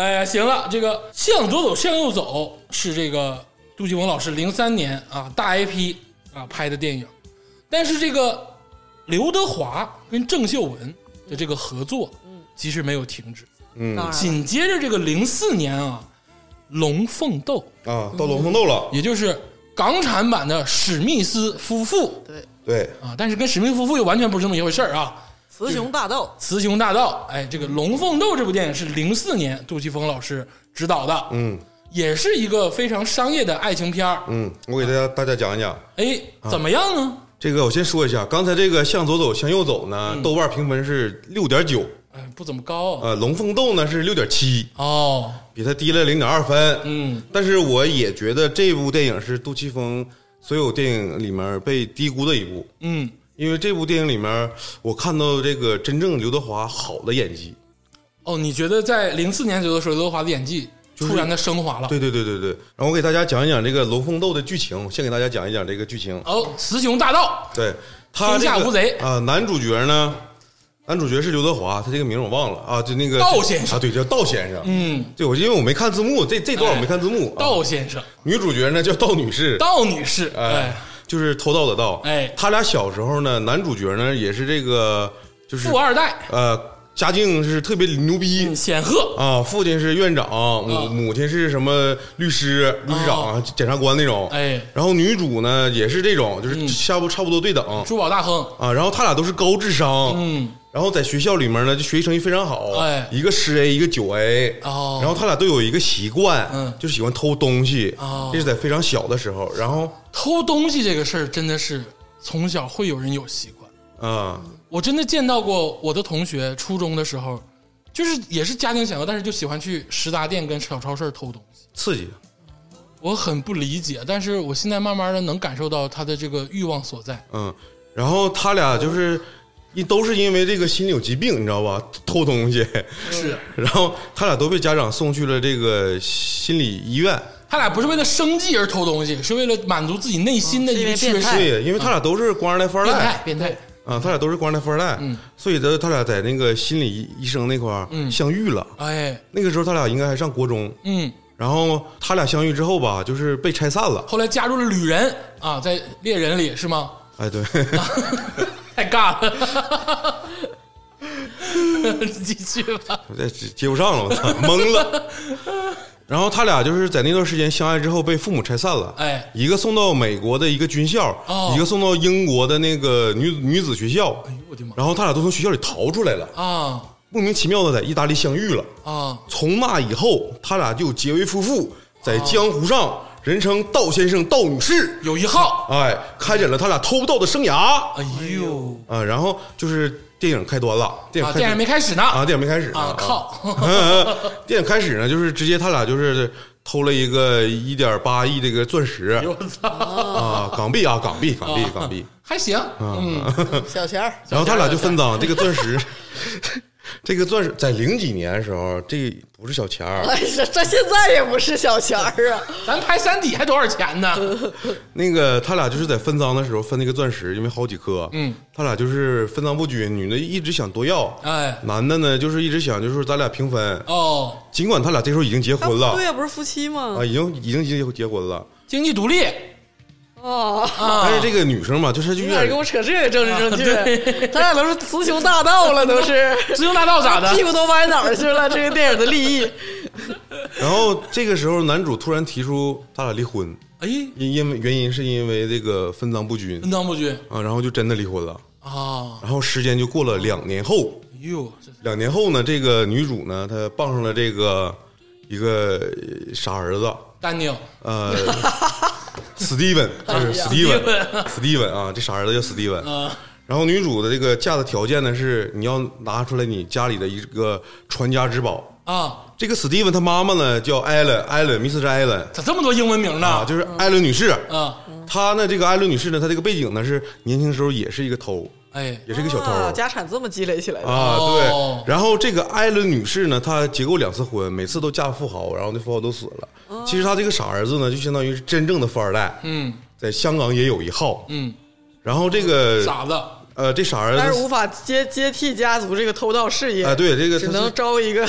Speaker 2: 哎呀，行了，这个向左走，向右走是这个杜琪峰老师零三年啊大 IP 啊拍的电影，但是这个刘德华跟郑秀文的这个合作，其实没有停止。
Speaker 4: 嗯
Speaker 3: 当然了
Speaker 2: 紧接着这个零四年啊，《龙凤斗
Speaker 4: 啊，到龙凤斗》了，
Speaker 2: 也就是港产版的史密斯夫妇
Speaker 3: 对，
Speaker 4: 对，
Speaker 2: 啊，但是跟史密斯夫妇又完全不是这么一回事儿啊。
Speaker 3: 雌雄大盗
Speaker 2: 雌雄大盗，哎，这个《龙凤斗》这部电影是零四年杜琪峰老师执导的，
Speaker 4: 嗯
Speaker 2: 也是一个非常商业的爱情片儿。
Speaker 4: 嗯，我给大家大家讲一讲
Speaker 2: 哎，
Speaker 4: 嗯啊
Speaker 2: 怎么样呢？
Speaker 4: 这个，我先说一下，刚才这个向左走向右走呢，豆瓣评分是六点九，
Speaker 2: 哎，不怎么高、
Speaker 4: 呃，龙凤斗呢是六点七，
Speaker 2: 哦，
Speaker 4: 比它低了零点二分。
Speaker 2: 嗯，
Speaker 4: 但是我也觉得这部电影是杜琪峰所有电影里面被低估的一部，
Speaker 2: 嗯，
Speaker 4: 因为这部电影里面我看到这个真正刘德华好的演技。
Speaker 2: 哦，你觉得在零四年左右的时候，刘德华的演技
Speaker 4: 是
Speaker 2: 突然的升华了？
Speaker 4: 对对对对对。然后我给大家讲一讲这个《龙凤斗》的剧情，我先给大家讲一讲这个剧情。
Speaker 2: 哦，雌雄大盗，
Speaker 4: 对，他
Speaker 2: 天下
Speaker 4: 这个
Speaker 2: 无贼
Speaker 4: 啊、男主角呢？男主角是刘德华，他这个名我忘了啊，就那个
Speaker 2: 道先生
Speaker 4: 啊，对，叫道先生。
Speaker 2: 嗯，
Speaker 4: 对，我因为我没看字幕，这这段我没看字幕。啊
Speaker 2: 道先生，
Speaker 4: 女主角呢叫道女士，
Speaker 2: 道女士，哎，
Speaker 4: 就是偷盗的盗。
Speaker 2: 哎
Speaker 4: 他俩小时候呢，男主角呢也是这个，就是
Speaker 2: 富二代，嗯
Speaker 4: 呃，家境是特别牛逼
Speaker 2: 显赫，
Speaker 4: 啊，父亲是院长，
Speaker 2: 啊
Speaker 4: 母母亲是什么律师、律师长、检察官那种。
Speaker 2: 哎，嗯
Speaker 4: 然后女主呢也是这种，就是差不差不多对等
Speaker 2: 珠宝大亨，
Speaker 4: 啊。然后他俩都是高智商，
Speaker 2: 嗯，
Speaker 4: 然后在学校里面呢，就学习成绩非常好，
Speaker 2: 哎
Speaker 4: 一个十 A，一个九 A，
Speaker 2: 哦
Speaker 4: 然后他俩都有一个习惯，
Speaker 2: 嗯
Speaker 4: 就是喜欢偷东西，
Speaker 2: 哦
Speaker 4: 这是在非常小的时候，然后
Speaker 2: 偷东西这个事儿真的是从小会有人有习惯。
Speaker 4: 啊，
Speaker 2: 我真的见到过我的同学，初中的时候，就是也是家庭显赫，但是就喜欢去食杂店跟小超市偷东西。
Speaker 4: 刺激，
Speaker 2: 我很不理解，但是我现在慢慢的能感受到他的这个欲望所在。
Speaker 4: 嗯，然后他俩就是。因都是因为这个心理有疾病，你知道吧？ 偷东西，
Speaker 2: 嗯是
Speaker 4: 然后他俩都被家长送去了这个心理医院。
Speaker 2: 他俩不是为了生计而偷东西，是为了满足自己内心的一个
Speaker 3: 嗯是因
Speaker 2: 缺
Speaker 3: 为变态
Speaker 2: 失。
Speaker 4: 对，因为他俩都是官二代、富
Speaker 2: 哎
Speaker 4: 二
Speaker 2: 变
Speaker 4: 代
Speaker 2: 态，嗯变态，
Speaker 4: 啊，他俩都是官二代、富二代，所以他他俩在那个心理医医生那块
Speaker 2: 嗯
Speaker 4: 儿相遇了。
Speaker 2: 哎，
Speaker 4: 那个时候他俩应该还上国中，
Speaker 2: 嗯。
Speaker 4: 然后他俩相遇之后吧，就是被拆散了。
Speaker 2: 后来加入了旅人啊，在猎人里是吗？
Speaker 4: 哎，对，
Speaker 2: 太尬了， 继续吧。
Speaker 4: 我这接不上了，我操，懵 了。然后他俩就是在那段时间相爱之后被父母拆散了，
Speaker 2: 哎
Speaker 4: 一个送到美国的一个军校，
Speaker 2: 哦
Speaker 4: 一个送到英国的那个女女子学校。
Speaker 2: 哎呦我的妈
Speaker 4: 然后他俩都从学校里逃出来了，
Speaker 2: 啊
Speaker 4: 莫名其妙的在意大利相遇了。
Speaker 2: 啊！
Speaker 4: 从那以后，他俩就结为夫妇，在江湖上人称道先生、道女士，
Speaker 2: 有一号，
Speaker 4: 哎，开展了他俩偷盗的生涯。
Speaker 2: 哎呦，
Speaker 4: 啊，然后就是电影开端了，电
Speaker 2: 啊，
Speaker 4: 影开始
Speaker 2: 电影没开始呢
Speaker 4: 啊，电影没开始呢
Speaker 2: 啊！ 靠，
Speaker 4: 电影开始呢，就是直接他俩就是偷了一个一点八亿这个钻石
Speaker 2: 我操，
Speaker 4: 啊，港币啊，港币，港币，港币。
Speaker 2: 还行，嗯，
Speaker 3: 小钱儿，
Speaker 4: 啊 然后他俩就分 赃，这个钻石，这个钻石在零几年的时候，这不是小钱儿，
Speaker 3: 哎呀，这现在也不是小钱儿 啊，
Speaker 2: 咱拍《三体》还多少钱呢？
Speaker 3: 嗯
Speaker 4: 那个他俩就是在分赃的时候分那个钻石，因为好几颗，嗯，他俩就是分赃不均，女的一直想多要，
Speaker 2: 哎，
Speaker 4: 男的呢就是一直想就是说咱俩平分，
Speaker 2: 哦，
Speaker 4: 尽管他俩这时候已经结婚了，
Speaker 3: 对呀，不是夫妻吗
Speaker 4: 啊，？已经已经结结婚了，
Speaker 2: 经济独立
Speaker 3: 啊。
Speaker 2: 啊，
Speaker 4: 但是这个女生嘛，就是就
Speaker 3: 你
Speaker 4: 有
Speaker 3: 哪
Speaker 4: 点
Speaker 3: 跟我扯这个政治正确？
Speaker 2: 啊对
Speaker 3: 咱俩都是雌雄大盗了，都 是
Speaker 2: 雌雄大盗咋的？
Speaker 3: 屁股都歪哪儿去了？这个电影的利益，
Speaker 4: 然后这个时候男主突然提出他俩离婚，
Speaker 2: 哎，
Speaker 4: 因因为原因是因为这个分赃不均
Speaker 2: 恩当不均，
Speaker 4: 啊，然后就真的离婚了。
Speaker 2: 啊，
Speaker 4: 然后时间就过了两年后，
Speaker 2: 哎呦，这
Speaker 4: 两年后呢，这个女主呢，她傍上了这个一个呃傻儿子，
Speaker 2: 丹尼尔
Speaker 4: 呃，Steven，就是
Speaker 3: 呀
Speaker 4: Steven，Steven 啊，这傻儿子叫 Steven。然后女主的这个嫁的条件呢是，你要拿出来你家里的一个传家之宝。
Speaker 2: 啊，
Speaker 4: 这个 Steven 他妈妈呢叫艾伦，艾伦，Mrs. 艾伦
Speaker 2: 咋这么多英文名
Speaker 4: 啊，
Speaker 2: 呢？
Speaker 4: 就是艾伦女士。
Speaker 2: 啊，
Speaker 4: 她呢，这个艾伦女士呢，她这个背景呢是年轻时候也是一个偷，
Speaker 2: 哎，
Speaker 4: 也是一个小偷。
Speaker 3: 啊，家产这么积累起来的，
Speaker 4: 啊，
Speaker 2: 哦
Speaker 4: 对。然后这个艾伦女士呢，她结过两次婚，每次都嫁富豪，然后那富豪都死了。其实她这个傻儿子呢，就相当于是真正的富二代，
Speaker 2: 嗯
Speaker 4: 在香港也有一号。
Speaker 2: 嗯，
Speaker 4: 然后这个
Speaker 2: 傻子，
Speaker 4: 呃，这傻儿
Speaker 3: 但是
Speaker 4: 子
Speaker 3: 无法接接替家族这个偷盗事业
Speaker 4: 啊，，对这个
Speaker 3: 只
Speaker 4: 他
Speaker 3: 能
Speaker 4: 是
Speaker 3: 招一个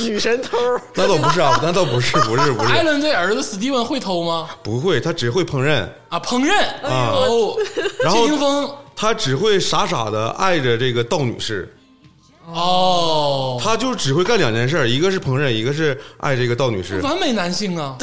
Speaker 3: 女神偷。
Speaker 4: 那倒不是 啊，那倒不是，不是，不
Speaker 2: 艾
Speaker 4: 是，
Speaker 2: 伦这儿子史蒂文会偷吗？
Speaker 4: 不会，他只会烹饪，
Speaker 2: 啊，烹饪
Speaker 4: 啊
Speaker 2: 哦，
Speaker 3: 哎
Speaker 4: 然
Speaker 2: 谢
Speaker 4: 后
Speaker 2: 霆锋
Speaker 4: 他只会傻傻的爱着这个道女士，
Speaker 2: 哦，
Speaker 4: 他就只会干两件事儿，一个是烹饪，一个是爱这个道女士，
Speaker 2: 完美男性 啊！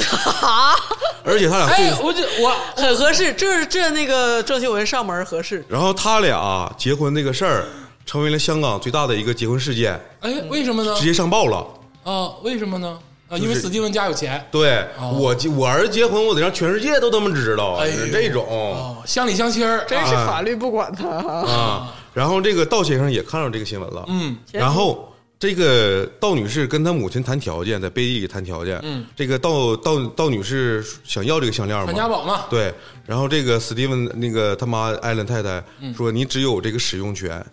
Speaker 4: 而且他俩最
Speaker 2: 哎，我就我
Speaker 3: 很合 适，这这那个郑秀文上门合适，
Speaker 4: 然后他俩结婚这个事儿，成为了香港最大的一个结婚事件，
Speaker 2: 哎，为什么呢
Speaker 4: 嗯直？接上报了。
Speaker 2: 啊，为什么呢？啊，
Speaker 4: 就是
Speaker 2: 因为史蒂文家有钱
Speaker 4: 对、我结我儿子结婚，我得让全世界都他妈知道，
Speaker 2: 哦哎呦
Speaker 4: 是这种、
Speaker 2: 哦，乡里乡亲儿哎
Speaker 3: 真是法律不管他啊。
Speaker 4: 啊。然后这个道先生也看到这个新闻了，
Speaker 2: 嗯，
Speaker 4: 然后这个道女士跟她母亲谈条件，在背地里谈条件，嗯，这个道道道女士想要这个项链
Speaker 2: 传家
Speaker 4: 嘛，
Speaker 2: 宝嘛，
Speaker 4: 对，然后这个史蒂文那个他妈艾伦太太
Speaker 2: 嗯
Speaker 4: 说，你只有这个使用权，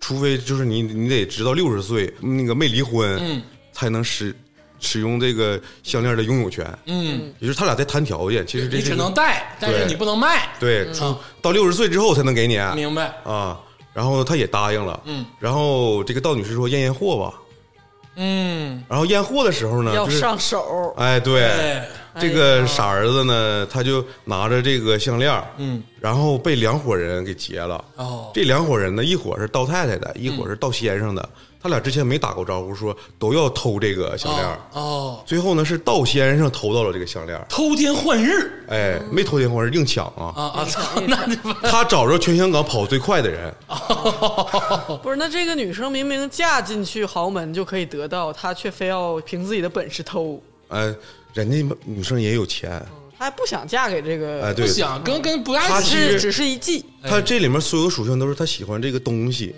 Speaker 4: 除非就是你你得直到六十岁那个没离婚，
Speaker 2: 嗯，
Speaker 4: 才能使使用这个项链的拥有权，
Speaker 2: 嗯，
Speaker 4: 也就是他俩在谈条件，其实这
Speaker 2: 你
Speaker 4: 是
Speaker 2: 只
Speaker 4: 一个
Speaker 2: 能带，但是
Speaker 4: 对
Speaker 2: 你不能卖，
Speaker 4: 对，出到六十岁之后才能给你啊。
Speaker 2: 明白？
Speaker 4: 然后他也答应了，
Speaker 2: 嗯，
Speaker 4: 然后这个道女士说验验货吧，
Speaker 2: 嗯，
Speaker 4: 然后验货的时候呢，
Speaker 3: 要
Speaker 4: 啊就是
Speaker 3: 上手，
Speaker 4: 哎对，
Speaker 2: 哎，
Speaker 4: 这
Speaker 3: 哎
Speaker 4: 个
Speaker 3: 呀
Speaker 4: 傻儿子呢，他就拿着这个项链，
Speaker 2: 嗯，
Speaker 4: 然后被两伙人给劫了。
Speaker 2: 哦，嗯
Speaker 4: 这两伙人呢，一伙是道太太的，一伙是道先生的，他俩之前没打过招呼，说都要偷这个项链。
Speaker 2: 哦，
Speaker 4: 最后呢，是道先生偷到了这个项链，
Speaker 2: 偷天换日
Speaker 4: 哎，没偷电话是硬抢啊。
Speaker 2: 啊啊！ 操，那就
Speaker 4: 他找着全香港跑最快的人，
Speaker 3: 不是？那这个女生明明嫁进去豪门就可以得到，她却非要凭自己的本事偷，
Speaker 4: 哎，人家女生也有钱，
Speaker 3: 她还不想嫁给这
Speaker 4: 哎，
Speaker 3: 个，
Speaker 2: 哦不
Speaker 4: 对，
Speaker 2: 想哎跟跟不爱
Speaker 4: 他
Speaker 2: 死
Speaker 4: 其实
Speaker 3: 是只是一计。
Speaker 4: 他这里面所有属性都是他喜欢这个东西，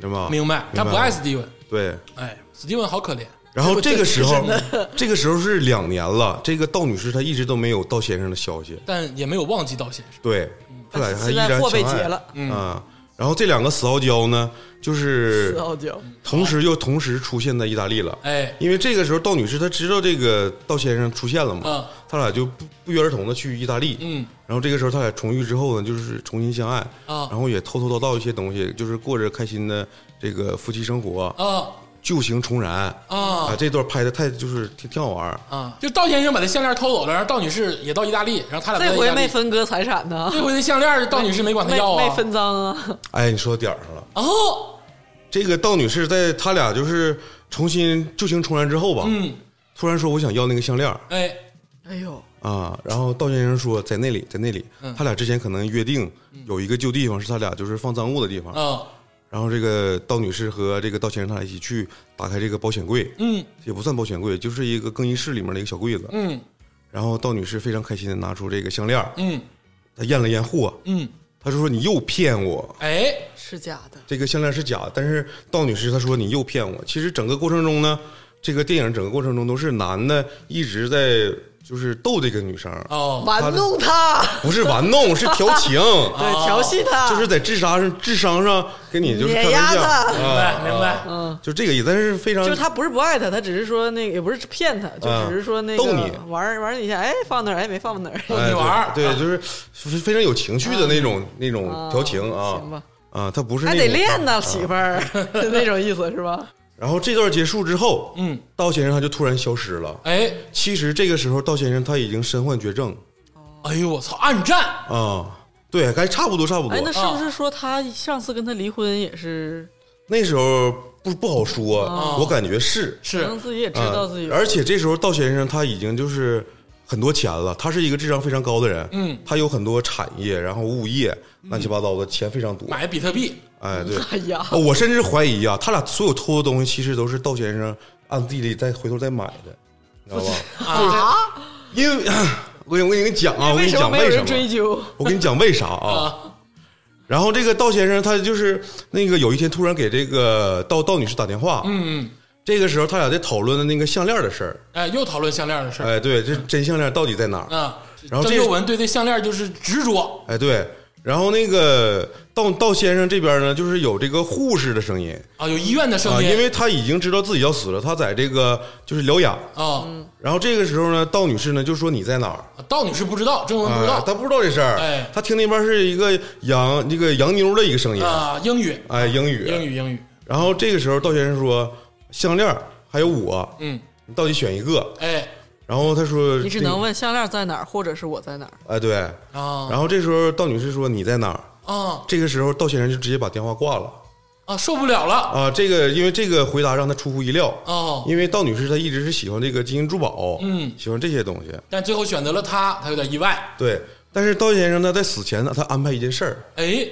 Speaker 4: 对吧？
Speaker 2: 嗯明白，他不
Speaker 4: 吧
Speaker 2: 爱史蒂文，
Speaker 4: 对。
Speaker 2: 哎，史蒂文好可怜，
Speaker 4: 然后这个时候， 这个时候是两年了，这个道女士她一直都没有道先生的消息，
Speaker 2: 但也没有忘记道先生，
Speaker 4: 对，他俩还
Speaker 3: 现
Speaker 4: 依
Speaker 3: 嗯在
Speaker 4: 然
Speaker 3: 货被
Speaker 4: 相爱
Speaker 3: 劫了
Speaker 2: 嗯
Speaker 4: 啊。然后这两个死傲娇呢，就是
Speaker 3: 死傲娇，
Speaker 4: 同时又同时出现在意大利了。
Speaker 2: 哎，
Speaker 4: 因为这个时候，道女士她知道这个道先生出现了
Speaker 2: 嗯
Speaker 4: 嘛，他俩就不不约而同的去意大利。
Speaker 2: 嗯，
Speaker 4: 然后这个时候他俩重遇之后呢，就是重新相爱
Speaker 2: 啊
Speaker 4: 然后也偷偷盗盗一些东西，就是过着开心的这个夫妻生活，
Speaker 2: 啊
Speaker 4: 旧情重燃
Speaker 2: 啊
Speaker 4: 啊！这段拍的太就是挺挺好玩儿
Speaker 2: 啊！就道先生把他项链偷走了，然后道女士也到意大利，然后他俩都在
Speaker 3: 这
Speaker 2: 意大利
Speaker 3: 回没。分割财产呢，
Speaker 2: 这回那项链，道女士没管他
Speaker 3: 没
Speaker 2: 要啊，
Speaker 3: 没分赃啊，
Speaker 4: 哎，你说到点儿上了。
Speaker 2: 哦，
Speaker 4: 这个道女士在他俩就是重新旧情重燃之后吧，
Speaker 2: 嗯，
Speaker 4: 突然说我想要那个项链儿
Speaker 2: 哎，
Speaker 3: 哎呦，
Speaker 4: 啊，然后道先生说在那里，在那里，
Speaker 2: 嗯
Speaker 4: 他俩之前可能约定有一个旧地方是他俩就是放赃物的地方，
Speaker 2: 嗯
Speaker 4: 然后这个道女士和这个道先生他俩一起去打开这个保险柜，
Speaker 2: 嗯
Speaker 4: 也不算保险柜，就是一个更衣室里面的一个小柜子。
Speaker 2: 嗯
Speaker 4: 然后道女士非常开心的拿出这个项链儿，
Speaker 2: 嗯
Speaker 4: 她验了验货，
Speaker 2: 嗯，
Speaker 4: 她就说你又骗我，
Speaker 2: 哎，
Speaker 3: 是假的，
Speaker 4: 这个项链是假的。但是道女士她说你又骗我。其实整个过程中呢，这个电影整个过程中都是男的一直在就是逗这个女生，
Speaker 3: 啊
Speaker 2: 哦，
Speaker 3: 玩弄她，
Speaker 4: 不是玩 弄，是调情。
Speaker 3: 啊对，调戏她，
Speaker 4: 啊就是在智商上，智商上跟你就是开
Speaker 3: 碾压
Speaker 4: 玩笑，
Speaker 3: 她
Speaker 2: 明白
Speaker 4: 啊
Speaker 2: 明白，
Speaker 3: 嗯。
Speaker 4: 就这个意思，但是非常
Speaker 3: 就是他不是不爱他，他只是说那个也不是骗他，就只是说那个、
Speaker 4: 嗯逗你
Speaker 3: 玩儿玩儿你一下，哎，放那儿，哎，没放那儿，啊
Speaker 2: 逗你玩儿
Speaker 4: 哎对，对就是非非常有情趣的那种那种调情啊，
Speaker 3: 行吧，
Speaker 4: 啊，他不 是
Speaker 3: 还得
Speaker 4: 那种啊
Speaker 3: 练呢，媳妇儿， 就那种意思是吧？
Speaker 4: 然后这段结束之后，
Speaker 2: 嗯，
Speaker 4: 道先生他就突然消失了。
Speaker 2: 哎，
Speaker 4: 其实这个时候，道先生他已经身患绝症
Speaker 2: 哎呦我操，暗战，
Speaker 4: 啊，对，该差不多差不多
Speaker 3: 哎，。那是不是说他上次跟他离婚也是，
Speaker 4: 那时候不不好说，
Speaker 2: 啊
Speaker 4: 我感觉是呃
Speaker 3: 可
Speaker 2: 是
Speaker 4: 嗯
Speaker 3: 能自己也知道自己
Speaker 4: 啊而且这时候道先生他已经就是很多钱了，他是一个智商非常高的人，
Speaker 2: 嗯，
Speaker 4: 他有很多产业，然后物业乱七八糟的钱非常多，
Speaker 2: 买比特币，
Speaker 4: 哎，对，
Speaker 3: 哎呀，
Speaker 4: 哦我甚至怀疑啊，他俩所有偷的东西其实都是道先生暗地里再回头再买的，你知道吧？
Speaker 3: 啊，
Speaker 4: 因为 我跟我跟你讲啊，我跟
Speaker 3: 为
Speaker 4: 你
Speaker 3: 什
Speaker 4: 讲
Speaker 3: 没有
Speaker 4: 为什
Speaker 3: 人追
Speaker 4: 么，
Speaker 3: 究？
Speaker 4: 我跟你讲为啥啊？然后这个道先生他就是那个有一天突然给这个道道女士打电话，
Speaker 2: 嗯，
Speaker 4: 这个时候他俩在讨论的那个项链的事儿，
Speaker 2: 哎，又讨论项链的事儿
Speaker 4: 哎，对，这真项链到底在哪儿？
Speaker 2: 啊。
Speaker 4: 然后
Speaker 2: 郑
Speaker 4: 这
Speaker 2: 秀文对这项链就是执着，
Speaker 4: 哎，对，然后那个道道先生这边呢，就是有这个护士的声音
Speaker 2: 啊，有医院的声
Speaker 4: 啊，
Speaker 2: 音，
Speaker 4: 因为他已经知道自己要死了，他在这个就是疗养。
Speaker 2: 啊，
Speaker 4: 然后这个时候呢，道女士呢就说你在哪儿？
Speaker 2: 道女士不知道，郑文不知
Speaker 4: 啊，
Speaker 2: 道
Speaker 4: 她不知道这事儿，
Speaker 2: 哎
Speaker 4: 她听那边是一个洋那个洋妞的一个声音，
Speaker 2: 啊，英语，
Speaker 4: 哎，英语。
Speaker 2: 英语，英语，
Speaker 4: 然后这个时候，道先生说项链儿还有我，
Speaker 2: 嗯，
Speaker 4: 你到底选一个？
Speaker 2: 哎
Speaker 4: 然后他说
Speaker 3: 你只
Speaker 4: 这个
Speaker 3: 能问项链在哪儿，或者是我在哪儿。
Speaker 4: 哎对。
Speaker 2: 啊
Speaker 4: 然后这时候道女士说你在哪儿？
Speaker 2: 啊
Speaker 4: 这个时候道先生就直接把电话挂了
Speaker 2: 啊，受不了了
Speaker 4: 啊！这个因为这个回答让他出乎意料，
Speaker 2: 哦，
Speaker 4: 因为道女士她一直是喜欢这个金银珠宝，
Speaker 2: 嗯
Speaker 4: 喜欢这些东西，
Speaker 2: 但最后选择了他，他有点意外，
Speaker 4: 对。但是道先生呢，在死前呢，他安排一件事儿，
Speaker 2: 哎，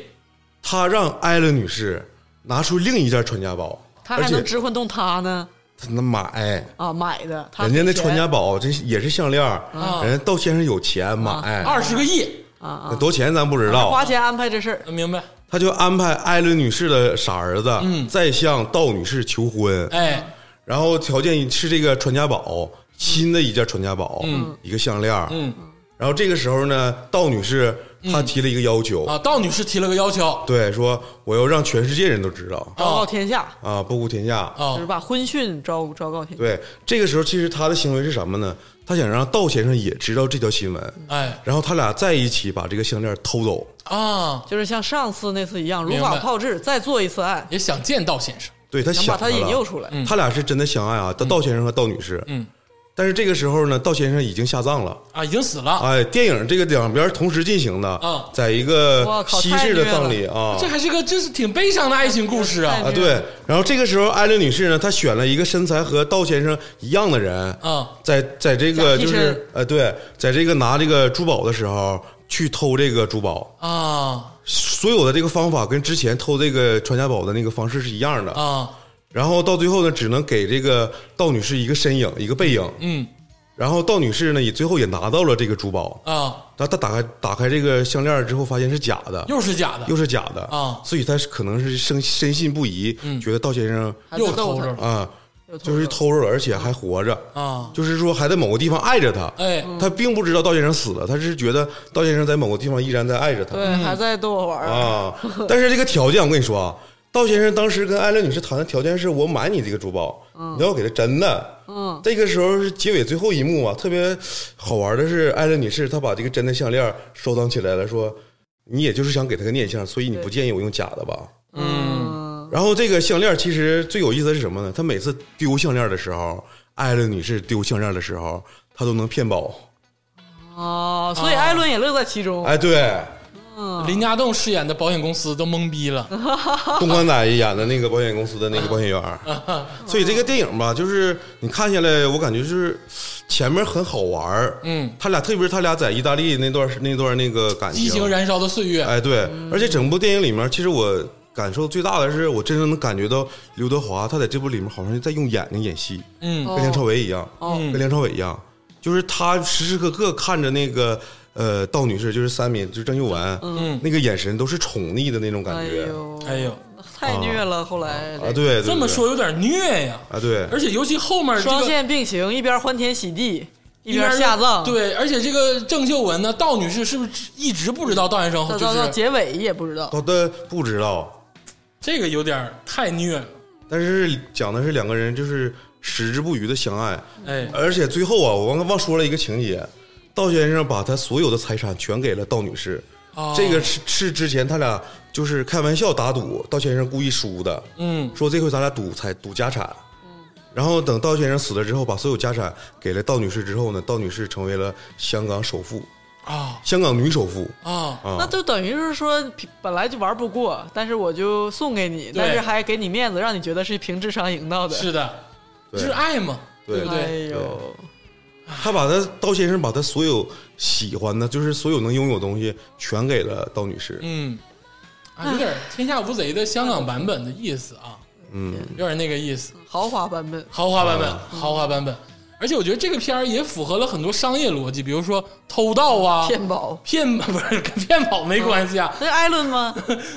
Speaker 4: 他让艾伦女士拿出另一件传家宝，
Speaker 3: 他
Speaker 4: 而
Speaker 3: 还能
Speaker 4: 且
Speaker 3: 知会动他呢？
Speaker 4: 他能买。
Speaker 3: 啊，买的，他
Speaker 4: 人家那
Speaker 3: 没钱嗯
Speaker 4: 传家宝，这也是项链儿，人家道先生有钱买，
Speaker 2: 二十个亿，
Speaker 3: 啊
Speaker 4: 那
Speaker 3: 啊，
Speaker 4: 多少钱咱不知
Speaker 3: 他花
Speaker 4: 道。
Speaker 3: 钱安排这事儿。
Speaker 2: 明白？
Speaker 4: 他就安排艾伦女士的傻儿子，
Speaker 3: 嗯
Speaker 4: 再向道女士求婚，
Speaker 2: 哎，
Speaker 4: 然后条件是这个传家宝，
Speaker 3: 嗯
Speaker 4: 新的一件传家宝，一个项链儿。
Speaker 2: 嗯
Speaker 4: 然后这个时候呢，道女士
Speaker 3: 嗯
Speaker 4: 她提了一个要求，
Speaker 2: 啊，道女士提了个要求
Speaker 4: 对，说我要让全世界人都知道
Speaker 3: 昭告天下，
Speaker 4: 啊，不顾天下。
Speaker 3: 就是
Speaker 2: 啊
Speaker 3: 把婚讯昭昭告天下。
Speaker 4: 对，这个时候其实他的行为是什么呢？他想让道先生也知道这条新闻，
Speaker 3: 嗯
Speaker 2: 哎
Speaker 4: 然后他俩在一起把这个项链偷走。
Speaker 2: 啊，
Speaker 3: 就是像上次那次一样，如
Speaker 2: 明白
Speaker 3: 法炮制，再做一次案，
Speaker 2: 也想见道先生，
Speaker 4: 对他
Speaker 3: 能
Speaker 4: 想
Speaker 3: 把他
Speaker 4: 了
Speaker 3: 引诱出来。
Speaker 4: 他俩是真的相爱啊，道道先生和道女士。
Speaker 2: 嗯，
Speaker 4: 但是这个时候呢，道先生已经下葬了。
Speaker 2: 啊，已经死了，
Speaker 4: 哎，电影这个两边同时进行的，
Speaker 2: 啊
Speaker 4: 在一个
Speaker 3: 哇靠
Speaker 4: 西式的
Speaker 3: 太虐了
Speaker 4: 葬礼啊，
Speaker 2: 这还是个这是挺悲伤的爱情故事啊
Speaker 3: 太
Speaker 4: 啊，对。然后这个时候，艾伦女士呢，她选了一个身材和道先生一样的人
Speaker 2: 啊，
Speaker 4: 在在这个
Speaker 3: 假替
Speaker 4: 就
Speaker 3: 身
Speaker 4: 是呃，对，在这个拿这个珠宝的时候去偷这个珠宝，
Speaker 2: 啊
Speaker 4: 所有的这个方法跟之前偷这个传家宝的那个方式是一样的。
Speaker 2: 啊，
Speaker 4: 然后到最后呢，只能给这个道女士一个身影，一个背影。
Speaker 2: 嗯
Speaker 4: 然后道女士呢，也最后也拿到了这个珠宝。
Speaker 2: 啊，
Speaker 4: 她她打开打开这个项链之后，发现是假的，
Speaker 2: 又是假的，
Speaker 4: 又是假的
Speaker 2: 啊嗯
Speaker 4: 所以她是可能是深深信不疑，觉得道先生
Speaker 3: 还
Speaker 2: 又
Speaker 3: 在逗
Speaker 2: 偷
Speaker 3: 他
Speaker 2: 着了
Speaker 4: 啊、
Speaker 3: 又偷
Speaker 4: 就是
Speaker 3: 着
Speaker 4: 偷着了，而且还活着，
Speaker 2: 啊，
Speaker 4: 就是说还在某个地方爱着他。
Speaker 2: 哎
Speaker 4: 他并不知道道先生死了，他只是觉得道先生在某个地方依然在爱着他。
Speaker 3: 对，还在逗我玩儿。
Speaker 4: 嗯啊，但是这个条件我跟你说啊，道先生当时跟艾伦女士谈的条件是我买你这个珠宝，你要给她真的。
Speaker 3: 嗯，
Speaker 4: 这个时候是结尾最后一幕啊，特别好玩的是，艾伦女士她把这个真的项链收藏起来了，说你也就是想给她个念想，所以你不建议我用假的吧？
Speaker 3: 嗯，
Speaker 4: 然后这个项链其实最有意思的是什么呢？她每次丢项链的时候，艾伦女士丢项链的时候，她都能骗保。
Speaker 3: 哦，所以
Speaker 4: 啊
Speaker 3: 艾伦也乐在其中。
Speaker 4: 哎，对，
Speaker 2: 林家栋饰演的保险公司都懵逼了，
Speaker 4: 东关仔演的那个保险公司的那个保 险员儿，所以这个电影吧，就是你看下来，我感觉就是前面很好玩儿，
Speaker 2: 嗯，
Speaker 4: 他俩特别是他俩在意大利那段那段那个感
Speaker 2: 激情
Speaker 4: 情，
Speaker 2: 燃烧的岁月，
Speaker 4: 哎，对，而且整部电影里面，其实我感受最大的是，我真正能感觉到刘德华他在这部里面好像是在用眼睛演戏，
Speaker 2: 嗯
Speaker 3: 哦
Speaker 4: 跟梁朝伟一样，
Speaker 3: 哦
Speaker 4: 跟梁朝伟一样，就是他时时刻刻看着那个呃道女士，就是三敏，就是郑秀文，
Speaker 2: 嗯，
Speaker 4: 那个眼神都是宠溺的那种感
Speaker 3: 哎
Speaker 4: 觉。
Speaker 3: 呦，
Speaker 2: 哎呦，
Speaker 3: 太虐了。后来
Speaker 4: 啊，对，对
Speaker 2: 这么
Speaker 4: 对
Speaker 2: 说有点虐呀，
Speaker 4: 啊，对，
Speaker 2: 而且尤其后面这个
Speaker 3: 双线并行，一边欢天喜地，一边
Speaker 2: 是
Speaker 3: 下葬。，
Speaker 2: 对，而且这个郑秀文呢，道女士是不是一直不知道道先生
Speaker 3: 到
Speaker 2: 就
Speaker 3: 到到
Speaker 2: 是
Speaker 3: 结尾也不知道。
Speaker 4: 他的哦不知道，
Speaker 2: 这个有点儿太虐了，
Speaker 4: 但是讲的是两个人就是矢志不渝的相爱，
Speaker 2: 哎，
Speaker 4: 而且最后啊，我忘忘说了一个情节，道先生把他所有的财产全给了道女士，
Speaker 2: 哦
Speaker 4: 这个是是之前他俩就是开玩笑打赌，道先生故意输的，
Speaker 2: 嗯
Speaker 4: 说这回咱俩赌财赌家产。然后等道先生死了之后，把所有家产给了道女士之后呢，道女士成为了香港首富，
Speaker 2: 啊
Speaker 4: 香港女首富
Speaker 2: 啊
Speaker 4: 啊。
Speaker 3: 那就等于是说，平本来就玩不过，但是我就送给你，但是还给你面子，让你觉得是凭智商赢到的。
Speaker 2: 是的，
Speaker 4: 对
Speaker 2: 是爱嘛，
Speaker 4: 对
Speaker 2: 不
Speaker 3: 哎
Speaker 2: 对？
Speaker 3: 呦，
Speaker 4: 他把他刀先生把他所有喜欢的，就是所有能拥有的东西，全给了刀女士。
Speaker 2: 嗯，啊，有点《天下无贼》的香港版本的意思啊，嗯，有点那个意思，
Speaker 3: 豪华版本，
Speaker 2: 豪华版本，豪华版本。而且我觉得这个片儿也符合了很多商业逻辑，比如说偷盗啊、
Speaker 3: 骗保
Speaker 2: 骗 不是跟骗保没关系啊，
Speaker 3: 那是艾伦吗？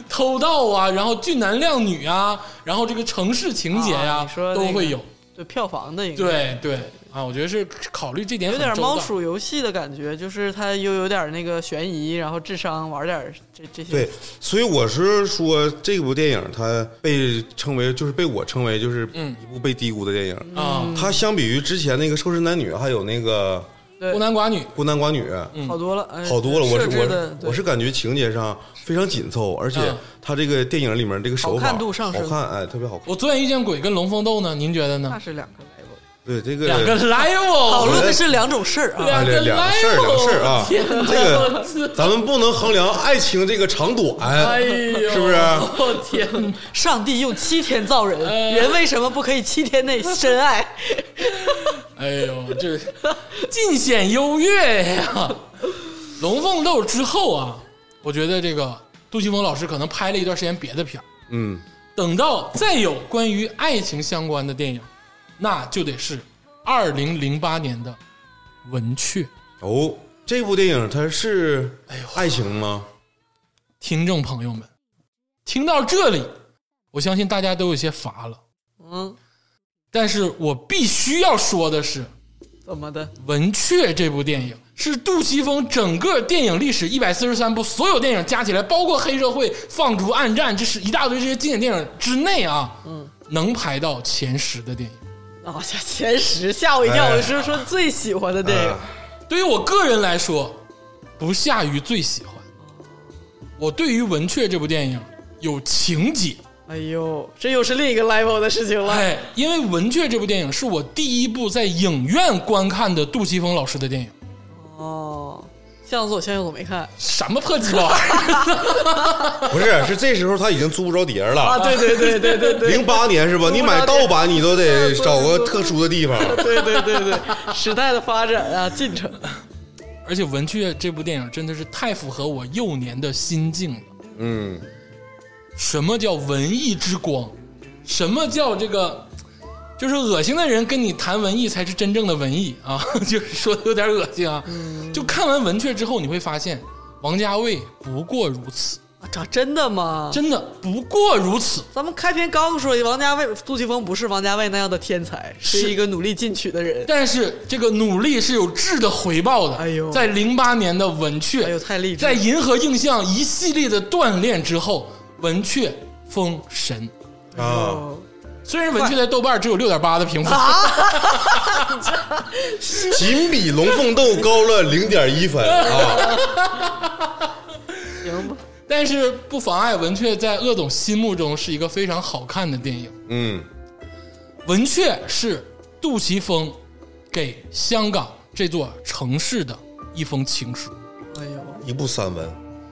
Speaker 2: 偷盗啊，然后俊男靓女啊，然后这个城市情节呀、
Speaker 3: 啊你说
Speaker 2: 都
Speaker 3: 那
Speaker 2: 会
Speaker 3: 个
Speaker 2: 有。
Speaker 3: 对票房的应该
Speaker 2: 对对啊，我觉得是考虑这点
Speaker 3: 有
Speaker 2: 很
Speaker 3: 点
Speaker 2: 周到
Speaker 3: 猫鼠游戏的感觉，就是它又有点那个悬疑，然后智商玩点这这些。
Speaker 4: 对，所以我是说，这部电影它被称为，就是被我称为，就是
Speaker 2: 嗯
Speaker 4: 一部被低估的电影。
Speaker 3: 嗯
Speaker 2: 啊，
Speaker 4: 它相比于之前那个《瘦身男女》，还有那个
Speaker 3: 对
Speaker 2: 孤男寡女
Speaker 4: 《孤男寡女》，
Speaker 3: 嗯好多了，哎
Speaker 4: 好多了。我是
Speaker 3: 设置的
Speaker 4: 我
Speaker 3: 对
Speaker 4: 我是感觉情节上非常紧凑，而且
Speaker 2: 嗯
Speaker 4: 它这个电影里面这个手
Speaker 3: 好
Speaker 4: 法
Speaker 3: 看度上升
Speaker 4: 好看哎，特别好看。
Speaker 2: 我昨晚遇见鬼跟龙凤斗呢，您觉得
Speaker 3: 那
Speaker 2: 呢？
Speaker 3: 是两个 level，
Speaker 4: 对这个
Speaker 2: 两个
Speaker 3: 讨
Speaker 2: level，
Speaker 3: 论的是两种事儿啊。
Speaker 4: 啊，
Speaker 2: 个
Speaker 4: 两两个事儿，两个事儿啊
Speaker 2: level，天，哪
Speaker 4: 这个咱们不能衡量爱情这个长短，
Speaker 2: 哎呦，
Speaker 4: 是不是？
Speaker 2: 我天哪，
Speaker 3: 上帝用七天造人，
Speaker 2: 哎
Speaker 3: 人为什么不可以七天内深爱？
Speaker 2: 哎呦，这尽显优越呀！龙凤斗之后啊，我觉得这个杜琪峰老师可能拍了一段时间别的片儿，
Speaker 4: 嗯，
Speaker 2: 等到再有关于爱情相关的电影，那就得是二零零八年的《文雀》。
Speaker 4: 哦，这部电影它是
Speaker 2: 哎呦，
Speaker 4: 爱情吗？
Speaker 2: 听众朋友们，听到这里，我相信大家都有些乏了。
Speaker 3: 嗯，
Speaker 2: 但是我必须要说的是，《
Speaker 3: 怎么的？
Speaker 2: 文雀》这部电影是杜琪峰整个电影历史一百四十三部所有电影加起来，包括黑社会、放逐、暗战，这是一大堆这些经典电影之内啊，嗯，能排到前十的电影。
Speaker 3: 啊、下前十吓我一跳！
Speaker 4: 哎
Speaker 3: 我是说最喜欢的电影，
Speaker 2: 对于我个人来说，不下于最喜欢。我对于《文雀》这部电影有情节，
Speaker 3: 哎呦，这又是另一个 level 的事情了。
Speaker 2: 哎，因为《文雀》这部电影是我第一部在影院观看的杜琪峰老师的电影，
Speaker 3: 哦，向左向右我没看
Speaker 2: 什么破鸡巴玩意儿！
Speaker 4: 不是，是这时候他已经租不着碟儿
Speaker 3: 啊！
Speaker 4: 了。
Speaker 3: 对对对对对 对
Speaker 4: 零八年是吧？
Speaker 3: 租不着碟哎
Speaker 4: 你买盗版你都得找个特殊的地方。
Speaker 3: 对对对对，时代的发展啊，进程。
Speaker 2: 而且《文雀》这部电影真的是太符合我幼年的心境了。
Speaker 4: 嗯，
Speaker 2: 什么叫文艺之光？什么叫这个？就是恶心的人跟你谈文艺才是真正的文艺啊！ 就是说的有点恶心啊。
Speaker 3: 嗯
Speaker 2: 就看完《文雀》之后，你会发现王家卫不过如此，
Speaker 3: 啊，这真的吗？
Speaker 2: 真的不过如此。
Speaker 3: 咱们开篇刚说王家卫、杜琪峰不是王家卫那样的天才，
Speaker 2: 是
Speaker 3: 是一个努力进取的人。
Speaker 2: 但是这个努力是有质的回报的。
Speaker 3: 哎呦
Speaker 2: 在零八年的《文雀
Speaker 3: 哎呦，》太励志
Speaker 2: 在
Speaker 3: 了！
Speaker 2: 银河映像一系列的锻炼之后，《文雀》封神。
Speaker 4: 啊，
Speaker 3: 哦
Speaker 2: 虽然《文雀》在豆瓣只有六点八的评分，
Speaker 4: 仅比《龙凤斗》高了零点一分 啊！
Speaker 3: 行吧，
Speaker 2: 但是不妨碍《文雀》在鄂总心目中是一个非常好看的电影。
Speaker 4: 嗯，
Speaker 2: 《文雀》是杜琪峰给香港这座城市的一封情书，
Speaker 3: 哎呦，
Speaker 4: 一部三分。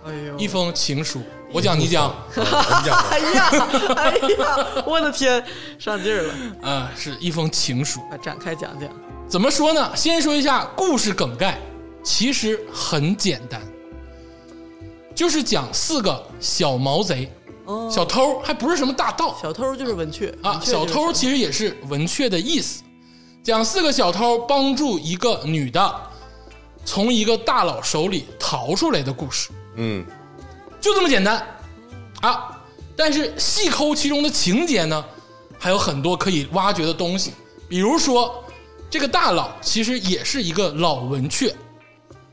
Speaker 3: 哎呦，
Speaker 2: 一封情书。我讲，你讲，
Speaker 4: 啊你讲吧
Speaker 3: 哎呀，哎呀，我的天，上劲儿了！
Speaker 2: 啊，是一封情书。
Speaker 3: 啊，展开讲讲，
Speaker 2: 怎么说呢？先说一下故事梗概，其实很简单，就是讲四个小毛贼、
Speaker 3: 哦
Speaker 2: 小偷，还不是什么大盗
Speaker 3: 小偷就是文雀
Speaker 2: 啊。小偷其实也是文雀的意思，讲四个小偷帮助一个女的从一个大佬手里逃出来的故事，
Speaker 4: 嗯，
Speaker 2: 就这么简单啊。但是细抠其中的情节呢，还有很多可以挖掘的东西，比如说。这个大佬其实也是一个老文雀，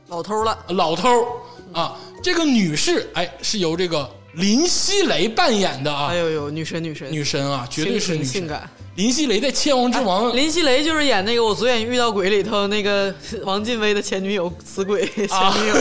Speaker 3: 老偷了，
Speaker 2: 老头儿啊，这个女士哎是由这个林熙蕾扮演的啊，
Speaker 3: 哎呦呦，女神女神，
Speaker 2: 女神啊，绝对是
Speaker 3: 清
Speaker 2: 女
Speaker 3: 纯性
Speaker 2: 神。
Speaker 3: 感。
Speaker 2: 林熙蕾在《千王之王》
Speaker 3: 啊林熙蕾就是演那个《我左眼遇到鬼》里头那个 王劲威的前女友，死鬼前女友。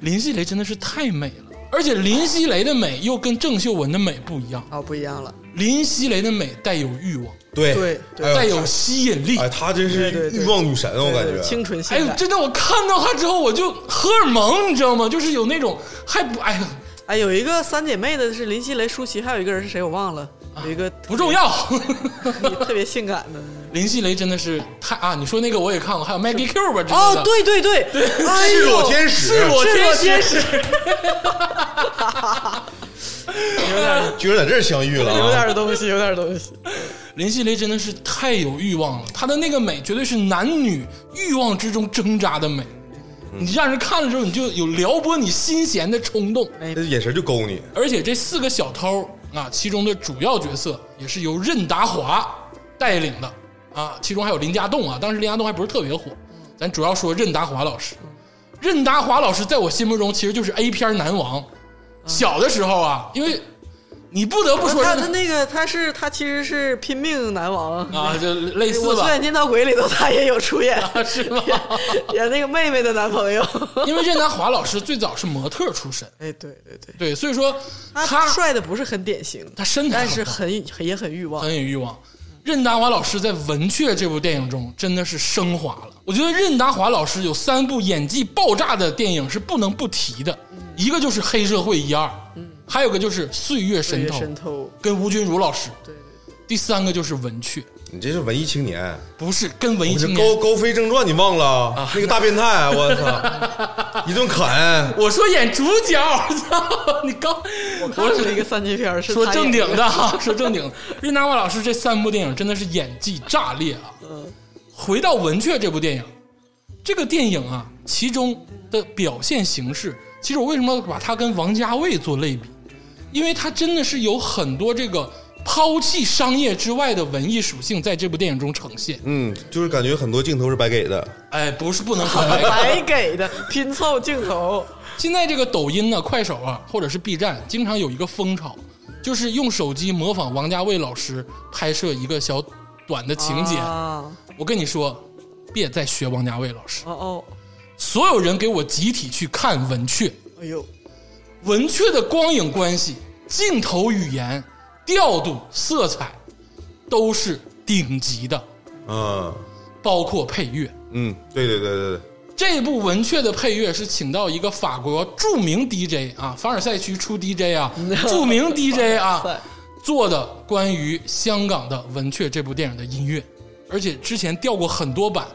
Speaker 2: 林熙蕾真的是太美了，而且林熙蕾的美又跟郑秀文的美不一样，
Speaker 3: 啊、不一样了，
Speaker 2: 林熙蕾的美带有欲望，
Speaker 4: 对
Speaker 3: 对对
Speaker 4: 哎
Speaker 2: 带
Speaker 4: 呦
Speaker 2: 有吸引力
Speaker 4: 哎，。她真是
Speaker 3: 对对
Speaker 4: 欲望女神，我感
Speaker 3: 对
Speaker 4: 觉啊
Speaker 3: 清。纯性
Speaker 2: 哎呦
Speaker 3: 感。，
Speaker 2: 真的，我看到她之后我就荷尔蒙，你知道吗？就是有那种还不哎呀，
Speaker 3: 哎，有一个三姐妹的是林熙蕾、舒淇，还有一个人是谁我忘了，有一个
Speaker 2: 不重 要。
Speaker 3: 特别性感的。
Speaker 2: 林熙蕾真的是太啊！你说那个我也看过，还有 Maggie Q 吧？
Speaker 3: 哦，，对对 对，哎
Speaker 4: 赤
Speaker 3: 呦
Speaker 4: 裸，天使
Speaker 2: 赤
Speaker 4: 啊
Speaker 2: 裸
Speaker 3: 赤裸
Speaker 2: 天
Speaker 3: 天
Speaker 2: 使，
Speaker 3: 使，
Speaker 2: 有点
Speaker 4: 居然在这儿相遇了、啊，
Speaker 3: 有点东西，有点东西。
Speaker 2: 林熙蕾真的是太有欲望了，她的那个美绝对是男女欲望之中挣扎的美，你让人看了之后你就有撩拨你心弦的冲动。
Speaker 4: 那呃眼神就勾你，
Speaker 2: 而且这四个小偷啊，其中的主要角色也是由任达华带领的啊，其中还有林家栋啊，当时林家栋还不是特别火，咱主要说任达华老师。任达华老师在我心目中其实就是 A 片男王，小的时候啊，因为你不得不说
Speaker 3: 哦他
Speaker 2: 任
Speaker 3: 的那个他是他其实是拼命 男王，
Speaker 2: 啊，就类似
Speaker 3: 我虽
Speaker 2: 吧，啊
Speaker 3: 然见到鬼里头他也有出演，
Speaker 2: 是吗？
Speaker 3: 演那个妹妹的男 朋友。
Speaker 2: 因为任达华老师最早是模特出身，
Speaker 3: 哎，对对对，
Speaker 2: 对，所以说
Speaker 3: 他
Speaker 2: 他
Speaker 3: 啊帅的不是很典型，
Speaker 2: 他身材
Speaker 3: 但
Speaker 2: 好
Speaker 3: 是很也很欲望。
Speaker 2: 很有欲望。任达华老师在《文雀》这部电影中真的是升华了。我觉得任达华老师有三部演技爆炸的电影是不能不提的，一个就是《黑社会一二》，还有个就是《岁月神偷》，
Speaker 3: 渗透，
Speaker 2: 跟吴君如老师；
Speaker 3: 对对
Speaker 2: 第三个就是《文雀》，
Speaker 4: 你这是文艺青年。
Speaker 2: 不是跟文艺
Speaker 4: 你这
Speaker 2: 青
Speaker 4: 《
Speaker 2: 年。啊
Speaker 4: 高高飞正传》你忘了？那个大变态，啊我操， 一顿砍。
Speaker 2: 我说演主角，我操你刚，我
Speaker 3: 对，我是一个三级片儿，是
Speaker 2: 说
Speaker 3: 他
Speaker 2: 正
Speaker 3: 演
Speaker 2: 经
Speaker 3: 的
Speaker 2: 的哈，说正经的。 任达华老师这三部电影真的是演技炸裂啊！回到《文雀》这部电影，这个电影啊，其中的表现形式，其实我为什么把它跟王家卫做类比？因为它真的是有很多这个抛弃商业之外的文艺属性在这部电影中呈现。
Speaker 4: 嗯，就是感觉很多镜头是白给的。
Speaker 2: 哎，不是不能 说白
Speaker 3: 白给的拼凑镜头，
Speaker 2: 现在这个抖音呢、快手啊，或者是 B 站，经常有一个风潮，就是用手机模仿王家卫老师拍摄一个小短的 情节。
Speaker 3: 啊，
Speaker 2: 我跟你说，别再学王家卫老师，
Speaker 3: 哦哦，
Speaker 2: 所有人给我集体去看《文雀》，《
Speaker 3: 哎呦，
Speaker 2: 文雀》的光影关系、镜头语言、调度、色彩都是顶级的，
Speaker 4: 嗯
Speaker 2: 包括配乐。
Speaker 4: 嗯，对对对对对，
Speaker 2: 这部《文雀》的配乐是请到一个法国著名 DJ 啊，凡尔赛区出 DJ 啊，著名 DJ 啊
Speaker 3: 塞
Speaker 2: 做的关于香港的《文雀》这部电影的音乐，而且之前调过很多版，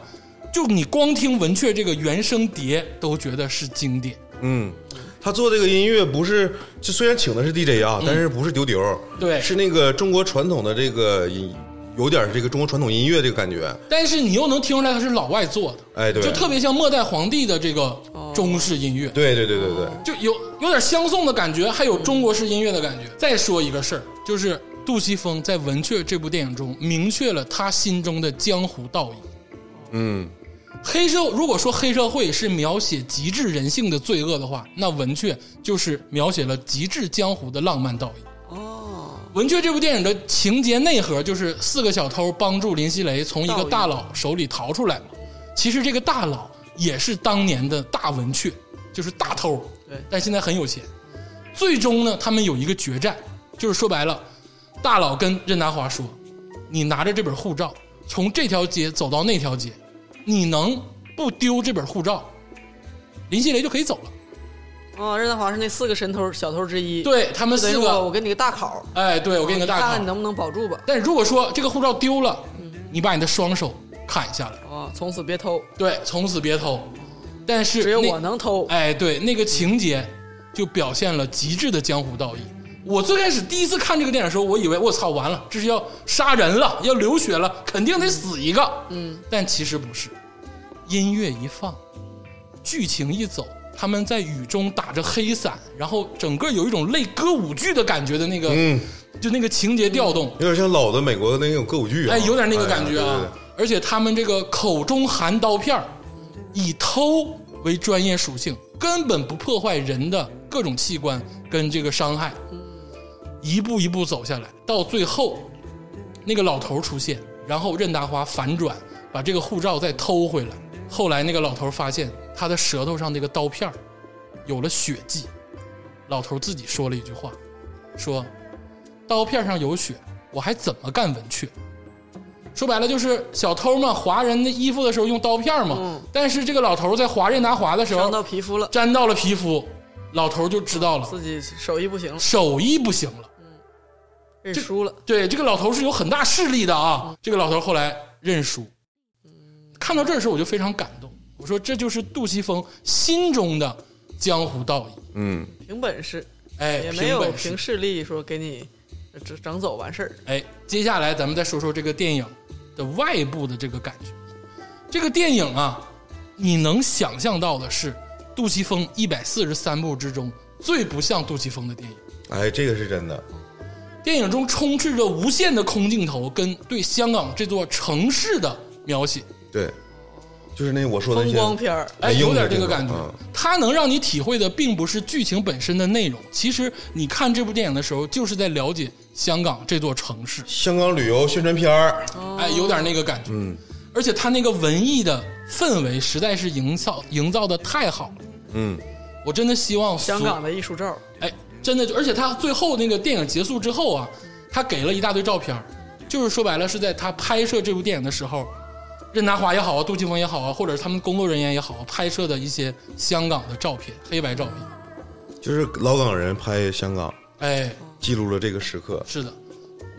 Speaker 2: 就你光听《文雀》这个原声碟都觉得是经典。
Speaker 4: 嗯，他做这个音乐不是，就虽然请的是 DJ 啊，但是不是丢丢，
Speaker 2: 嗯对
Speaker 4: 是那个中国传统的这个音，有点这个中国传统音乐这个感觉。
Speaker 2: 但是你又能听出来它是老外做的，
Speaker 4: 哎对
Speaker 2: 就特别像末代皇帝的这个中式音乐，
Speaker 4: 对对对对对，
Speaker 2: 就有有点相送的感觉，还有中国式音乐的感觉。再说一个事儿，就是杜琪峰在《文雀》这部电影中明确了他心中的江湖道义。
Speaker 4: 嗯，
Speaker 2: 黑社如果说黑社会是描写极致人性的罪恶的话，那《文雀》就是描写了极致江湖的浪漫道义。
Speaker 3: 哦，
Speaker 2: 《文雀》这部电影的情节内核就是四个小偷帮助林熙蕾从一个大佬手里逃出来嘛。其实这个大佬也是当年的大文雀，就是大偷，
Speaker 3: 对
Speaker 2: 但现在很有钱。最终呢，他们有一个决战，就是说白了，大佬跟任达华说：“你拿着这本护照，从这条街走到那条街，你能不丢这本护照，林熙蕾就可以走了。
Speaker 3: 哦，任达华是那四个神偷小偷之一，，
Speaker 2: 对他们
Speaker 3: 等于
Speaker 2: 四
Speaker 3: 我我
Speaker 2: 个，
Speaker 3: 给你个大考，
Speaker 2: 哎，对我给你个大
Speaker 3: 看
Speaker 2: 考
Speaker 3: 看你。能不能保住吧。
Speaker 2: 但如果说这个护照丢了，你把你的双手砍下来，
Speaker 3: 哦，从此别偷，
Speaker 2: 对，从此别偷。但是
Speaker 3: 只有
Speaker 2: 那
Speaker 3: 我，能偷。
Speaker 2: 哎，对，那个情节就表现了极致的江湖道义。我最开始第一次看这个电影的时候，我以为我操完了，这是要杀人了，要流血了，肯定得死一个。嗯，但其实不是，音乐一放，剧情一走，他们在雨中打着黑伞，然后整个有一种类歌舞剧的感觉的那个，
Speaker 4: 嗯，
Speaker 2: 就那个情节调动，
Speaker 4: 有点像老的美国的那种歌舞剧啊，
Speaker 2: 哎，有点那个感觉啊。
Speaker 4: 哎
Speaker 2: 而且他们这个口中含刀片儿，以偷为专业属性，根本不破坏人的各种器官跟这个伤害。一步一步走下来，到最后那个老头儿出现，然后任达华反转，把这个护照再偷回来。后来那个老头儿发现他的舌头上那个刀片儿有了血迹，老头儿自己说了一句话，说：“刀片上有血，我还怎么干文雀？”说白了就是小偷嘛，划人的衣服的时候用刀片嘛。
Speaker 3: 嗯
Speaker 2: 但是这个老头儿在划任达华的时候
Speaker 3: 伤到皮肤了，
Speaker 2: 沾到了皮肤，老头就知道了，
Speaker 3: 自己手艺不行了，
Speaker 2: 手艺不行了。
Speaker 3: 认输了，
Speaker 2: 对，这个老头是有很大势力的啊。
Speaker 3: 嗯
Speaker 2: 这个老头后来认输，看到这儿的时候我就非常感动。我说这就是杜琪峰心中的江湖道义，
Speaker 4: 嗯，
Speaker 3: 凭本事，
Speaker 2: 哎，
Speaker 3: 也
Speaker 2: 凭
Speaker 3: 没有
Speaker 2: 本事
Speaker 3: 凭势力说给你整整走完事儿。
Speaker 2: 哎，接下来咱们再说说这个电影的外部的这个感觉。这个电影啊，你能想象到的是杜琪峰一百四十三部之中最不像杜琪峰的电影。
Speaker 4: 哎，这个是真的，
Speaker 2: 电影中充斥着无限的空镜头跟对香港这座城市的描写，
Speaker 4: 对，就是那我说的那
Speaker 3: 风
Speaker 4: 些
Speaker 3: 光片儿，
Speaker 2: 哎，
Speaker 4: 很硬
Speaker 2: 有点
Speaker 4: 的
Speaker 2: 这个
Speaker 4: 这种
Speaker 2: 感觉
Speaker 4: 嗯。
Speaker 2: 它能让你体会的并不是剧情本身的内容，其实你看这部电影的时候，就是在了解香港这座城市。
Speaker 4: 香港旅游宣传片儿，
Speaker 2: 哎，有点那个感觉。嗯，而且他那个文艺的氛围实在是营造营造的太好了。
Speaker 4: 嗯，
Speaker 2: 我真的希望所
Speaker 3: 香港的艺术照，
Speaker 2: 哎，真的就，而且他最后那个电影结束之后啊，他给了一大堆照片儿，就是说白了是在他拍摄这部电影的时候，任达华也好啊，杜琪峰也好啊，或者是他们工作人员也好啊，拍摄的一些香港的照片，黑白照片。
Speaker 4: 就是老港人拍香港，
Speaker 2: 哎，
Speaker 4: 记录了这个时刻。
Speaker 2: 是的，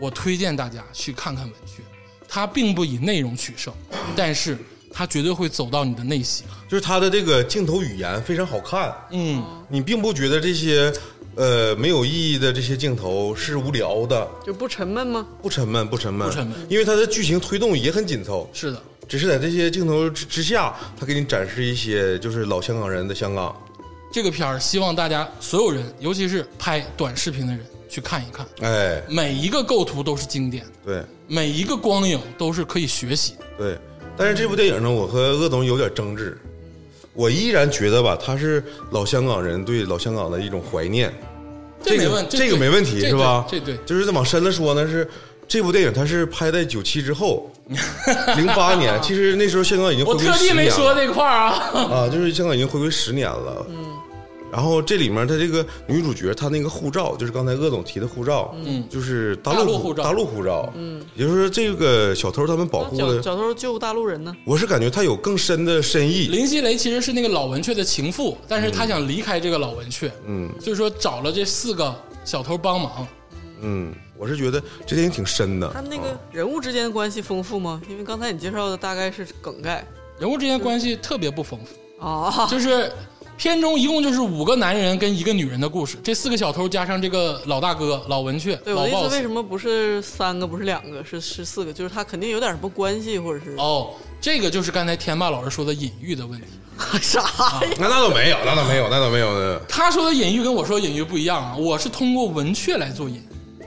Speaker 2: 我推荐大家去看看文雀，它并不以内容取胜，但是它绝对会走到你的内心。啊
Speaker 4: 就是他的这个镜头语言非常好看，
Speaker 2: 嗯，
Speaker 4: 你并不觉得这些呃没有意义的这些镜头是无聊的，
Speaker 3: 就不沉闷吗？
Speaker 4: 不沉闷，不沉闷，
Speaker 2: 不沉闷
Speaker 4: 因为它的剧情推动也很紧凑，
Speaker 2: 是的，
Speaker 4: 只是在这些镜头之之下，他给你展示一些就是老香港人的香港。
Speaker 2: 这个片儿希望大家所有人，尤其是拍短视频的人，去看一看，
Speaker 4: 哎，
Speaker 2: 每一个构图都是经典，
Speaker 4: 对
Speaker 2: 每一个光影都是可以学习的。
Speaker 4: 对，但是这部电影呢，我和鄂总有点争执，我依然觉得吧，它是老香港人对老香港的一种怀念。
Speaker 2: 这没
Speaker 4: 个
Speaker 2: 问，
Speaker 4: 这个没问题
Speaker 2: 这
Speaker 4: 是吧？
Speaker 2: 对这对，
Speaker 4: 就是再往深了说呢，是这部电影它是拍在九七 之后，零八年，其实那时候香港已经回
Speaker 2: 我
Speaker 4: 归
Speaker 2: 特地
Speaker 4: 10
Speaker 2: 没
Speaker 4: 年
Speaker 2: 说
Speaker 4: 了
Speaker 2: 这块儿啊。
Speaker 4: 啊，就是香港已经回归十年了。嗯。然后这里面她这个女主角她那个护照，就是刚才鄂总提的护照，嗯，就是大
Speaker 2: 大
Speaker 4: 陆
Speaker 2: 陆
Speaker 4: 护
Speaker 2: 护照
Speaker 4: 大陆护照，嗯，也就是说这个小偷他们保护
Speaker 3: 啊小
Speaker 4: 的，
Speaker 3: 小偷救大陆人呢？
Speaker 4: 我是感觉他有更深的深意，
Speaker 2: 林熙蕾其实是那个老文雀的情妇，但
Speaker 4: 嗯
Speaker 2: 是她想离开这个老文雀，嗯，所以说找了这四个小偷帮忙。
Speaker 4: 嗯，我是觉得这电影挺深的，
Speaker 3: 他们那个
Speaker 2: 啊
Speaker 3: 人物之间的关系丰富吗？因为刚才你介绍的大概是梗概
Speaker 2: 人物之间关系特别不丰富，
Speaker 3: 啊，
Speaker 2: 就是片中一共就是五个男人跟一个女人的故事，这四个小偷加上这个老大哥老文雀
Speaker 3: 对，我
Speaker 2: 老
Speaker 3: 的意思
Speaker 2: boss
Speaker 3: 为什么不是三个，不是两个，是是四个？就是他肯定有点什么关系，或者是、
Speaker 2: 哦，这个就是刚才天霸老师说的隐喻的问题。
Speaker 3: 啥
Speaker 2: 啊哎
Speaker 3: 呀？
Speaker 4: 那那倒没有，那倒没有，那倒没有的，
Speaker 2: 他说的隐喻跟我说的隐喻不一样啊，我是通过文雀来做隐喻。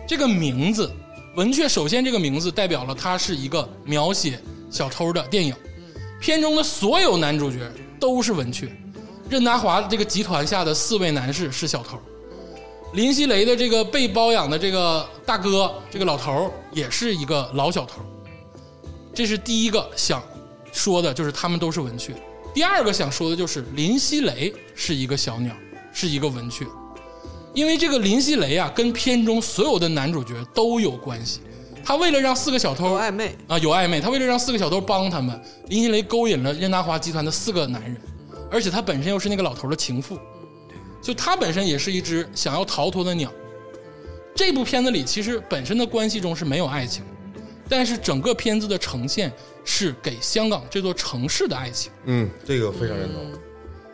Speaker 2: 这个名字，文雀首先这个名字代表了它是一个描写小偷的电影。片中的所有男主角都是文雀，任达华这个集团下的四位男士是小偷，林熙蕾的这个被包养的这个大哥，这个老头儿也是一个老小偷。这是第一个想说的，就是他们都是文雀。第二个想说的就是林熙蕾是一个小鸟，是一个文雀，因为这个林熙蕾啊，跟片中所有的男主角都有关系。他为了让四个小偷
Speaker 3: 有暧昧，
Speaker 2: 啊，有暧昧。他为了让四个小偷帮他们，林心蕾勾引了任达华集团的四个男人，而且他本身又是那个老头的情妇，就他本身也是一只想要逃脱的鸟。这部片子里其实本身的关系中是没有爱情的，但是整个片子的呈现是给香港这座城市的爱情。
Speaker 4: 嗯，这个非常认
Speaker 2: 嗯
Speaker 4: 同，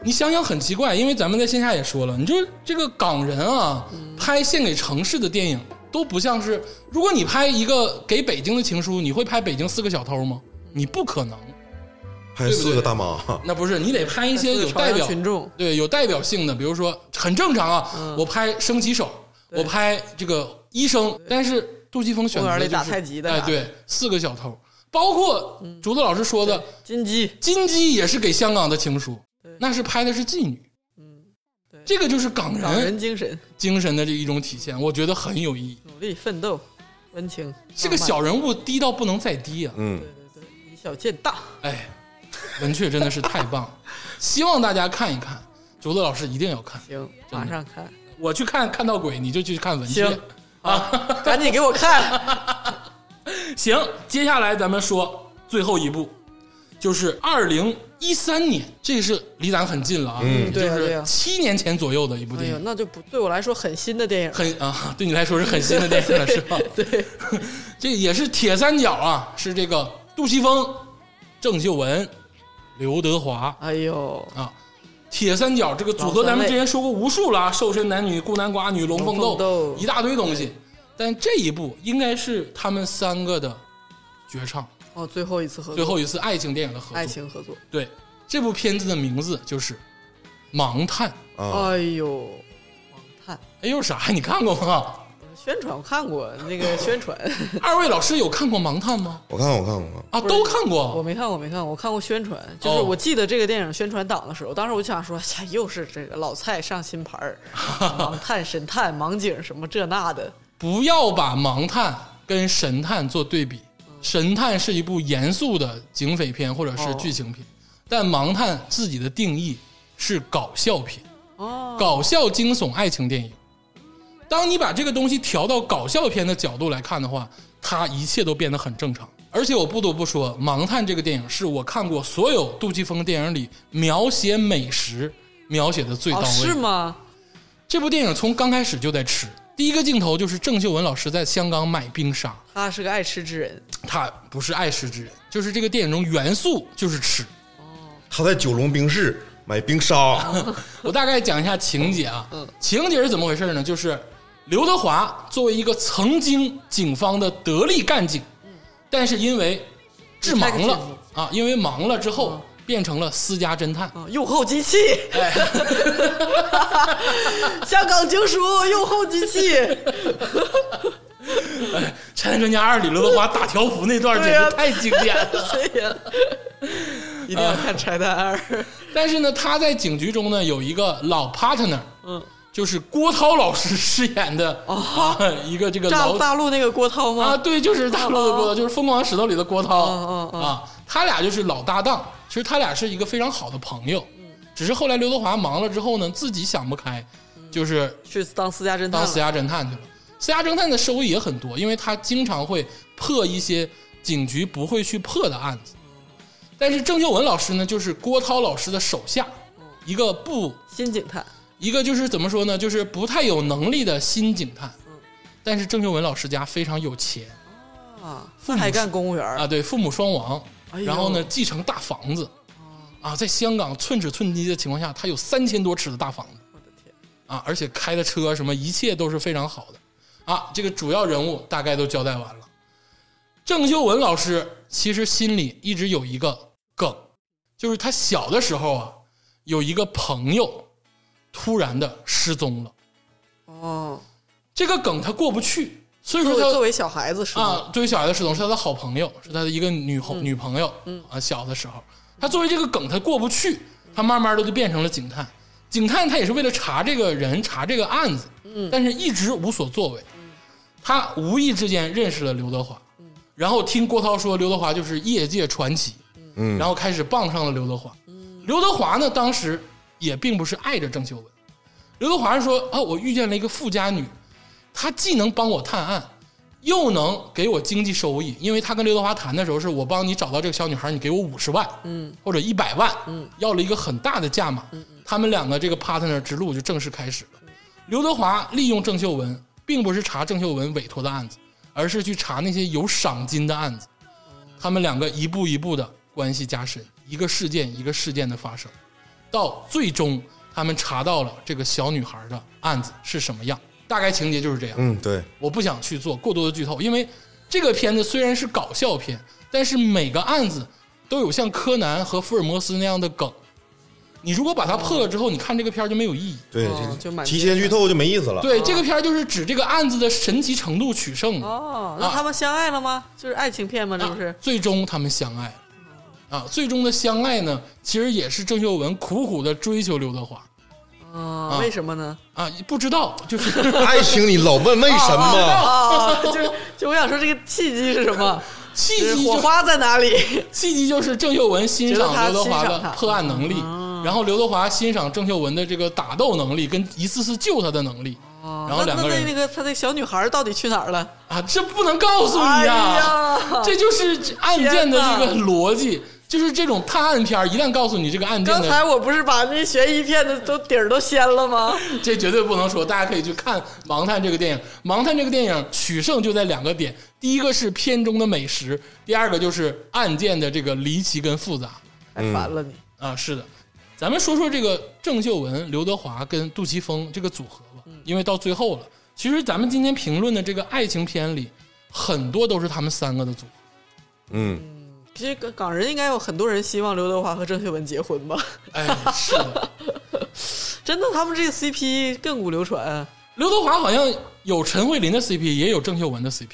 Speaker 2: 你想想很奇怪，因为咱们在线下也说了，你就这个港人啊，拍献给城市的电影都不像是，如果你拍一个给北京的情书，你会拍北京四个小偷吗？你不可能，
Speaker 4: 拍四个大妈，
Speaker 2: 那不是你得拍一些有代表
Speaker 3: 群众，嗯
Speaker 2: 对有代表性的，比如说很正常啊，我拍升旗手，我拍这个医生，但是杜琪峰选择
Speaker 3: 公园
Speaker 2: 的
Speaker 3: 里
Speaker 2: 就是
Speaker 3: 打太极的嗯
Speaker 2: 哎，
Speaker 3: 啥
Speaker 2: 对，四个小偷，包括竹子老师说的。
Speaker 3: 金鸡
Speaker 2: 金鸡也是给香港的情书，那是拍的是妓女。
Speaker 3: 对
Speaker 2: 这个就是嗯港
Speaker 3: 港人
Speaker 2: 人嗯
Speaker 3: 精神，
Speaker 2: 精神的这一种体现，我觉得很有意义。
Speaker 3: 努力奋斗，温情。
Speaker 2: 这个小人物低到不能再低啊！
Speaker 4: 嗯，
Speaker 3: 浪漫，对对对，以小见大，
Speaker 2: 哎，文雀真的是太棒 了，希望大家看一看。竹子老师一定要看，
Speaker 3: 行，马上看，
Speaker 2: 我去看看到鬼，你就去看文雀
Speaker 3: 行。赶紧 给我看，
Speaker 2: 行，接下来咱们说最后一部，就是二零一三年，这是离咱很近了啊，
Speaker 4: 嗯
Speaker 2: 就
Speaker 3: 对啊对
Speaker 2: 是
Speaker 3: 啊
Speaker 2: 七年前左右的一部
Speaker 3: 哎
Speaker 2: 电
Speaker 3: 呦，
Speaker 2: 影，
Speaker 3: 那就不对我来说很新的电 影，
Speaker 2: 很啊，对你来说是很新的电影 了，是吧？
Speaker 3: 对，
Speaker 2: 这也是铁三角啊，是这个杜琪峰、郑秀文、刘德华
Speaker 3: 哎呦，
Speaker 2: 啊。铁三角这个组合，
Speaker 3: 老三
Speaker 2: 咱们
Speaker 3: 位
Speaker 2: 之前说过无数了啊，瘦身男女、孤男寡女、龙凤
Speaker 3: 龙凤
Speaker 2: 斗
Speaker 3: 斗，
Speaker 2: 一大堆东西。但这一部应该是他们三个的绝唱，
Speaker 3: 哦，最后一次合
Speaker 2: 最
Speaker 3: 作，
Speaker 2: 后一次爱情电影的合
Speaker 3: 爱
Speaker 2: 作。
Speaker 3: 情合作，
Speaker 2: 对，这部片子的名字就是《盲探》。
Speaker 4: 啊，
Speaker 3: 哎呦，王探，
Speaker 2: 哎呦啥呀？你看过 吗？
Speaker 3: 宣传我看过那个 宣传，
Speaker 2: 二位老师有看过《盲探》吗？
Speaker 4: 我看我看我看，
Speaker 2: 啊，都看
Speaker 3: 哦我
Speaker 2: 过。
Speaker 3: 没看，我没看，我看过宣传，就是
Speaker 2: 哦
Speaker 3: 我记得这个电影宣传档的时候，当时我就想说，呀，又是这个老蔡上新 牌儿，盲探、神探、盲警什么这那的，
Speaker 2: 不要把《盲探》跟《神探》做对比，《神探》是一部严肃的警匪片或者是剧情片，但《盲探》自己的定义是搞笑片，
Speaker 3: 哦，
Speaker 2: 搞笑惊悚爱情电影。当你把这个东西调到搞笑片的角度来看的话，它一切都变得很正常。而且我不得不说，《盲探》这个电影是我看过所有杜琪峰电影里描写美食描写的最到
Speaker 3: 哦，
Speaker 2: 位。
Speaker 3: 是吗？
Speaker 2: 这部电影从刚开始就在吃，第一个镜头就是郑秀文老师在香港买冰沙，
Speaker 3: 他是个爱吃之人，
Speaker 2: 她不是爱吃之人，就是这个电影中元素就是吃。
Speaker 4: 他在九龙冰室买冰沙，
Speaker 2: 我大概讲一下情节啊，情节是怎么回事呢？就是刘德华作为一个曾经警方的得力干警，但是因为致盲
Speaker 3: 你开个
Speaker 2: 了
Speaker 3: 记录
Speaker 2: 啊，因为盲了之后变成了私家侦探。
Speaker 3: 啊，用后机器，
Speaker 2: 哎
Speaker 3: 香港警署用后机器，
Speaker 2: 《拆弹专家二》里刘德华打条幅那段简直太经典了。
Speaker 3: 对
Speaker 2: 啊
Speaker 3: 呀，一定要看《拆弹二》
Speaker 2: 但是呢，他在警局中呢有一个老 partner，
Speaker 3: 嗯，
Speaker 2: 就是郭涛老师饰演的、啊、 一个这个
Speaker 3: 大
Speaker 2: 老
Speaker 3: 大陆那个郭涛
Speaker 2: 啊，
Speaker 3: 吗？
Speaker 2: 对，就是大陆的郭涛，就是《疯狂石头》里的郭涛、
Speaker 3: 嗯嗯嗯
Speaker 2: 啊，他俩就是老搭档，其实他俩是一个非常好的朋友，
Speaker 3: 嗯
Speaker 2: 只是后来刘德华忙了之后呢，自己想不开，就是
Speaker 3: 去当私家侦探
Speaker 2: 当私
Speaker 3: 了，
Speaker 2: 家侦探去了。私家侦探的收益也很多，因为他经常会破一些警局不会去破的案子。但是郑秀文老师呢，就是郭涛老师的手下，一个不
Speaker 3: 新警探，
Speaker 2: 一个就是怎么说呢，就是不太有能力的新警探。但是郑秀文老师家非常有钱
Speaker 3: 啊，那还干公务员儿
Speaker 2: 啊，对，父母双亡
Speaker 3: 哎，呦
Speaker 2: 然后呢继承大房子，啊，在香港寸尺寸金的情况下，他有三千多尺的大房子
Speaker 3: 我的天，
Speaker 2: 啊，而且开的车什么一切都是非常好的啊。这个主要人物大概都交代完了。郑秀文老师其实心里一直有一个梗，就是他小的时候啊，有一个朋友突然的失踪了。
Speaker 3: 哦，
Speaker 2: 这个梗他过不去，所以
Speaker 3: 作为作
Speaker 2: 说
Speaker 3: 为小孩子是
Speaker 2: 他
Speaker 3: 吗？
Speaker 2: 啊，对于小孩的失踪是他的好朋友，是他的一个女朋、女朋友，啊，小的时候，他作为这个梗他过不去，他慢慢的就变成了警探，警探他也是为了查这个人，查这个案子，但是一直无所作为，他无意之间认识了刘德华，然后听郭涛说刘德华就是业界传奇，
Speaker 4: 嗯
Speaker 2: 然后开始傍上了刘德华，刘德华呢当时也并不是爱着郑秀文。刘德华是说啊，我遇见了一个富家女，她既能帮我探案，又能给我经济收益。因为他跟刘德华谈的时候是，我帮你找到这个小女孩，你给我五十万，嗯，或者一百万，嗯，要了一个很大的价码。他们两个这个 partner 之路就正式开始了。刘德华利用郑秀文，并不是查郑秀文委托的案子，而是去查那些有赏金的案子。他们两个一步一步的关系加深，一个事件一个事件的发生，到最终他们查到了这个小女孩的案子是什么样。大概情节就是这样。
Speaker 4: 嗯，对，
Speaker 2: 我不想去做过多的剧透，因为这个片子虽然是搞笑片，但是每个案子都有像柯南和福尔摩斯那样的梗。你如果把它破了之后，你看这个片儿就没有意义。
Speaker 4: 对，
Speaker 3: 哦就
Speaker 4: 这
Speaker 3: 买
Speaker 4: 提前剧透就没意思了。
Speaker 2: 对，这个片儿就是指这个案子的神奇程度取胜。
Speaker 3: 哦，那他们相爱了吗？就是爱情片吗？这不
Speaker 2: 啊
Speaker 3: 是？
Speaker 2: 最终他们相爱了啊！最终的相爱呢，其实也是郑秀文苦苦的追求刘德华
Speaker 3: 嗯，为什么呢？
Speaker 2: 啊，不知道就是
Speaker 4: 爱情你老问为什么？
Speaker 3: 啊，就就我想说这个契机是什么？
Speaker 2: 契
Speaker 3: 就是
Speaker 2: 机就
Speaker 3: 火
Speaker 2: 是
Speaker 3: 花在哪里？
Speaker 2: 契机就是郑秀文欣赏刘德华的破案能力
Speaker 3: 觉得他欣哦赏，
Speaker 2: 然后刘德华欣赏郑秀文的这个打斗能力跟一次次救他的能力，然后哦
Speaker 3: 那
Speaker 2: 两
Speaker 3: 哦
Speaker 2: 个
Speaker 3: 那那
Speaker 2: 人
Speaker 3: 那个他那小女孩到底去哪儿了？
Speaker 2: 啊，这不能告诉你
Speaker 3: 哎
Speaker 2: 呀，
Speaker 3: 呀，
Speaker 2: 这就是案件的这个逻辑。就是这种探案片儿，一旦告诉你这个案件
Speaker 3: 刚才
Speaker 2: 的，
Speaker 3: 我不是把那悬疑片的都底儿都掀了吗？
Speaker 2: 这绝对不能说。大家可以去看《盲探》这个电影，《盲探》这个电影取胜就在两个点：第一个是片中的美食，第二个就是案件的这个离奇跟复杂。
Speaker 3: 太哎烦了你！
Speaker 2: 啊，是的，咱们说说这个郑秀文、刘德华跟杜琪峰这个组合吧，
Speaker 3: 嗯
Speaker 2: 因为到最后了，其实咱们今天评论的这个爱情片里，很多都是他们三个的组合。
Speaker 4: 嗯，
Speaker 3: 其实港港人应该有很多人希望刘德华和郑秀文结婚吧？
Speaker 2: 哎，是的，
Speaker 3: 真的，他们这个 CP 亘古流传，
Speaker 2: 刘德华好像有陈慧琳的 CP，也有郑秀文的 CP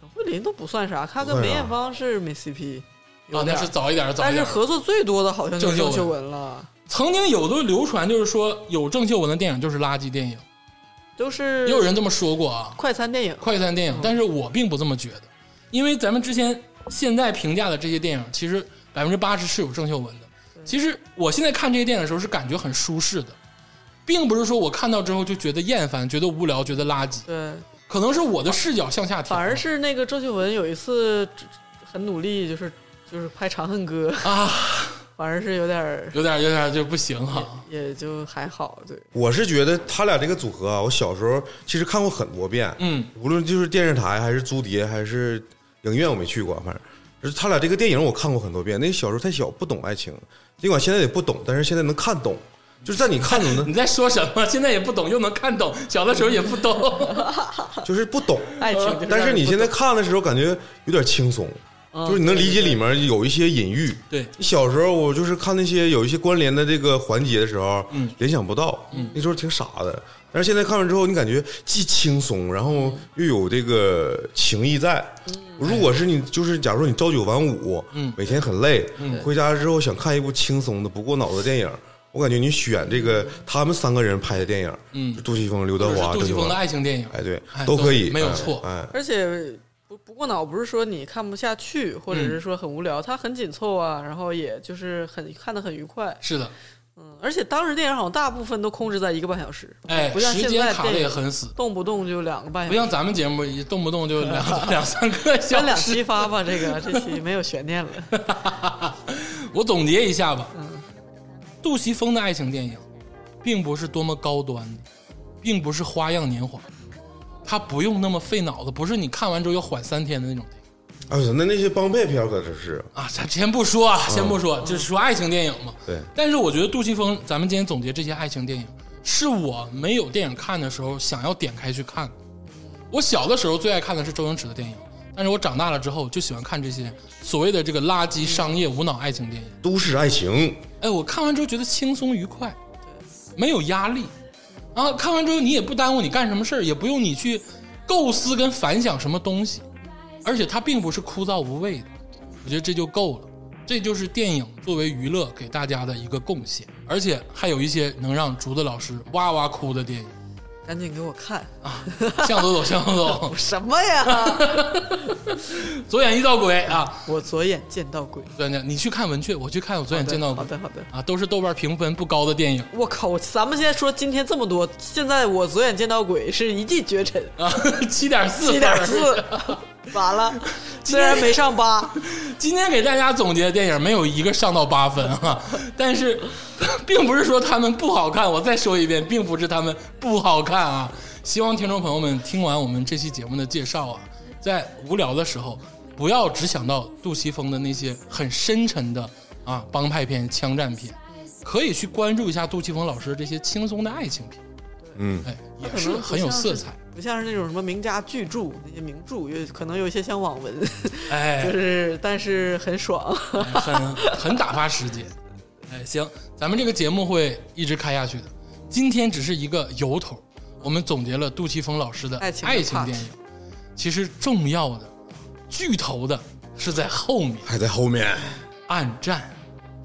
Speaker 3: 陈慧琳都不算啥，她跟
Speaker 4: 不算
Speaker 3: 梅
Speaker 4: 啥
Speaker 3: 艳芳是没 CP，
Speaker 2: 啊
Speaker 3: 有，点
Speaker 2: 那
Speaker 3: 儿
Speaker 2: 是早一点，早
Speaker 3: 但
Speaker 2: 一
Speaker 3: 是
Speaker 2: 点。
Speaker 3: 合作最多的好像就是
Speaker 2: 郑秀
Speaker 3: 郑
Speaker 2: 文
Speaker 3: 秀文了，
Speaker 2: 曾经有的流传就是说，有郑秀文的电影就是垃圾电影，
Speaker 3: 都是
Speaker 2: 也有人这么说过啊。
Speaker 3: 快餐电影，
Speaker 2: 快餐
Speaker 3: 嗯
Speaker 2: 电影，但是我并不这么觉得，因为咱们之前现在评价的这些电影，其实百分之八十是有郑秀文的。其实我现在看这些电影的时候是感觉很舒适的，并不是说我看到之后就觉得厌烦、觉得无聊、觉得垃圾，
Speaker 3: 对，
Speaker 2: 可能是我的视角向下调
Speaker 3: 反而是那个郑秀文有一次很努力，就是就是拍《长恨歌》，
Speaker 2: 啊，
Speaker 3: 反而是有点儿
Speaker 2: 有点有点就不行哈。
Speaker 3: 也就还好，对，
Speaker 4: 我是觉得他俩这个组合啊，我小时候其实看过很多遍，
Speaker 2: 嗯，
Speaker 4: 无论就是电视台还是租碟还是影院，我没去过，反正就是他俩这个电影我看过很多遍。那个小时候太小，不懂爱情，尽管现在也不懂，但是现在能看懂，就是在你看懂的
Speaker 2: 你在说什么？现在也不懂，又能看懂，小的时候也不 懂。
Speaker 4: 就是不懂，
Speaker 3: 爱
Speaker 2: 呃
Speaker 3: 情就是让人不懂。
Speaker 4: 但是你现在看的时候感觉有点轻松，
Speaker 3: 嗯
Speaker 4: 就是你能理解里面有一些隐喻。
Speaker 2: 对
Speaker 4: 你小时候我就是看那些有一些关联的这个环节的时候，
Speaker 2: 嗯
Speaker 4: 联想不到，那时候挺傻的。但是现在看完之后，你感觉既轻松，然
Speaker 2: 嗯
Speaker 4: 后又有这个情谊在。如果是你，就是假如说你朝九晚五，
Speaker 2: 嗯
Speaker 4: 每天很累，回家之后想看一部轻松的、不过脑子的电影，我感觉你选这个他们三个人拍的电影，
Speaker 2: 嗯
Speaker 4: 就杜琪峰、刘德
Speaker 2: 就是
Speaker 4: 华、
Speaker 2: 杜琪
Speaker 4: 郑
Speaker 2: 峰的
Speaker 4: 秀文
Speaker 2: 爱情电影，
Speaker 4: 哎，对
Speaker 2: 哎，
Speaker 4: 都
Speaker 2: 都
Speaker 4: 可以，
Speaker 2: 没有
Speaker 4: 哎
Speaker 2: 错
Speaker 4: 哎，
Speaker 3: 而且不不过脑不是说你看不下去，或者
Speaker 2: 嗯
Speaker 3: 是说很无聊，它很紧凑啊，然后也就是很看得很愉快。
Speaker 2: 是的，
Speaker 3: 嗯，而且当时电影好像大部分都控制在一个半小时，
Speaker 2: 哎，
Speaker 3: 不像
Speaker 2: 时
Speaker 3: 现
Speaker 2: 间
Speaker 3: 在
Speaker 2: 卡的
Speaker 3: 电
Speaker 2: 也
Speaker 3: 影
Speaker 2: 很死。
Speaker 3: 动不动就两个半
Speaker 2: 不
Speaker 3: 小时。
Speaker 2: 像咱们节目，一动不动就 两两三个小
Speaker 3: 分
Speaker 2: 时。
Speaker 3: 两期发吧，这个这期没有悬念了。
Speaker 2: 我总结一下吧，杜琪峰的爱情电影，并不是多么高端的，并不是花样年华，他不用那么费脑子，不是你看完之后要缓三天的那种电影
Speaker 4: 哎呦，那那些帮派片可真是，
Speaker 2: 啊。咱先不说啊，先不说，就是说爱情电影嘛。
Speaker 4: 对
Speaker 2: 但是我觉得杜琪峰，咱们今天总结这些爱情电影，是我没有电影看的时候想要点开去看的。我小的时候最爱看的是周星驰的电影，但是我长大了之后就喜欢看这些所谓的这个垃圾商业无脑爱情电影。
Speaker 4: 都市爱情，
Speaker 2: 哎，我看完之后觉得轻松愉快，没有压力。然后看完之后，你也不耽误你干什么事儿，也不用你去构思跟反想什么东西，而且它并不是枯燥无味的。我觉得这就够了，这就是电影作为娱乐给大家的一个贡献，而且还有一些能让竹子老师哇哇哭的电影，
Speaker 3: 赶紧给 我看
Speaker 2: 《向 左走，向右走
Speaker 3: 什么呀？》，
Speaker 2: 左眼一道鬼啊！
Speaker 3: 我左眼见到鬼。
Speaker 2: 对对，你去看文雀，我去看我左眼 见到
Speaker 3: 好
Speaker 2: 鬼
Speaker 3: 的好的。
Speaker 2: 啊，都是豆瓣评分不高的电影。
Speaker 3: 我靠！我咱们现在说今天这么多，现在我左眼见到鬼是一骑绝尘，
Speaker 2: 啊，七点四，
Speaker 3: 七点四， 完了，虽然没上八，
Speaker 2: 今天给大家总结的电影没有一个上到八分 啊，但是并不是说他们不好看。我再说一遍，并不是他们不好看啊。希望听众朋友们听完我们这期节目的介绍啊，在无聊的时候，不要只想到杜琪峰的那些很深沉的啊帮派片、枪战片，可以去关注一下杜琪峰老师这些轻松的爱情片，
Speaker 4: 嗯，
Speaker 2: 哎，也
Speaker 3: 可
Speaker 2: 是
Speaker 3: 能不
Speaker 2: 很有
Speaker 3: 像
Speaker 2: 色
Speaker 3: 是
Speaker 2: 彩。
Speaker 3: 不像是那种什么名家巨著那些名著，有可能有一些像网文，
Speaker 2: 哎，
Speaker 3: 就是但是很爽。
Speaker 2: 哎很很打发时间。哎，行，咱们这个节目会一直开下去的。今天只是一个由头，我们总结了杜琪峰老师的
Speaker 3: 爱情的
Speaker 2: 爱情
Speaker 3: part
Speaker 2: 电影。其实重要的、巨头的是在后面，
Speaker 4: 还在后面，
Speaker 2: 暗战、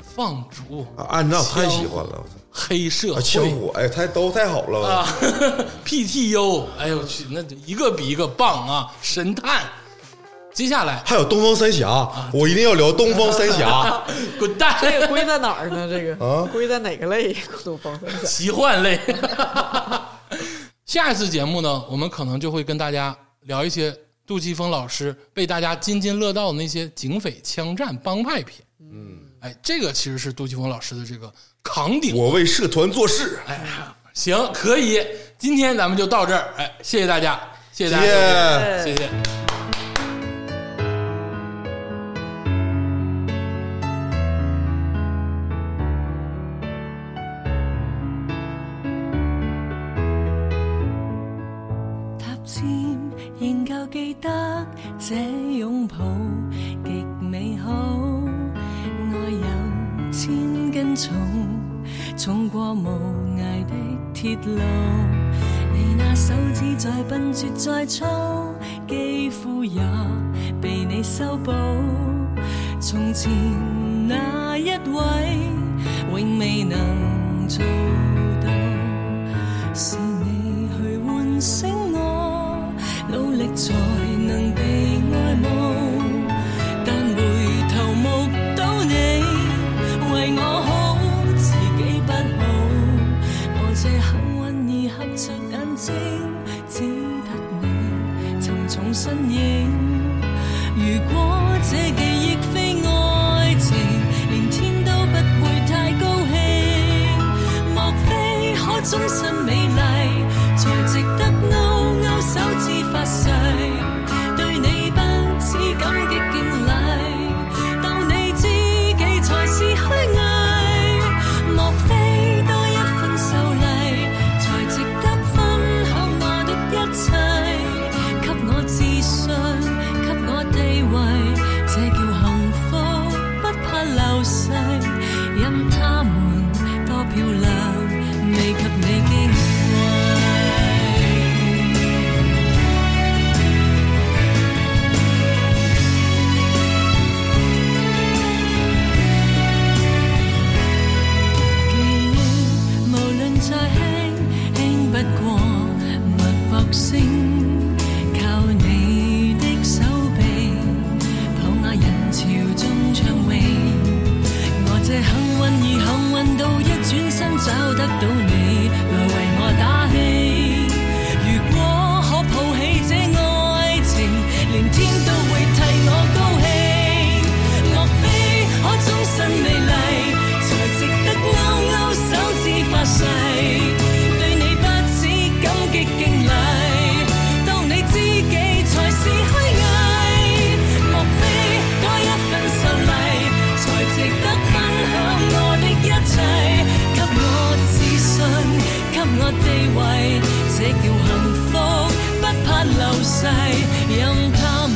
Speaker 2: 放逐、
Speaker 4: 啊暗战我太喜欢了，我操
Speaker 2: 黑社
Speaker 4: 啊，枪
Speaker 2: 会、
Speaker 4: 火，哎，太都太好了，
Speaker 2: 啊 PTU，哎呦我去，那就一个比一个棒啊！神探，接下来
Speaker 4: 还有东方三
Speaker 2: 啊
Speaker 4: 侠，我一定要聊东方三侠，
Speaker 2: 滚蛋！
Speaker 3: 这个归在哪儿呢？这个、
Speaker 4: 啊
Speaker 3: 归在哪个类？ 东方三侠。
Speaker 2: 奇幻类。下一次节目呢，我们可能就会跟大家聊一些杜琪峰老师被大家津津乐道的那些警匪、枪战、帮派片。哎，这个其实是杜琪峰老师的这个扛鼎。
Speaker 4: 我为社团做事，
Speaker 2: 哎呀，行，可以，今天咱们就到这儿。哎，谢谢大家，谢谢
Speaker 4: 谢
Speaker 2: 大家，谢
Speaker 4: 谢。
Speaker 2: 谢。
Speaker 5: 塔尖，仍旧記得這擁抱極美好。愛有千斤重，重過無涯的鐵路。你那手指再笨拙再粗，肌膚也被你修補。從前那一位，永未能做到。是你去喚醒我，努力才能被愛慕。但回頭目睹你為我好，自己不好。我這幸運兒合着眼睛，只得你沉重身影。如果這記憶非愛情，連天都不會太高興。莫非可終身美麗，才值得勾勾手指發誓，對你不止感激敬禮，當你知己才是虛偽。莫非多一份秀麗，才值得分享我的一切，給我自信，給我地位，這叫幸福，不怕流逝，任他們多漂亮，未及你矜貴。記憶無論再輕，輕不過脈搏聲。靠你的手臂，抱下人潮中暢泳。我這幸運兒幸運到一轉身找得到你，來為我打氣。如果可抱起這愛情，連天都會替我高興。莫非可終身美麗，才值得勾勾手指發誓，對你不止感激敬禮。當你知己才是虛偽，莫非多一份秀麗，才值得分享我的一切，給我自信，給我地位，這叫幸福，不怕流逝，任他們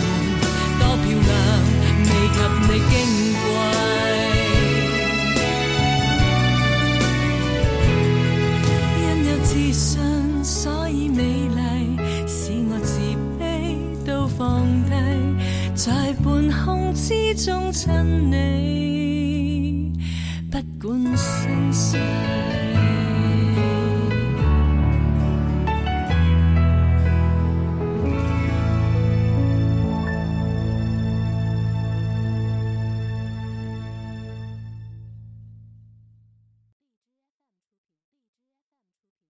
Speaker 5: 多漂亮，未及你矜貴。因有自信，所以美麗，使我自卑都放低，在半空之中親你，不管盛世。